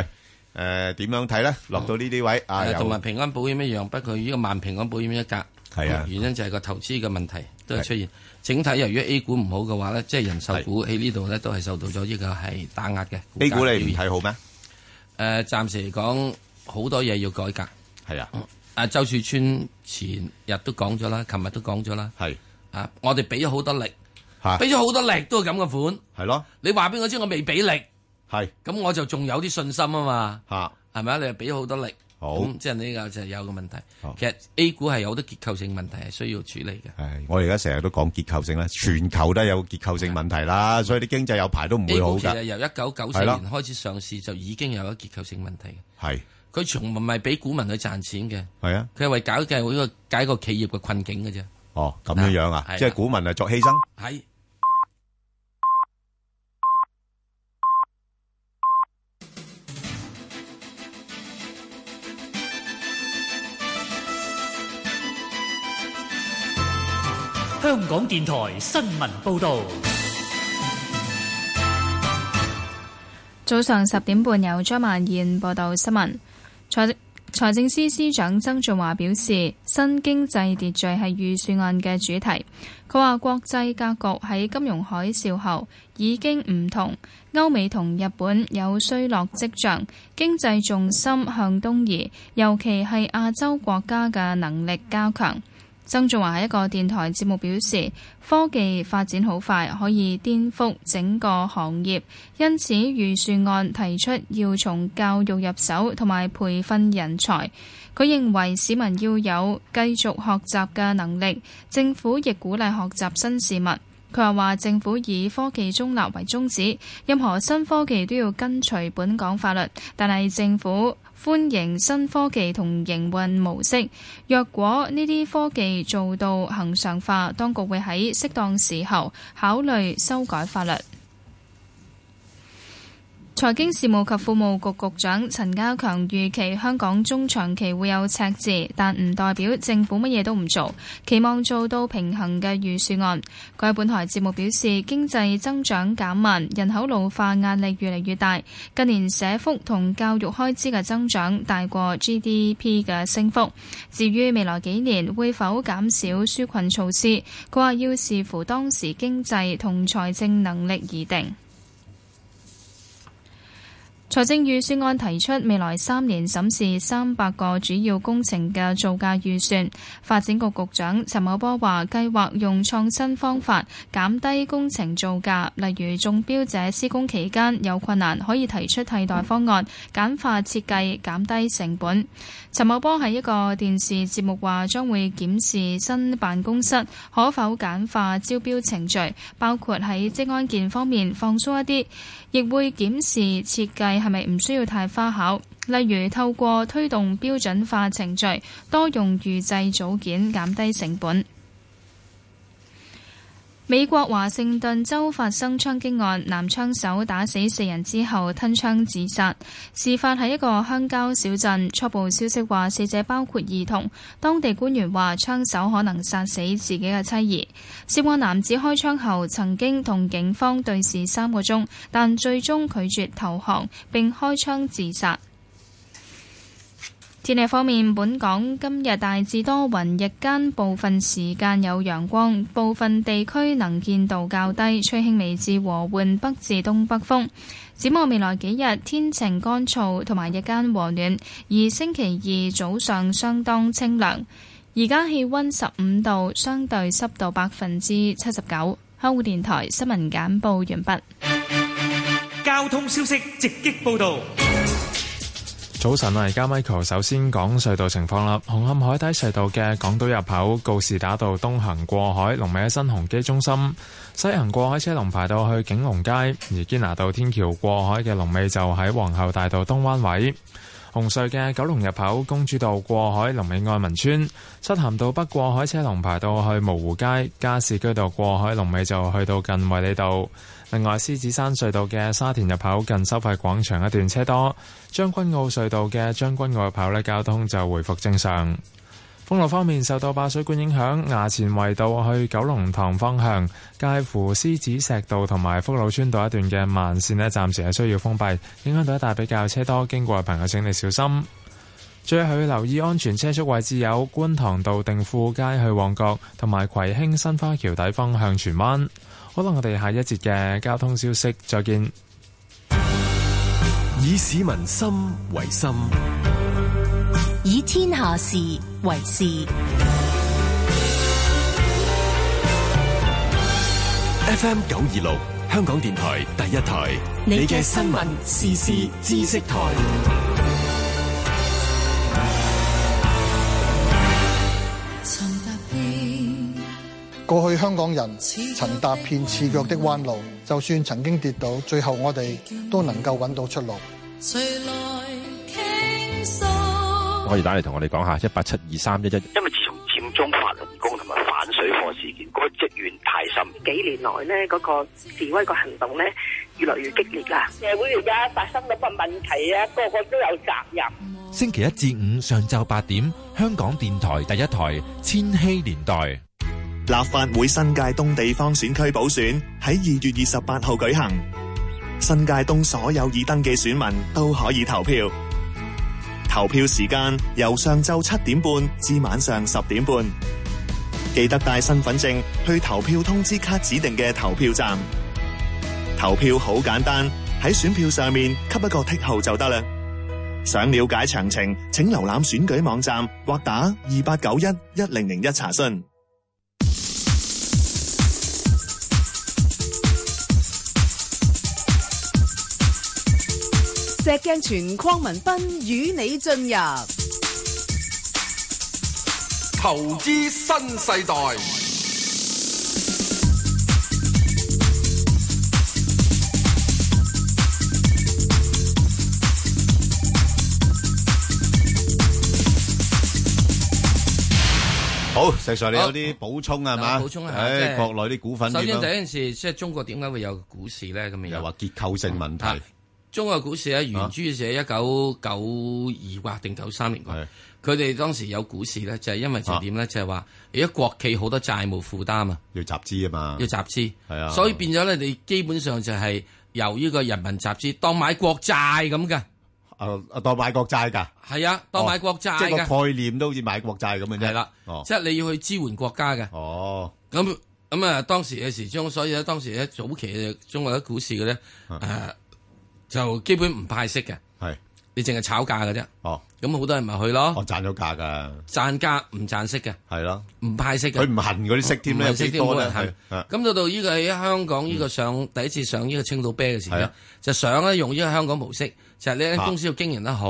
[SPEAKER 8] 誒點樣睇咧？落到呢啲位啊，
[SPEAKER 9] 誒同埋
[SPEAKER 8] 有
[SPEAKER 9] 平安保險一樣，不過呢個萬平安保險一格。
[SPEAKER 8] 係啊
[SPEAKER 9] 原因就係個投資嘅問題都係
[SPEAKER 8] 係
[SPEAKER 9] 出現。整體由於 A 股唔好嘅話咧，即係人壽股喺呢度咧都係受到咗呢個係打壓嘅。
[SPEAKER 8] A 股
[SPEAKER 9] 價
[SPEAKER 8] 你唔睇好咩？
[SPEAKER 9] 誒，暫時嚟講好多嘢要改革。
[SPEAKER 8] 係啊，
[SPEAKER 9] 啊周樹村前日都講咗啦，琴日都講咗啦。
[SPEAKER 8] 係
[SPEAKER 9] 啊，我哋俾咗好多力
[SPEAKER 8] 嚇，
[SPEAKER 9] 俾咗好多力都係咁嘅款。
[SPEAKER 8] 係咯，
[SPEAKER 9] 你話俾我知我未俾力，
[SPEAKER 8] 係
[SPEAKER 9] 咁我就仲有啲信心啊嘛。
[SPEAKER 8] 嚇，
[SPEAKER 9] 係咪啊？你又俾咗好多力，
[SPEAKER 8] 好
[SPEAKER 9] 咁即係呢個就係有個問題。其實 A 股係有好多結構性問題係需要處理嘅。
[SPEAKER 8] 我而家成日都講結構性啦，全球都有結構性問題啦，所以啲經濟有排都唔
[SPEAKER 9] A
[SPEAKER 8] 會好
[SPEAKER 9] 股其
[SPEAKER 8] 㗎
[SPEAKER 9] 實。由一九九四
[SPEAKER 8] 係
[SPEAKER 9] 年
[SPEAKER 8] 啦
[SPEAKER 9] 開始上市就已經有一個結構性問題嘅。
[SPEAKER 8] 係
[SPEAKER 9] 佢從唔係俾股民去賺錢嘅，
[SPEAKER 8] 係啊，
[SPEAKER 9] 佢係為搞嘅呢個解個企業嘅困境嘅啫。
[SPEAKER 8] 哦咁樣樣啊
[SPEAKER 9] 係，啦
[SPEAKER 8] 即係股民係作犧牲。
[SPEAKER 9] 係
[SPEAKER 10] 香港電台新聞報導，
[SPEAKER 11] 早上十點半由張曼燕報道新聞。財財政司司長曾俊華表示，新經濟秩序係預算案嘅主題。佢話國際格局喺金融海嘯後已經唔同，歐美同日本有衰落跡象，經濟重心向東移，尤其係亞洲國家嘅能力加強。曾俊華喺一個電台節目表示，科技發展好快，可以顛覆整個行業，因此預算案提出要從教育入手同埋培訓人才。佢認為市民要有繼續學習嘅能力，政府亦鼓勵學習新事物。佢又話：政府以科技中立為宗旨，任何新科技都要跟隨本港法律，但係政府歡迎新科技同營運模式。若果呢啲科技做到恒常化，當局會喺適當時候考慮修改法律。財經事務及庫務局局長陳家強預期香港中長期會有赤字，但唔代表政府乜嘢都唔做，期望做到平衡嘅預算案。佢喺本台節目表示，經濟增長減慢，人口老化壓力越嚟越大，近年社福同教育開支嘅增長大過 GDP 嘅升幅。至於未來幾年會否減少紓困措施，佢話要視乎當時經濟同財政能力而定。財政預算案提出未來三年審視三百個主要工程嘅造價預算。發展局局長陳茂波話，計劃用創新方法減低工程造價，例如中標者施工期間有困難，可以提出替代方案，簡化設計，減低成本。陳茂波喺一個電視節目話，將會檢視新辦公室可否簡化招標程序，包括喺職安健方面放鬆一啲。亦會檢視設計係咪唔需要太花巧，例如透過推動標準化程序，多用預製組件，減低成本。美國華盛頓州發生槍擊案，男槍手打死四人之後吞槍自殺。事發喺一個鄉郊小鎮，初步消息話死者包括兒童。當地官員話槍手可能殺死自己嘅妻兒。涉案男子開槍後曾經同警方對峙三個鐘，但最終拒絕投降並開槍自殺。天氣方面，本港今日大致多雲，日間部分時間有陽光，部分地區能見度較低，吹輕微至和緩北至東北風。展望未來幾日，天晴乾燥同埋日間和暖，而星期二早上相當清涼。而家氣温十五度，相對濕度百分之七十九。香港電台新聞簡報完畢。
[SPEAKER 10] 交通消息直擊報導。
[SPEAKER 12] 早晨啊，而家 Michael 首先講隧道情況啦。紅磡海底隧道嘅港島入口告士打道東行過海，龍尾喺新鴻基中心；西行過海車龍排到去景隆街。而堅拿道天橋過海嘅龍尾就喺皇后大道東灣位。紅隧嘅九龍入口公主道過海，龍尾愛民村；漆咸道北過海車龍排到去蕪湖街，加士居道過海龍尾就去到近衛理道。另外，獅子山隧道嘅沙田入口近收費廣場一段車多；將軍澳隧道嘅將軍澳入口呢，交通就回復正常。封路方面，受到爆水管影響，衙前圍道去九龍塘方向，介乎獅子石道同埋福老村道一段嘅慢線呢，暫時係需要封閉，影響到一帶比較車多，經過嘅朋友請你小心。最後要留意安全車速位置有觀塘道定富街去旺角，同埋葵興新花橋底方向荃灣。好啦，我哋下一節嘅交通消息再見。
[SPEAKER 5] 以市民心為心，
[SPEAKER 3] 以天下事為事。
[SPEAKER 5] FM 九二六，香港電台第一台，你嘅新聞、時事、知識台。
[SPEAKER 1] 過去香港人曾踏遍刺腳的彎路，就算曾經跌倒，最後我哋都能夠揾到出路。
[SPEAKER 14] 可以打嚟同我哋講下一八七二三一一。
[SPEAKER 15] 因為自從佔中法輪功同埋反水貨事件，嗰個積怨太深。
[SPEAKER 16] 幾年來呢，嗰個示威個行動呢，越嚟越激烈啦。
[SPEAKER 17] 社會而家發生嗰個問題啊，個個都有責任。
[SPEAKER 5] 星期一至五上晝八點，香港電台第一台《千禧年代》。
[SPEAKER 18] 立法會新界東地方選區補選喺二月二十八號舉行，新界東所有已登記選民都可以投票。投票時間由上晝七點半至晚上十點半，記得帶身份證去投票通知卡指定嘅投票站。投票好簡單，喺選票上面給一個剔號就得啦。想了解詳情，請瀏覽選舉網站或打二八九一一零零一查詢。
[SPEAKER 6] 石鏡泉鄺民彬與你進入
[SPEAKER 7] 投資新世代。
[SPEAKER 8] 好，石 Sir，你有啲補充啊係嘛？
[SPEAKER 9] 嗱我補充一下即
[SPEAKER 8] 誒，
[SPEAKER 9] 係
[SPEAKER 8] 國內啲股份
[SPEAKER 9] 首
[SPEAKER 8] 點
[SPEAKER 9] 先
[SPEAKER 8] 樣
[SPEAKER 9] 第一件事，即係中國點解會有股市咧？咁樣啊
[SPEAKER 8] 又話結構性問題，啊
[SPEAKER 9] 中國股市咧，原珠社一九九二或定九三年嗰陣佢哋當時有股市咧，就係因為就點咧，就係話而家國企好多債務負擔啊，
[SPEAKER 8] 啊要集資啊嘛，
[SPEAKER 9] 要集資，
[SPEAKER 8] 係啊，
[SPEAKER 9] 所以變咗咧，你基本上就係由呢個人民集資當買國債咁嘅，
[SPEAKER 8] 誒當買國債㗎，
[SPEAKER 9] 係啊，當買國債
[SPEAKER 8] 哦即係
[SPEAKER 9] 嘅，
[SPEAKER 8] 個概念都好似買國債咁嘅啫。
[SPEAKER 9] 係啦
[SPEAKER 8] 哦，
[SPEAKER 9] 即係你要去支援國家嘅。
[SPEAKER 8] 哦，
[SPEAKER 9] 咁咁啊，當時嘅時鐘，所以咧當時咧早期嘅中國嘅股市嘅咧，誒就基本唔派息嘅，
[SPEAKER 8] 啊係
[SPEAKER 9] 你淨係炒價嘅啫。
[SPEAKER 8] 哦，
[SPEAKER 9] 咁好多人咪去咯，
[SPEAKER 8] 我賺咗價㗎，
[SPEAKER 9] 賺價唔賺息嘅，
[SPEAKER 8] 係咯，
[SPEAKER 9] 唔派息嘅，
[SPEAKER 8] 佢唔恨嗰啲息添
[SPEAKER 9] 唔
[SPEAKER 8] 咧，有
[SPEAKER 9] 恨息
[SPEAKER 8] 幾
[SPEAKER 9] 添
[SPEAKER 8] 多
[SPEAKER 9] 冇
[SPEAKER 8] 咧？
[SPEAKER 9] 人恨。
[SPEAKER 8] 係啊嗯
[SPEAKER 9] 咁到到呢個喺香港呢個上第一次上呢個青島啤嘅時候
[SPEAKER 8] 係
[SPEAKER 9] 咧
[SPEAKER 8] 啊，
[SPEAKER 9] 就上咧用呢個香港模式，就係呢間
[SPEAKER 8] 啊
[SPEAKER 9] 公司要經營得好，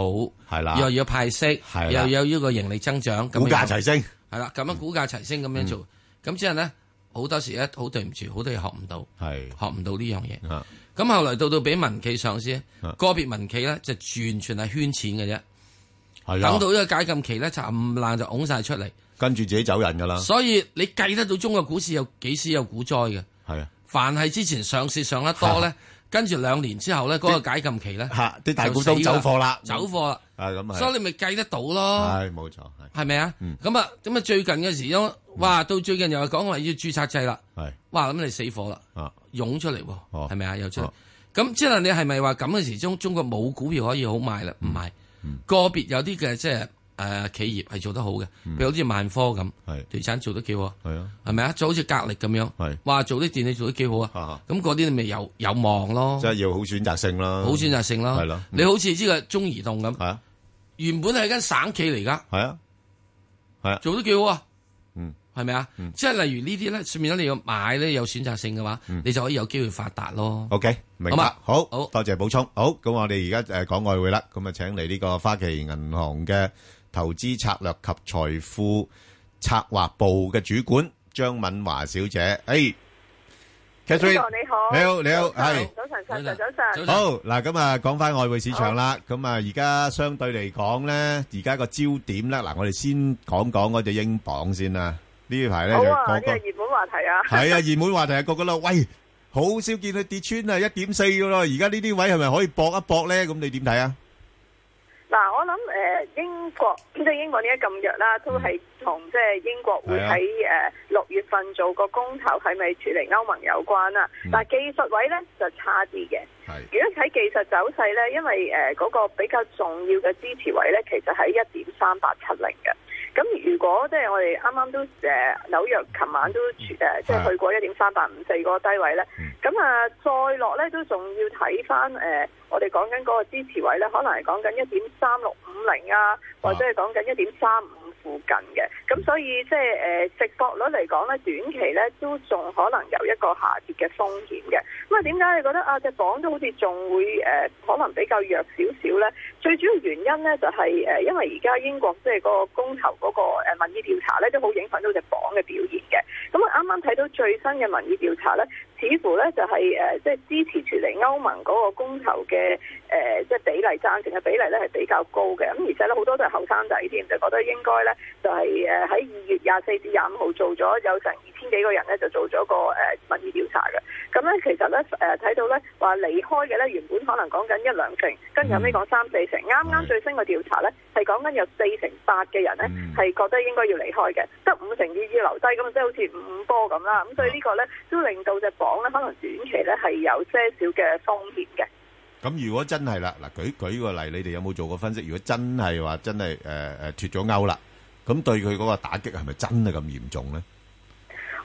[SPEAKER 8] 係啦
[SPEAKER 9] 又要派息，
[SPEAKER 8] 係啦
[SPEAKER 9] 又有呢個盈利增長，咁樣
[SPEAKER 8] 股價齊升，
[SPEAKER 9] 係啦，咁
[SPEAKER 8] 嗯
[SPEAKER 9] 樣股價齊升咁樣做，咁之後咧好多時咧好對唔住，好多嘢學唔到，
[SPEAKER 8] 係
[SPEAKER 9] 學唔到呢樣嘢。
[SPEAKER 8] 啊
[SPEAKER 9] 咁後來到到俾民企上市，個別民企咧就完全係圈錢嘅啫，等
[SPEAKER 8] 係
[SPEAKER 9] 到
[SPEAKER 8] 啊，
[SPEAKER 9] 呢個解禁期咧就冚爛就拱晒出嚟。
[SPEAKER 8] 跟住自己走人㗎啦。
[SPEAKER 9] 所以你計得到中國股市有幾時有股災嘅？
[SPEAKER 8] 係啊，
[SPEAKER 9] 凡係之前上市上得多咧，跟住兩年之後咧，嗰個解禁期咧，
[SPEAKER 8] 嚇啲大
[SPEAKER 9] 就
[SPEAKER 8] 股東
[SPEAKER 9] 死㗎
[SPEAKER 8] 走貨啦，
[SPEAKER 9] 走貨啦，
[SPEAKER 8] 啊咁係
[SPEAKER 9] 所以你咪計得到咯，
[SPEAKER 8] 係冇錯，係嗯
[SPEAKER 9] 係咪啊？咁啊，咁啊，最近嘅時鐘，哇，到最近又係講話要註冊制啦，
[SPEAKER 8] 係
[SPEAKER 9] 哇，咁你死火啦，
[SPEAKER 8] 啊，
[SPEAKER 9] 湧出嚟喎，係咪啊？又出嚟
[SPEAKER 8] 哦，
[SPEAKER 9] 咁即
[SPEAKER 8] 嗯
[SPEAKER 9] 係你係咪話咁嘅時鐘，中國冇股票可以好賣啦？唔係，個別有啲嘅即係誒企業係做得好嘅，譬如好似萬科咁，地產做得幾好，
[SPEAKER 8] 嗯係啊，
[SPEAKER 9] 係咪啊？就好似格力咁樣，哇，做啲電器做得幾好啊！咁嗰啲你咪有有望咯，
[SPEAKER 8] 即係要好選擇性啦，
[SPEAKER 9] 好選擇性啦。
[SPEAKER 8] 嗯係咯，啊
[SPEAKER 9] 你好似呢個中移動咁，原本係間省企嚟㗎，
[SPEAKER 8] 係啊，係啊，
[SPEAKER 9] 做得幾好啊！
[SPEAKER 8] 嗯，
[SPEAKER 9] 係咪啊？即係例如呢啲咧，説明咗你要買咧有選擇性嘅話，
[SPEAKER 8] 嗯
[SPEAKER 9] 你就可以有機會發達咯。
[SPEAKER 8] OK，明
[SPEAKER 9] 好
[SPEAKER 8] 白
[SPEAKER 9] 嘛，
[SPEAKER 8] 好，多謝補充。好，咁我哋而家誒講外匯啦，咁啊請嚟呢個花旗銀行嘅投資策略及財富策劃部嘅主管張敏華小姐，誒，Catherine，
[SPEAKER 21] 你好，
[SPEAKER 8] 你好，你好，係。
[SPEAKER 21] 早晨，早晨，早晨，
[SPEAKER 8] 好嗱，咁啊，講翻外匯市場啦。咁啊，而家相對嚟講咧，而家個焦點咧，嗱，我哋先講講嗰隻英鎊先啦。呢排咧
[SPEAKER 21] 好
[SPEAKER 8] 就
[SPEAKER 21] 啊，
[SPEAKER 8] 個
[SPEAKER 21] 呢個
[SPEAKER 8] 個
[SPEAKER 21] 熱門話題啊，
[SPEAKER 8] 係啊，熱門話題係個個都話喂，好少見佢跌穿啊一點四噶咯。而家呢啲位係咪可以搏一搏咧？咁你點睇啊？
[SPEAKER 21] 嗱，我諗誒、呃英國 <clears throat> 即係英國點解咁弱啦，都係同即係英國會喺誒六月份做個公投係咪脱離歐盟有關啦。但係技術位咧就差啲嘅。如果睇技術走勢咧，因為誒嗰、個比較重要嘅支持位咧，其實喺一點三八七零嘅。咁如果即係我哋啱啱都誒、呃、紐約，琴晚都誒、呃即係去過一點三八五四嗰個低位咧，咁啊再落咧都仲要睇翻誒，我哋講緊嗰個支持位咧，可能係講緊一點三六五零啊，或者係講緊一點三五附近嘅，咁所以即係誒呃直播率嚟講咧，短期咧都仲可能有一個下跌嘅風險嘅。咁啊，點解你覺得啊隻鎊都好似仲會誒、呃可能比較弱少少咧？最主要原因咧就係、誒、因為而家英國即係個公投嗰個誒民意調查咧，都好影響到隻鎊嘅表現嘅。咁我啱啱睇到最新嘅民意調查咧，似乎咧就係、誒即係支持脱離歐盟嗰個公投嘅誒、呃即係比例贊成嘅比例咧係比較高嘅。咁而且咧好多都係後生仔添，就覺得應該咧就係呃誒喺二月廿四至廿五號做咗有成二千幾個人咧就做咗個誒、呃民意調查嘅。咁咧其實咧誒睇到咧呃話離開嘅咧原本可能講緊一兩成，跟住後尾講三四成，啱啱最新嘅調查咧係講緊有四成八嘅人咧係覺得應該要離開嘅，得五成二要留低，咁即係好似五五波咁啦。咁所以呢個咧都令到隻鎊咧可能短期咧係有些少嘅風險嘅。
[SPEAKER 8] 咁如果真係啦，嗱，舉舉個例，你哋有冇做過分析？如果真係話真係誒誒脱咗歐啦，咁對佢嗰個打擊係咪真係咁嚴重咧？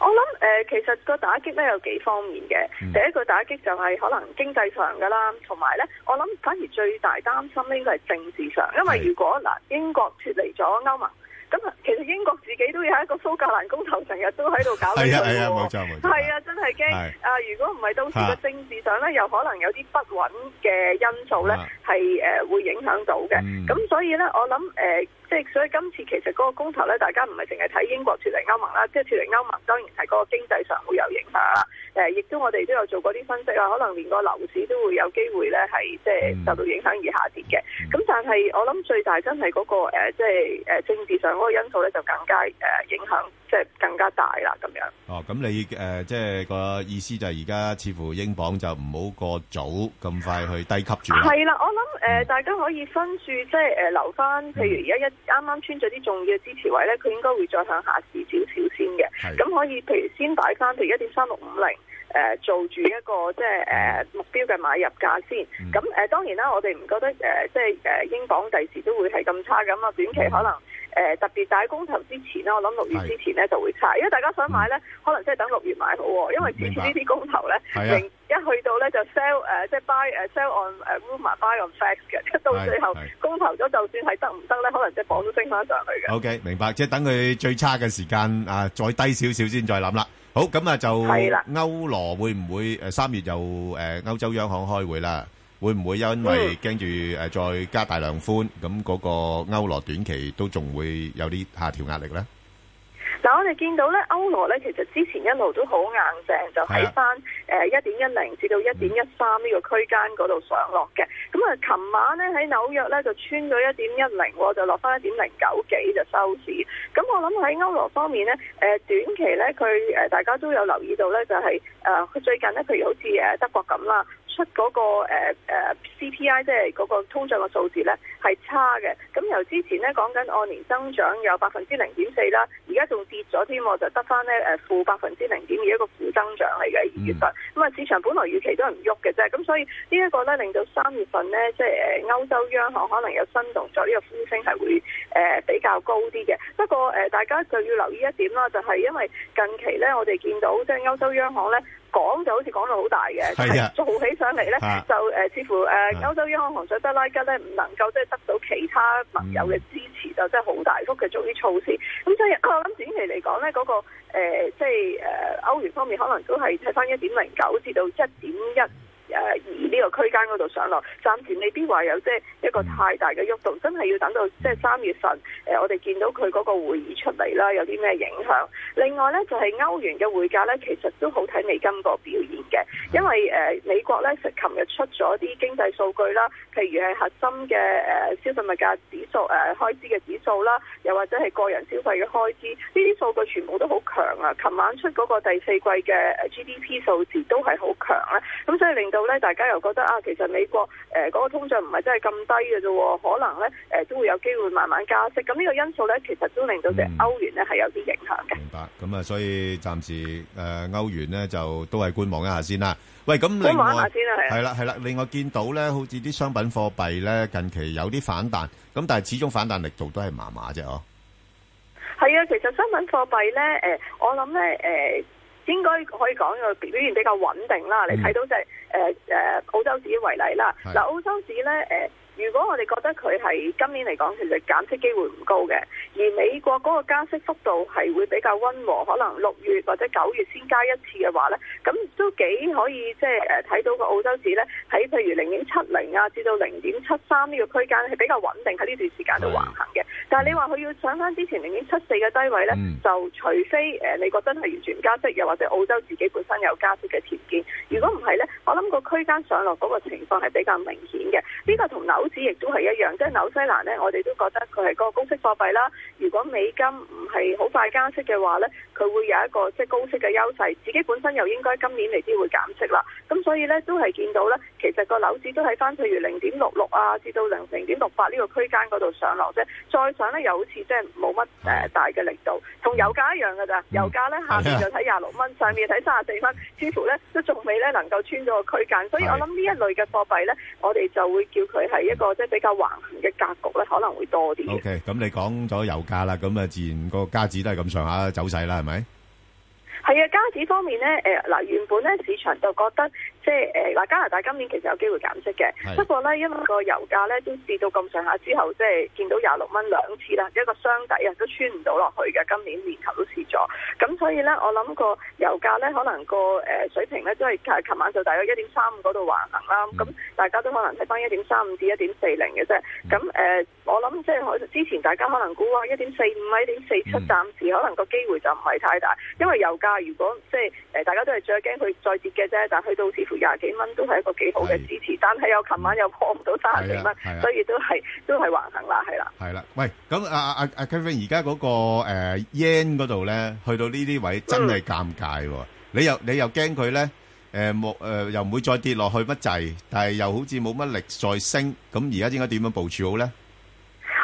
[SPEAKER 21] 我諗誒、呃其實個打擊咧有幾方面嘅。
[SPEAKER 8] 嗯
[SPEAKER 21] 第一個打擊就係可能經濟上噶啦，同埋咧，我諗反而最大擔心咧應該係政治上，因為如果嗱英國脱離咗歐盟，咁啊其實英國自己都有一個蘇格蘭公投，成日都喺度搞緊
[SPEAKER 8] 係
[SPEAKER 21] 佢
[SPEAKER 8] 啊係啊，
[SPEAKER 21] 喎
[SPEAKER 8] 冇錯冇錯。
[SPEAKER 21] 係啊，真係驚
[SPEAKER 8] 係
[SPEAKER 21] 啊！如果唔係到時
[SPEAKER 8] 啊
[SPEAKER 21] 嘅政治上咧，又可能有啲不穩嘅因素咧，係誒、呃、會影響到嘅。咁、所以咧，我諗誒、呃即係所以今次其實嗰個公投咧，大家唔係淨係睇英國脱離歐盟啦，即係脱離歐盟當然係嗰個經濟上會有影響啦。誒、亦都我哋都有做過啲分析啊，可能連個樓市都會有機會咧係即係受到影響而下跌嘅。咁但係我諗最大真係嗰、個、呃、即係誒、呃政治上嗰個因素咧，就更加誒、呃影響，即係更加大啦咁樣。
[SPEAKER 8] 哦，咁你誒、呃即係個意思就係而家似乎英鎊就唔好過早咁快去低級住啦。嗯
[SPEAKER 21] 係啦，我諗誒、呃大家可以分住，即係誒、呃留翻，譬如而家一啱啱穿咗啲重要支持位咧，佢應該會再向下試少少先嘅。咁可以譬如先擺翻，譬如一點三六五零。誒做住一個即係誒、
[SPEAKER 8] 嗯
[SPEAKER 21] 呃目標嘅買入價先，咁誒、呃、當然啦，我哋唔覺得誒、呃即係誒、呃英鎊第時都會係咁差咁啊，短期
[SPEAKER 8] 嗯
[SPEAKER 21] 可能誒、呃特別大公投之前啦，我諗六月之前咧就會差，因為大家想買咧，可能即係等六月買好喎，因為之前呢啲公投咧，
[SPEAKER 8] 嗯係啊
[SPEAKER 21] 零一去到咧就 sell 誒、即係 buy 誒、sell on 誒、rumor buy on facts 嘅， <laughs> 即係到最後公投咗，就算係得唔得咧，可能隻鎊都升翻上去嘅。
[SPEAKER 8] OK，明白，即係等佢最差嘅時間啊，再低少少先再諗啦。好，咁啊就
[SPEAKER 21] 係啦
[SPEAKER 8] 歐羅會唔會誒三月又誒歐洲央行開會啦？會唔會因為驚住誒再加大量寬，咁嗰個歐羅短期都仲會有啲下調壓力咧？
[SPEAKER 21] 嗱，我哋見到咧歐羅咧，其實之前一路都好硬淨，就喺翻誒一點一零至到一點一三呢個區間嗰度上落嘅。咁啊，琴晚咧喺紐約咧就穿咗一點一零喎，就落翻一點零九幾就收市。咁我諗喺歐羅方面咧，誒、呃短呃呃期咧佢誒大家都有留意到咧，就係、誒、佢最近咧，譬如好似誒德國咁啦，出嗰、個誒、呃呃 CPI，即係嗰個通脹嘅數字咧係差嘅。咁由之前咧講緊按年增長有百分之零點四啦，而家仲跌咗添喎，就得翻咧誒負百分之零點二一個負增長嚟嘅二月份。
[SPEAKER 19] 嗯
[SPEAKER 21] 咁啊、市場本來預期都係唔喐嘅啫，咁所以呢一個咧令到三月份咧即係誒呃歐洲央行可能有新動作，呢、個呼聲係會誒、呃比較高啲嘅。不過誒、呃大家就要留意一點啦，就係、因為近期咧我哋見到即係歐洲央行咧。講就好似講到好大嘅，但
[SPEAKER 19] 係啊
[SPEAKER 21] <laughs> 係做起上嚟咧
[SPEAKER 19] 啊
[SPEAKER 21] 就誒、呃似乎誒、呃、歐洲央行行長德拉吉咧唔能夠即係得到其他盟友嘅支持，就真係好大幅嘅做啲措施。咁所以我諗短期嚟講咧，嗰、個、呃、即係誒、呃、歐元方面可能都係睇翻一點零九至到一點一。誒呃而呢個區間嗰度上落，暫時未必話有即係一個太大嘅喐動，真係要等到即係三月份誒、呃我哋見到佢嗰個會議出嚟啦，有啲咩影響？另外呢，就係、歐元嘅匯價呢，其實都好睇美金個表現嘅，因為誒、呃美國呢，琴日出咗啲經濟數據啦，譬如係核心嘅誒、呃消費物價指數誒、呃、開支嘅指數啦，又或者係個人消費嘅開支，呢啲數據全部都好強啊！琴晚出嗰個第四季嘅呃 GDP 數字都係好強啦，咁所以令到咧大家又覺得啊，其實美國誒嗰、個通脹唔係真係咁低嘅啫喎，可能咧誒、呃都會有機會慢慢加息，咁呢個因素咧其實都令到隻歐元咧係有啲影響嘅。
[SPEAKER 8] 明白，咁啊，所以暫時，誒，歐元呢，就都係觀望一下先啦。喂，咁另外-
[SPEAKER 21] 觀望一下先啦，係啊。
[SPEAKER 8] 係啦，係啦，另外見到呢，好似啲商品貨幣呢，近期有啲反彈，咁但係始終反彈力度都係麻麻啫，哦。
[SPEAKER 21] 係啊，其實商品貨幣咧，誒、我諗咧，誒、應該可以講個表現比較穩定啦。你睇到就係誒誒澳洲紙為例啦，
[SPEAKER 20] 係
[SPEAKER 21] 嗱澳洲紙咧，誒、如果我哋覺得佢係今年嚟講，其實減息機會唔高嘅，而美國嗰個加息幅度係會比較溫和，可能六月或者九月先加一次嘅話咧，咁都幾可以即係誒睇到個澳洲紙咧喺譬如零點七零啊至到零點七三呢個區間係比較穩定喺呢段時間度橫行嘅。但係你話佢要上翻之前零點七四嘅低位咧，就除非誒、呃美國真係完全加息，又或者澳洲自己本身有加息嘅條件。如果唔係咧，我諗個區間上落嗰個情況係比較明顯嘅。呢、個同紐指亦都係啊一樣，即係紐西蘭咧，我哋都覺得佢係個高息貨幣啦。如果美金唔係好快加息嘅話咧，佢會有一個即係高息嘅優勢，自己本身又應該今年嚟啲會減息啦。咁所以咧都係見到咧，其實個樓指都喺翻譬如零點六六啊，至到零零點六八呢個區間嗰度上落啫。再上咧又好似即係冇乜誒大嘅力度，同油價一樣㗎咋。油價咧下面就睇廿六蚊，上面睇三十四蚊，似乎咧都仲未咧能夠穿咗個區間。所以我諗呢一類嘅貨幣咧，我哋就會叫佢係一個即係比較橫行嘅格局咧，可能會多啲嘅。
[SPEAKER 8] OK，咁你講咗油價啦，咁啊，自然個加紙都係咁上下走勢啦，係咪？
[SPEAKER 21] 係啊，加紙方面咧，誒、嗱，原本咧市場就覺得即係誒嗱，加拿大今年其實有機會減息嘅，
[SPEAKER 28] 係
[SPEAKER 21] 不過咧因為個油價咧都跌到咁上下之後，即係見到廿六蚊兩次啦，一個雙底啊都穿唔到落去嘅，今年年頭都試咗，咁所以咧我諗個油價咧可能個誒、水平咧都係誒琴晚就大約一點三五嗰度橫行啦，咁、大家都可能睇翻一點三五至一點四零嘅啫，咁誒、我諗即係可之前大家可能估話一點四五啊一點四七暫時可能個機會就唔係太大，因為油價如果即係誒大家都係最驚佢再跌嘅啫，但係去到似乎廿幾蚊都係一個幾好嘅支持，但係又琴晚又破唔到三十四
[SPEAKER 8] 係啊係啊
[SPEAKER 21] 蚊，所以都係都係橫行啦，係啦。
[SPEAKER 8] 係啦，喂，咁啊，啊，啊，啊，Kevin，而家嗰個，誒，yen嗰度呢，去到呢啲位真係尷尬喎。你又-你又驚佢呢，誒，冇-誒，又唔會再跌落去乜滯，但係又好似冇乜力再升，咁而家應該點樣部署好呢？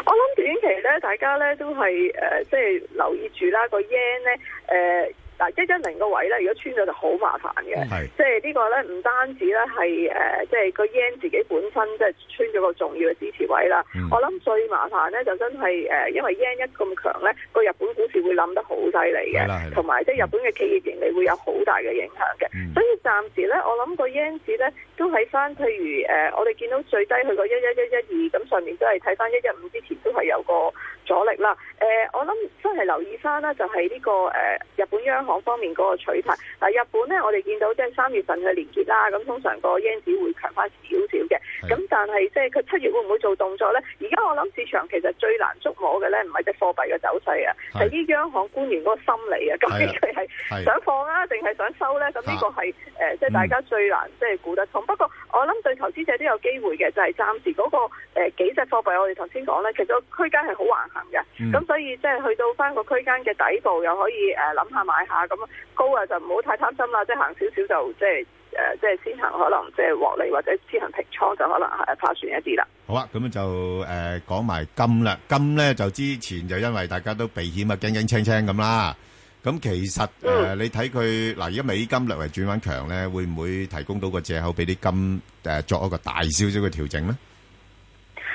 [SPEAKER 21] 我諗短期咧，大家咧都係誒、呃即係留意住啦，個 yen 咧誒。呃嗱，一一零個位咧，如果穿咗就好麻煩嘅
[SPEAKER 23] 係，
[SPEAKER 21] 即係呢個咧唔單止咧係誒，即係個 yen 自己本身即係穿咗個重要嘅支持位啦。
[SPEAKER 19] 嗯
[SPEAKER 21] 我諗最麻煩咧就真係誒、呃因為 yen 一咁強咧，個日本股市會冧得好犀利
[SPEAKER 19] 係啦係
[SPEAKER 21] 嘅
[SPEAKER 19] 啦，
[SPEAKER 21] 同埋即係日本嘅企業盈利會有好大嘅影響嘅。
[SPEAKER 19] 嗯
[SPEAKER 21] 所以暫時咧，我諗個 yen 指咧都喺翻，譬如誒、呃我哋見到最低去個一一一一二，咁上面都係睇翻一一五之前都係有個阻力啦。誒、我諗真係留意翻啦，就係呢、個誒、呃日本央行方面嗰個取態。嗱、日本咧，我哋見到即係三月份嘅連結啦，咁通常個 yen 指會強翻少少嘅。咁但係即係佢七月會唔會做動作咧？而家我諗市場其實最難捉摸嘅咧，唔係隻貨幣嘅走勢啊，係啲央行官員嗰個心理啊。究竟佢係
[SPEAKER 28] 係
[SPEAKER 21] 想放啊，定係想收咧？咁呢個係誒、呃即係大家最難即係估得通。不過我諗對投資者都有機會嘅，就係、暫時嗰、個誒、呃、幾隻貨幣，我哋頭先講咧，其實個區間係好橫行嘅。
[SPEAKER 28] 嗯
[SPEAKER 21] 咁、所以即係去到翻個區間嘅呃底部，又可以誒諗、下買下咁高啊，就唔好太貪心啦，即係行少少就即係。誒、誒即係先行可能即係獲利或者先行平倉就可能係拍算一啲啦。
[SPEAKER 8] 好啊，咁樣就誒講埋金啦。金咧就之前就因為大家都避險啊，驚驚青青咁啦。咁其實誒，你睇佢嗱，而家美金略為轉翻強咧，會唔會提供到個藉口俾啲金誒作一個大少少嘅調整咧？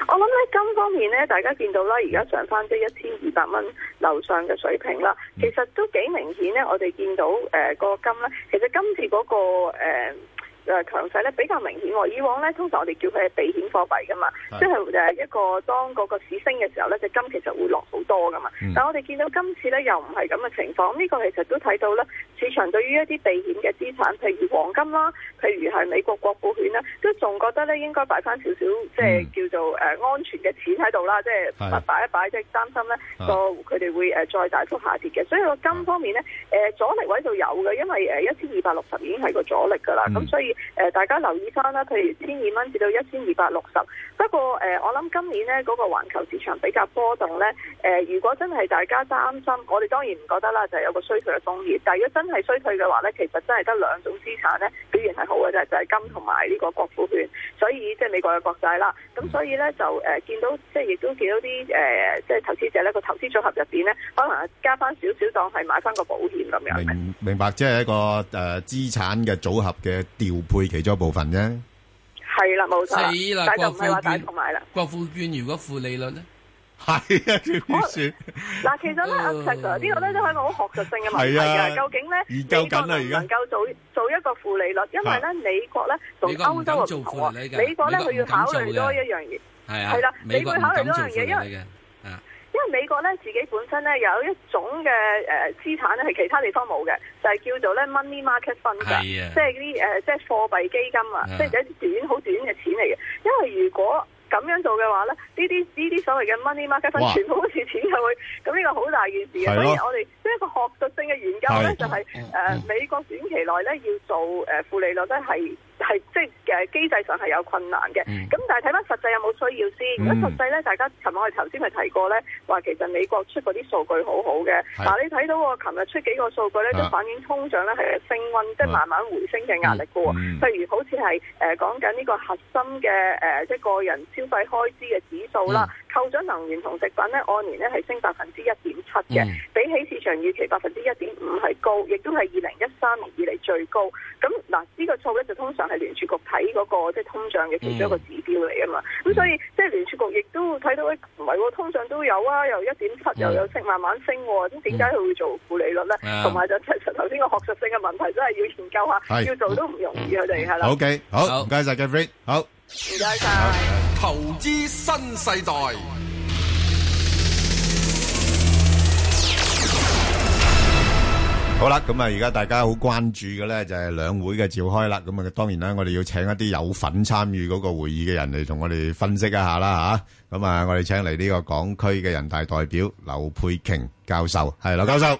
[SPEAKER 21] 我諗咧金方面咧，大家見到啦，而家上翻即係一千二百蚊樓上嘅水平啦。其實都幾明顯咧，我哋見到誒、呃個金咧，其實今次嗰、個誒誒強勢咧比較明顯喎。以往咧通常我哋叫佢係避險貨幣噶嘛，即係誒一個當嗰個市升嘅時候咧，隻金其實會落好多噶嘛。
[SPEAKER 19] 嗯
[SPEAKER 21] 但我哋見到今次咧又唔係咁嘅情況，呢、個其實都睇到啦，市場對於一啲避險嘅資產，譬如黃金啦，譬如係美國國庫券啦，都仲覺得咧應該擺翻少少即係。叫做誒、呃安全嘅錢喺度啦，即係
[SPEAKER 19] 嗯係
[SPEAKER 21] 擺一擺，即係擔心咧
[SPEAKER 19] 啊
[SPEAKER 21] 個佢哋會呃誒再大幅下跌嘅。所以個金方面咧，誒、呃阻力位度有嘅，因為誒一千二百六十已經係個阻力㗎啦。咁、
[SPEAKER 19] 嗯
[SPEAKER 21] 所以誒、呃大家留意翻啦，譬如千二蚊至到一千二百六十。不過誒、我諗今年咧嗰、個環球市場比較波動咧，誒、如果真係大家擔心，我哋當然唔覺得啦，就係、有個衰退嘅風險。但係如果真係衰退嘅話咧，其實真係得兩種資產咧表現係好嘅啫，就係、金同埋呢個國庫券。所以即係美國嘅國債啦。咁所以咧就誒、呃、見到即係亦都見到啲誒、呃即係投資者咧個投資組合入邊咧，可能加翻少少當係買翻個保險咁樣。
[SPEAKER 8] 明明白，即係一個誒資產嘅組合嘅調配其中一部分啫。
[SPEAKER 21] 係啦，冇錯啦
[SPEAKER 9] 死啦
[SPEAKER 21] 但係就
[SPEAKER 9] 國
[SPEAKER 21] 唔
[SPEAKER 9] 庫
[SPEAKER 21] 係話大
[SPEAKER 9] 券
[SPEAKER 21] 同買啦。
[SPEAKER 9] 國庫券如果負利率咧，
[SPEAKER 8] 係啊，點算？
[SPEAKER 21] 嗱，其實咧，阿
[SPEAKER 9] 哦
[SPEAKER 21] 石 Sir 呢個咧都係一個好學術性嘅問題
[SPEAKER 8] 係啊
[SPEAKER 21] 㗎。究竟咧，
[SPEAKER 8] 研究緊啊
[SPEAKER 21] 美國能唔能夠做做一個負利率，因為咧美國咧同
[SPEAKER 9] 美國唔
[SPEAKER 21] 歐
[SPEAKER 9] 敢
[SPEAKER 21] 洲
[SPEAKER 9] 做
[SPEAKER 21] 唔同
[SPEAKER 9] 負
[SPEAKER 21] 啊。
[SPEAKER 9] 利率㗎
[SPEAKER 21] 美國咧佢
[SPEAKER 9] 美國
[SPEAKER 21] 要
[SPEAKER 9] 唔敢
[SPEAKER 21] 考
[SPEAKER 9] 做
[SPEAKER 21] 慮多一
[SPEAKER 9] 嘅
[SPEAKER 21] 樣嘢，
[SPEAKER 9] 係啊，
[SPEAKER 21] 係啦
[SPEAKER 9] 美國
[SPEAKER 21] 你會
[SPEAKER 9] 唔
[SPEAKER 21] 考慮
[SPEAKER 9] 敢
[SPEAKER 21] 多
[SPEAKER 9] 做
[SPEAKER 21] 樣嘢因為
[SPEAKER 9] 負利率嘅。
[SPEAKER 21] 因為美國咧自己本身咧有一種嘅誒、呃、資產咧係其他地方冇嘅，就係、叫做咧 money market fund 㗎，
[SPEAKER 19] 係啊
[SPEAKER 21] 即係啲誒即係貨幣基金啊，
[SPEAKER 19] 啊
[SPEAKER 21] 即係一啲短好短嘅錢嚟嘅。因為如果咁樣做嘅話咧，呢啲呢啲所謂嘅 money market
[SPEAKER 19] 哇
[SPEAKER 21] fund 全部好似錢就會，咁呢個好大件事嘅。
[SPEAKER 19] 係
[SPEAKER 21] 所
[SPEAKER 19] 咯
[SPEAKER 21] 以我哋即係一個學術性嘅研究咧
[SPEAKER 19] 係，嗯
[SPEAKER 21] 就係、誒、美國短期內咧要做誒、呃、負利率咧係。係即係誒機制上係有困難嘅，咁、
[SPEAKER 19] 嗯
[SPEAKER 21] 但係睇翻實際有冇需要先。如果實際咧，大家琴日我哋頭先咪提過咧，話其實美國出嗰啲數據好好嘅。
[SPEAKER 19] 係
[SPEAKER 21] 嗱、你睇到我琴日出幾個數據咧，
[SPEAKER 19] 啊
[SPEAKER 21] 都反映通脹咧係升溫，即係慢慢回升嘅壓力嘅喎。
[SPEAKER 19] 嗯嗯嗯
[SPEAKER 21] 譬如好似係誒講緊呢個核心嘅誒、呃即係個人消費開支嘅指數啦，扣咗能源同食品咧，按年咧係升百分之一點七嘅。
[SPEAKER 19] 嗯
[SPEAKER 21] 比起市場預期百分之一點五係高，亦都係二零一三年以嚟最高。咁嗱，呢個數咧就通常係聯儲局睇嗰、個即係通脹嘅其中一個指標嚟啊嘛。咁、所以即係聯儲局亦都睇到，喂唔係喎，通脹都有啊，又一點七，又有升，慢慢升喎。咁點解佢會做負利率咧
[SPEAKER 8] 嗯？
[SPEAKER 21] 同埋、就其實頭先個學術性嘅問題真係要研究下，
[SPEAKER 8] 係
[SPEAKER 21] 要做都唔容易，佢哋係啦。
[SPEAKER 8] 好嘅，好，唔該晒 Jeffrey，好。
[SPEAKER 21] 唔該晒。
[SPEAKER 7] 投資新世代，
[SPEAKER 8] 好啦，咁啊，而家大家好關注嘅咧就係兩會嘅召開啦。咁啊，當然啦，我哋要請一啲有份參與嗰個會議嘅人嚟同我哋分析一下啦吓。咁啊，我哋請嚟呢個港區嘅人大代表劉佩瓊教授，係劉教授。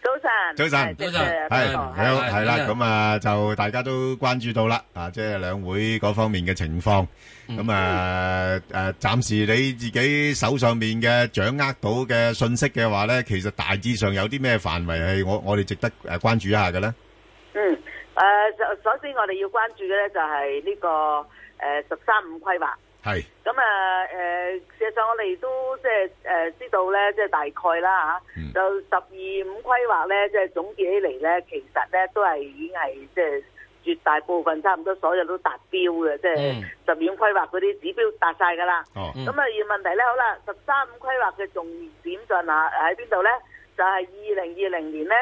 [SPEAKER 20] 早晨，
[SPEAKER 8] 早晨，
[SPEAKER 20] 係謝謝早
[SPEAKER 8] 係，
[SPEAKER 20] 晨
[SPEAKER 8] 好，係啦，
[SPEAKER 20] 早晨
[SPEAKER 8] 咁啊，就大家都關注到啦，啊，即係兩會嗰方面嘅情況。咁啊，誒，暫時你自己手上面嘅掌握到嘅信息嘅話呢，其實大致上有啲咩範圍係我-我哋值得，誒，關注一下嘅呢？
[SPEAKER 20] 嗯，诶、就首先我哋要關注嘅咧就係呢、個个诶十三五規劃。咁啊誒，事實上我哋都即係誒知道咧，即係大概啦嚇，
[SPEAKER 19] 嗯
[SPEAKER 20] 就十二五規劃咧，即係總結起嚟咧，其實咧都係已經係即係絕大部分差唔多所有都達標嘅，即係十二五規劃嗰啲指標達晒㗎啦。咁
[SPEAKER 19] 嗯哦
[SPEAKER 22] 嗯
[SPEAKER 20] 啊，而問題咧，好啦，十三五規劃嘅重點在哪喺邊度咧？就係二零二零年咧。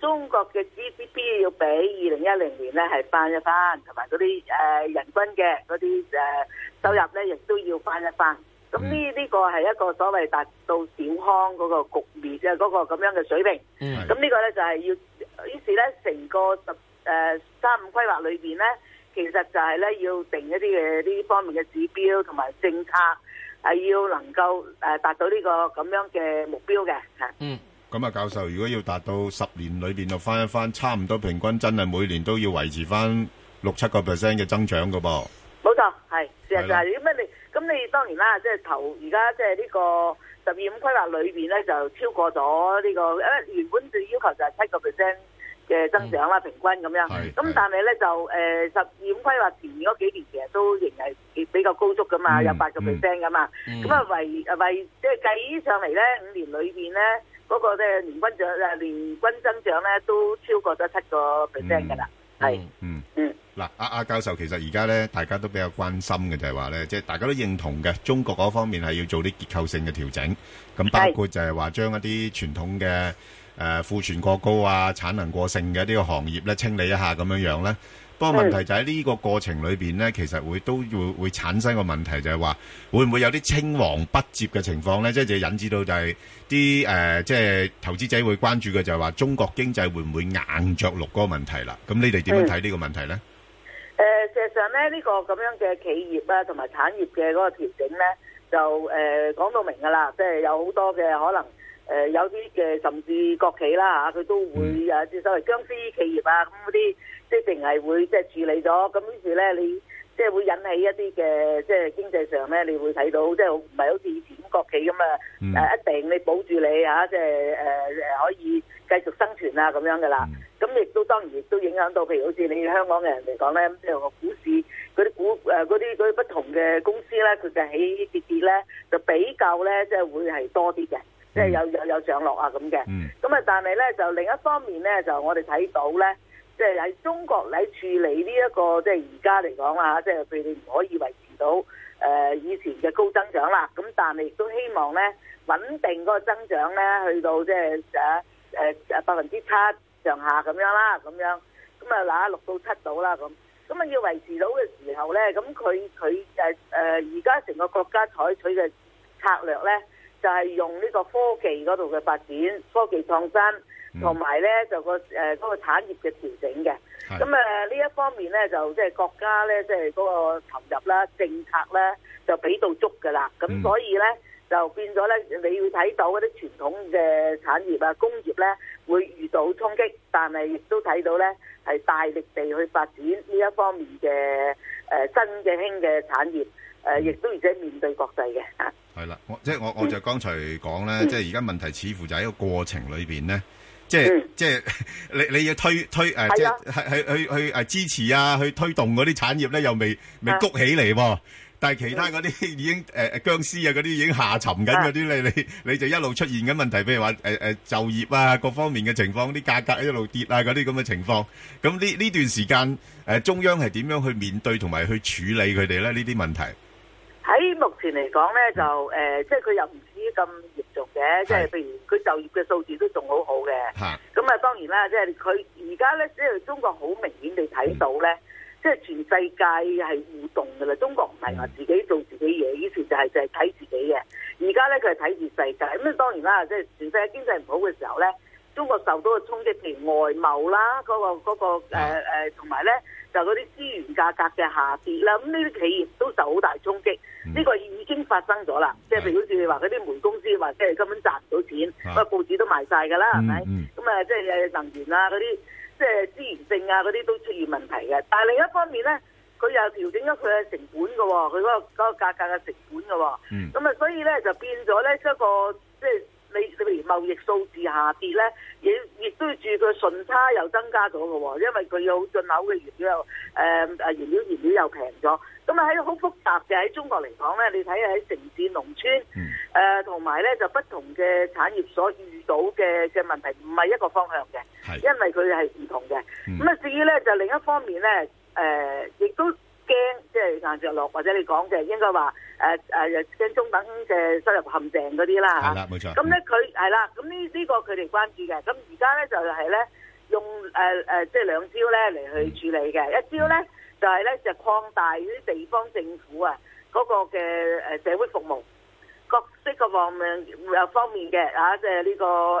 [SPEAKER 20] 中國嘅 GDP 要比二零一零年咧係翻一翻，同埋嗰啲誒人均嘅嗰啲誒呃收入咧，亦都要翻一翻。咁呢呢個係一個所謂達到小康嗰個局面嘅嗰、個咁樣嘅水平。
[SPEAKER 19] 嗯
[SPEAKER 20] 咁呢個咧就係要，呃於是咧成個十誒三五規劃裏邊咧，其實就係咧要定一啲嘅呢方面嘅指標同埋政策，係要能夠誒達到呢個咁樣嘅目標嘅嚇。
[SPEAKER 8] 咁啊，教授，如果要達到10年裏面就翻一翻，差唔多平均真係每年都要維持翻6-7%嘅增長㗎噃。
[SPEAKER 20] 冇錯，係事實
[SPEAKER 8] 係
[SPEAKER 20] 就
[SPEAKER 8] 啦
[SPEAKER 20] 係咁你咁你當然啦，即係頭而家即係呢個十二五規劃裏邊咧，就超過咗呢、個，因為原本嘅要求就係七個 percent 嘅增長啦，平均咁樣。咁但係咧就誒十二五規劃前面嗰幾年其實都仍係比較高足噶嘛，
[SPEAKER 4] 嗯
[SPEAKER 20] 有八個 percent 噶嘛。
[SPEAKER 4] 嗯
[SPEAKER 20] 咁啊為為即係計上嚟咧，五年裏邊咧嗰個咧年均長誒年均增長咧都超過咗七個 percent 㗎啦。
[SPEAKER 8] 係，嗯，嗱，阿阿教授，其實而家咧，大家都比較關心嘅就係話咧，即係大家都認同嘅，中國嗰方面係要做啲結構性嘅調整，咁包括就係話將一啲傳統嘅呃誒庫存過高啊、產能過剩嘅呢個行業咧清理一下咁樣樣咧。不過問題就喺呢個過程裏邊咧，其實會都會會產生個問題就係話，會唔會有啲青黃不接嘅情況咧？即係就引致到就係啲誒，即係投資者會關注嘅就係話，中國經濟會唔會硬着陸嗰個問題啦？咁你哋點樣睇呢個問題咧？
[SPEAKER 20] 誒、呃事實上咧，呢、個咁樣嘅企業啦，同埋產業嘅嗰個調整咧，就誒、講到明㗎啦，即係有好多嘅可能誒、呃有啲嘅甚至國企啦啊嚇，佢都會誒即係所謂僵屍企業啊，咁嗰啲即係淨係會即係處理咗，咁於是咧你即係會引起一啲嘅即係經濟上咧，你會睇到即係唔係好似以前咁國企咁啊誒一定你保住你嚇、即係誒誒可以繼續生存啊咁樣㗎啦。咁亦都當然亦都影響到，譬如好似你香港嘅人嚟講咧，即係個股市嗰啲股誒嗰啲嗰啲不同嘅公司咧，佢嘅起起跌跌咧就比較咧即係會係多啲嘅，即係有有有上落啊咁嘅。咁啊，但係咧就另一方面咧，就我哋睇到咧。即係喺中國喺處理呢、一個即係而家嚟講啦，即係佢哋唔可以維持到誒、呃以前嘅高增長啦。咁但係亦都希望咧穩定嗰個增長咧，去到即係誒誒百分之七上下咁樣啦，咁樣咁啊嗱六到七度啦咁。咁啊要維持到嘅時候咧，咁佢佢誒誒而家成個國家採取嘅策略咧，就係、用呢個科技嗰度嘅發展、科技創新，同埋咧就個誒呃嗰、個產業嘅調整嘅。咁誒呢一方面咧，就即係國家咧，即係嗰個投入啦、政策咧，就俾到足㗎啦。咁所以咧。就變咗咧，你要睇到嗰啲傳統嘅產業啊、工業咧，會遇到衝擊，但係亦都睇到咧係大力地去發展呢一方面嘅誒、呃新嘅興嘅產業，誒、呃亦都而且面對國際嘅啊。
[SPEAKER 8] 係啦，我即係我我就剛才講咧，即係而家問題似乎就喺個過程裏邊咧，即係即係 <laughs> 你你要推推誒，即
[SPEAKER 4] 係啊
[SPEAKER 8] 係係係去去誒支持啊，去推動嗰啲產業咧，又未未谷起嚟喎。但係其他嗰啲 <laughs> 已經誒誒僵屍啊，嗰啲已經下沉緊嗰啲咧，你你就一路出現緊問題，譬如話誒誒就業啊，各方面嘅情況，啲價格一路跌啊，嗰啲咁嘅情況。咁呢呢段時間誒中央係點樣去面對同埋去處理佢哋咧？呢啲問題
[SPEAKER 20] 喺目前嚟講咧，就誒、呃即係佢又唔至於咁嚴重嘅，即係譬如佢就業嘅數字都仲好好嘅。
[SPEAKER 8] 嚇。
[SPEAKER 20] 咁啊，當然啦，即係佢而家咧，即係中國好明顯地睇到咧，即係全世界係互動嘅啦。中國唔係話自己做自己嘢，以前就係就係睇自己嘅，而家咧佢係睇住世界。咁啊，當然啦，即係全世界經濟唔好嘅時候咧，中國受到嘅衝擊，譬如外貿啦，嗰、個嗰、個誒誒同埋咧就嗰啲資源價格嘅下跌啦，咁呢啲企業都受好大衝擊。呢、個已經發生咗啦，即係譬如好似你話嗰啲煤公司話，即係根本賺唔到錢，
[SPEAKER 4] 啊
[SPEAKER 20] 個、報紙都賣晒㗎啦，係咪？
[SPEAKER 4] 嗯
[SPEAKER 20] 咁啊，即係能源啊嗰啲，即係資源性啊嗰啲都出現問題嘅。但係另一方面咧，佢又調整咗佢嘅成本嘅喎、佢嗰、個嗰、個價格嘅成本嘅喎、
[SPEAKER 4] 嗯
[SPEAKER 20] 咁啊，所以咧就變咗咧一個即係你你譬如貿易數字下跌咧，亦亦都住佢順差又增加咗嘅喎，因為佢有進口嘅原料又誒誒原料原料又平咗。咁啊喺好複雜嘅喺中國嚟講咧，你睇下喺城市、農村誒同埋咧就不同嘅產業所遇到嘅嘅問題唔係一個方向嘅，因為佢係唔同嘅。
[SPEAKER 4] 嗯
[SPEAKER 20] 咁啊至於咧就另一方面咧誒，亦都驚即係硬着陸，或者你講嘅應該話誒誒驚中等嘅收入陷阱嗰啲啦嚇。
[SPEAKER 4] 係啦冇錯
[SPEAKER 20] 咁咧佢係啦，咁呢呢個佢哋關注嘅。咁而家咧就係咧用誒誒即係兩招咧嚟去處理
[SPEAKER 4] 嗯
[SPEAKER 20] 嘅。一招咧就係咧就擴大呢啲地方政府啊嗰個嘅誒社會服務。各式各方面有方面嘅啊，即係呢個誒誒、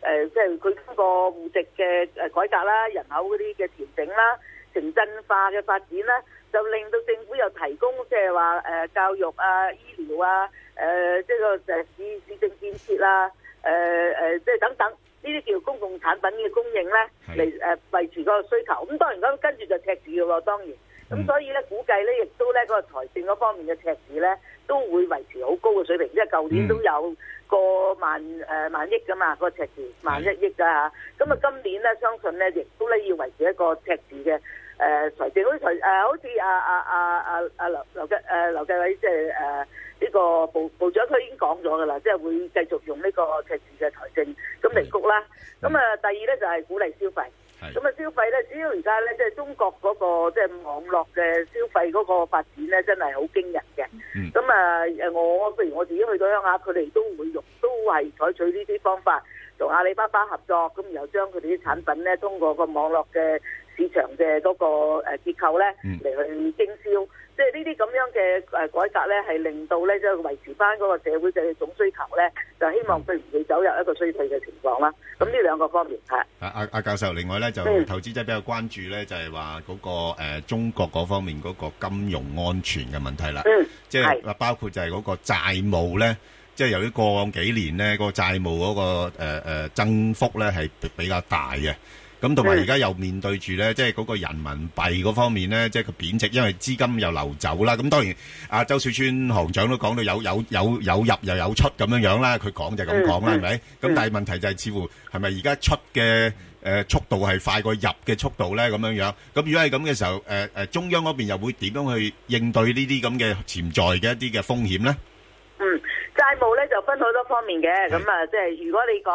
[SPEAKER 20] 呃即係佢通過戶籍嘅誒呃改革啦、人口嗰啲嘅調整啦、城鎮化嘅發展啦，就令到政府又提供即係話誒教育啊、醫療啊、誒即係個誒市市政建設啊、誒、誒即係等等。呢啲叫公呃共產品嘅供應咧，嚟誒維持嗰個需求。咁當然咁跟住就赤字嘅喎，當然。咁所以咧估計咧，亦都咧個財政嗰方面嘅赤字咧，都會維持好高嘅水平，即係舊年
[SPEAKER 21] 嗯
[SPEAKER 20] 都有個萬誒、呃、萬億噶嘛，個赤字萬一億㗎嚇。咁啊，今年咧相信咧，亦都咧要維持一個赤字嘅。誒、財政好似財誒好似啊啊啊啊啊劉劉繼誒劉繼偉即係誒呢個部部長佢已經講咗㗎啦，即係會繼續用呢個赤字嘅財政咁嚟谷啦。咁啊，第二咧就係、鼓勵消費。咁啊，消費咧，只要而家咧，即係中國嗰、個即係網絡嘅消費嗰個發展咧，真係好驚人嘅。咁啊、誒我譬如我自己去到鄉下，佢哋都會用，都係採取呢啲方法，同阿里巴巴合作，咁然後將佢哋啲產品咧，通過個網絡嘅市場嘅嗰個誒結構咧嚟去經銷。即係呢啲咁樣嘅誒改革咧，係令到咧即係維持翻嗰個社會嘅總需求咧，就希望佢唔會走入一個衰退嘅情況啦。咁呢兩個方面係。
[SPEAKER 8] 啊啊啊！教授，另外咧就
[SPEAKER 20] 嗯
[SPEAKER 8] 投資者比較關注咧，就係話嗰個誒中國嗰方面嗰個金融安全嘅問題啦，即係啊包括就係嗰個債務咧，即係由於過往幾年咧個債務嗰個誒誒增幅咧係比比較大嘅。咁同埋而家又面對住咧，即係嗰個人民幣嗰方面咧，即係個貶值，因為資金又流走啦。咁當然，阿周小川行長都講到有有有有入又有出咁樣樣啦，佢講就咁講啦，
[SPEAKER 5] 嗯
[SPEAKER 8] 係咪？咁但係問題就係似乎係咪而家出嘅誒速度係快過入嘅速度咧咁樣樣？咁如果係咁嘅時候，誒誒中央嗰邊又會點樣去應對呢啲咁嘅潛在嘅一啲嘅風險咧？
[SPEAKER 20] 嗯，債務咧就分好多方面嘅，咁啊，即係如果你講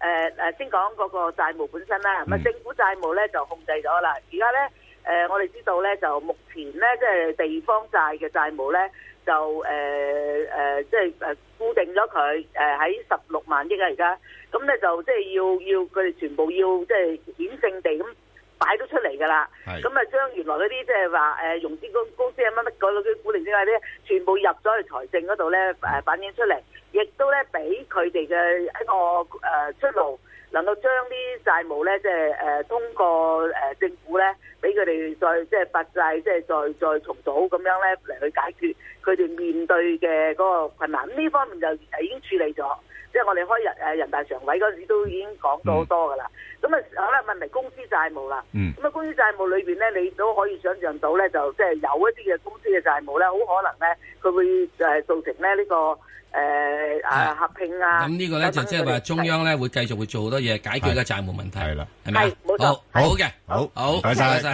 [SPEAKER 20] 誒誒，先講嗰個債務本身啦，咁啊、政府債務咧就控制咗啦。而家咧誒，我哋知道咧就目前咧即係地方債嘅債務咧就誒誒、呃即係誒固定咗佢誒喺十六萬億啊，而家咁咧就即係要要佢哋全部要即係顯性地咁。擺咗出嚟㗎啦，
[SPEAKER 21] 係
[SPEAKER 20] 咁啊將原來嗰啲即係話誒融資公公司啊乜乜嗰啲股定之外咧，全部入咗去財政嗰度咧誒反映出嚟，亦都咧俾佢哋嘅一個誒、呃出路，能夠將啲債務咧即係誒通過誒、呃政府咧俾佢哋再即係發債，即係再再重組咁樣咧嚟去解決佢哋面對嘅嗰個困難。咁呢方面就已經處理咗。即係我哋開人誒人大常委嗰陣時都已經講
[SPEAKER 9] 嗯
[SPEAKER 20] 到好多㗎啦。咁啊、好啦，問題公司債務啦。
[SPEAKER 21] 嗯
[SPEAKER 20] 咁啊，公司債務裏邊咧，你都可以想象到咧，就即係有一啲嘅公司嘅債務咧，好可能咧，佢會誒造成咧呢、個誒、啊合併啊。
[SPEAKER 9] 咁呢個咧就即係話中央咧會繼續會做好多嘢解決嘅債務問題。係啦，係咪啊
[SPEAKER 20] 係冇錯
[SPEAKER 9] 好好嘅，
[SPEAKER 8] 好
[SPEAKER 9] 好，
[SPEAKER 8] 唔該晒
[SPEAKER 9] 唔該晒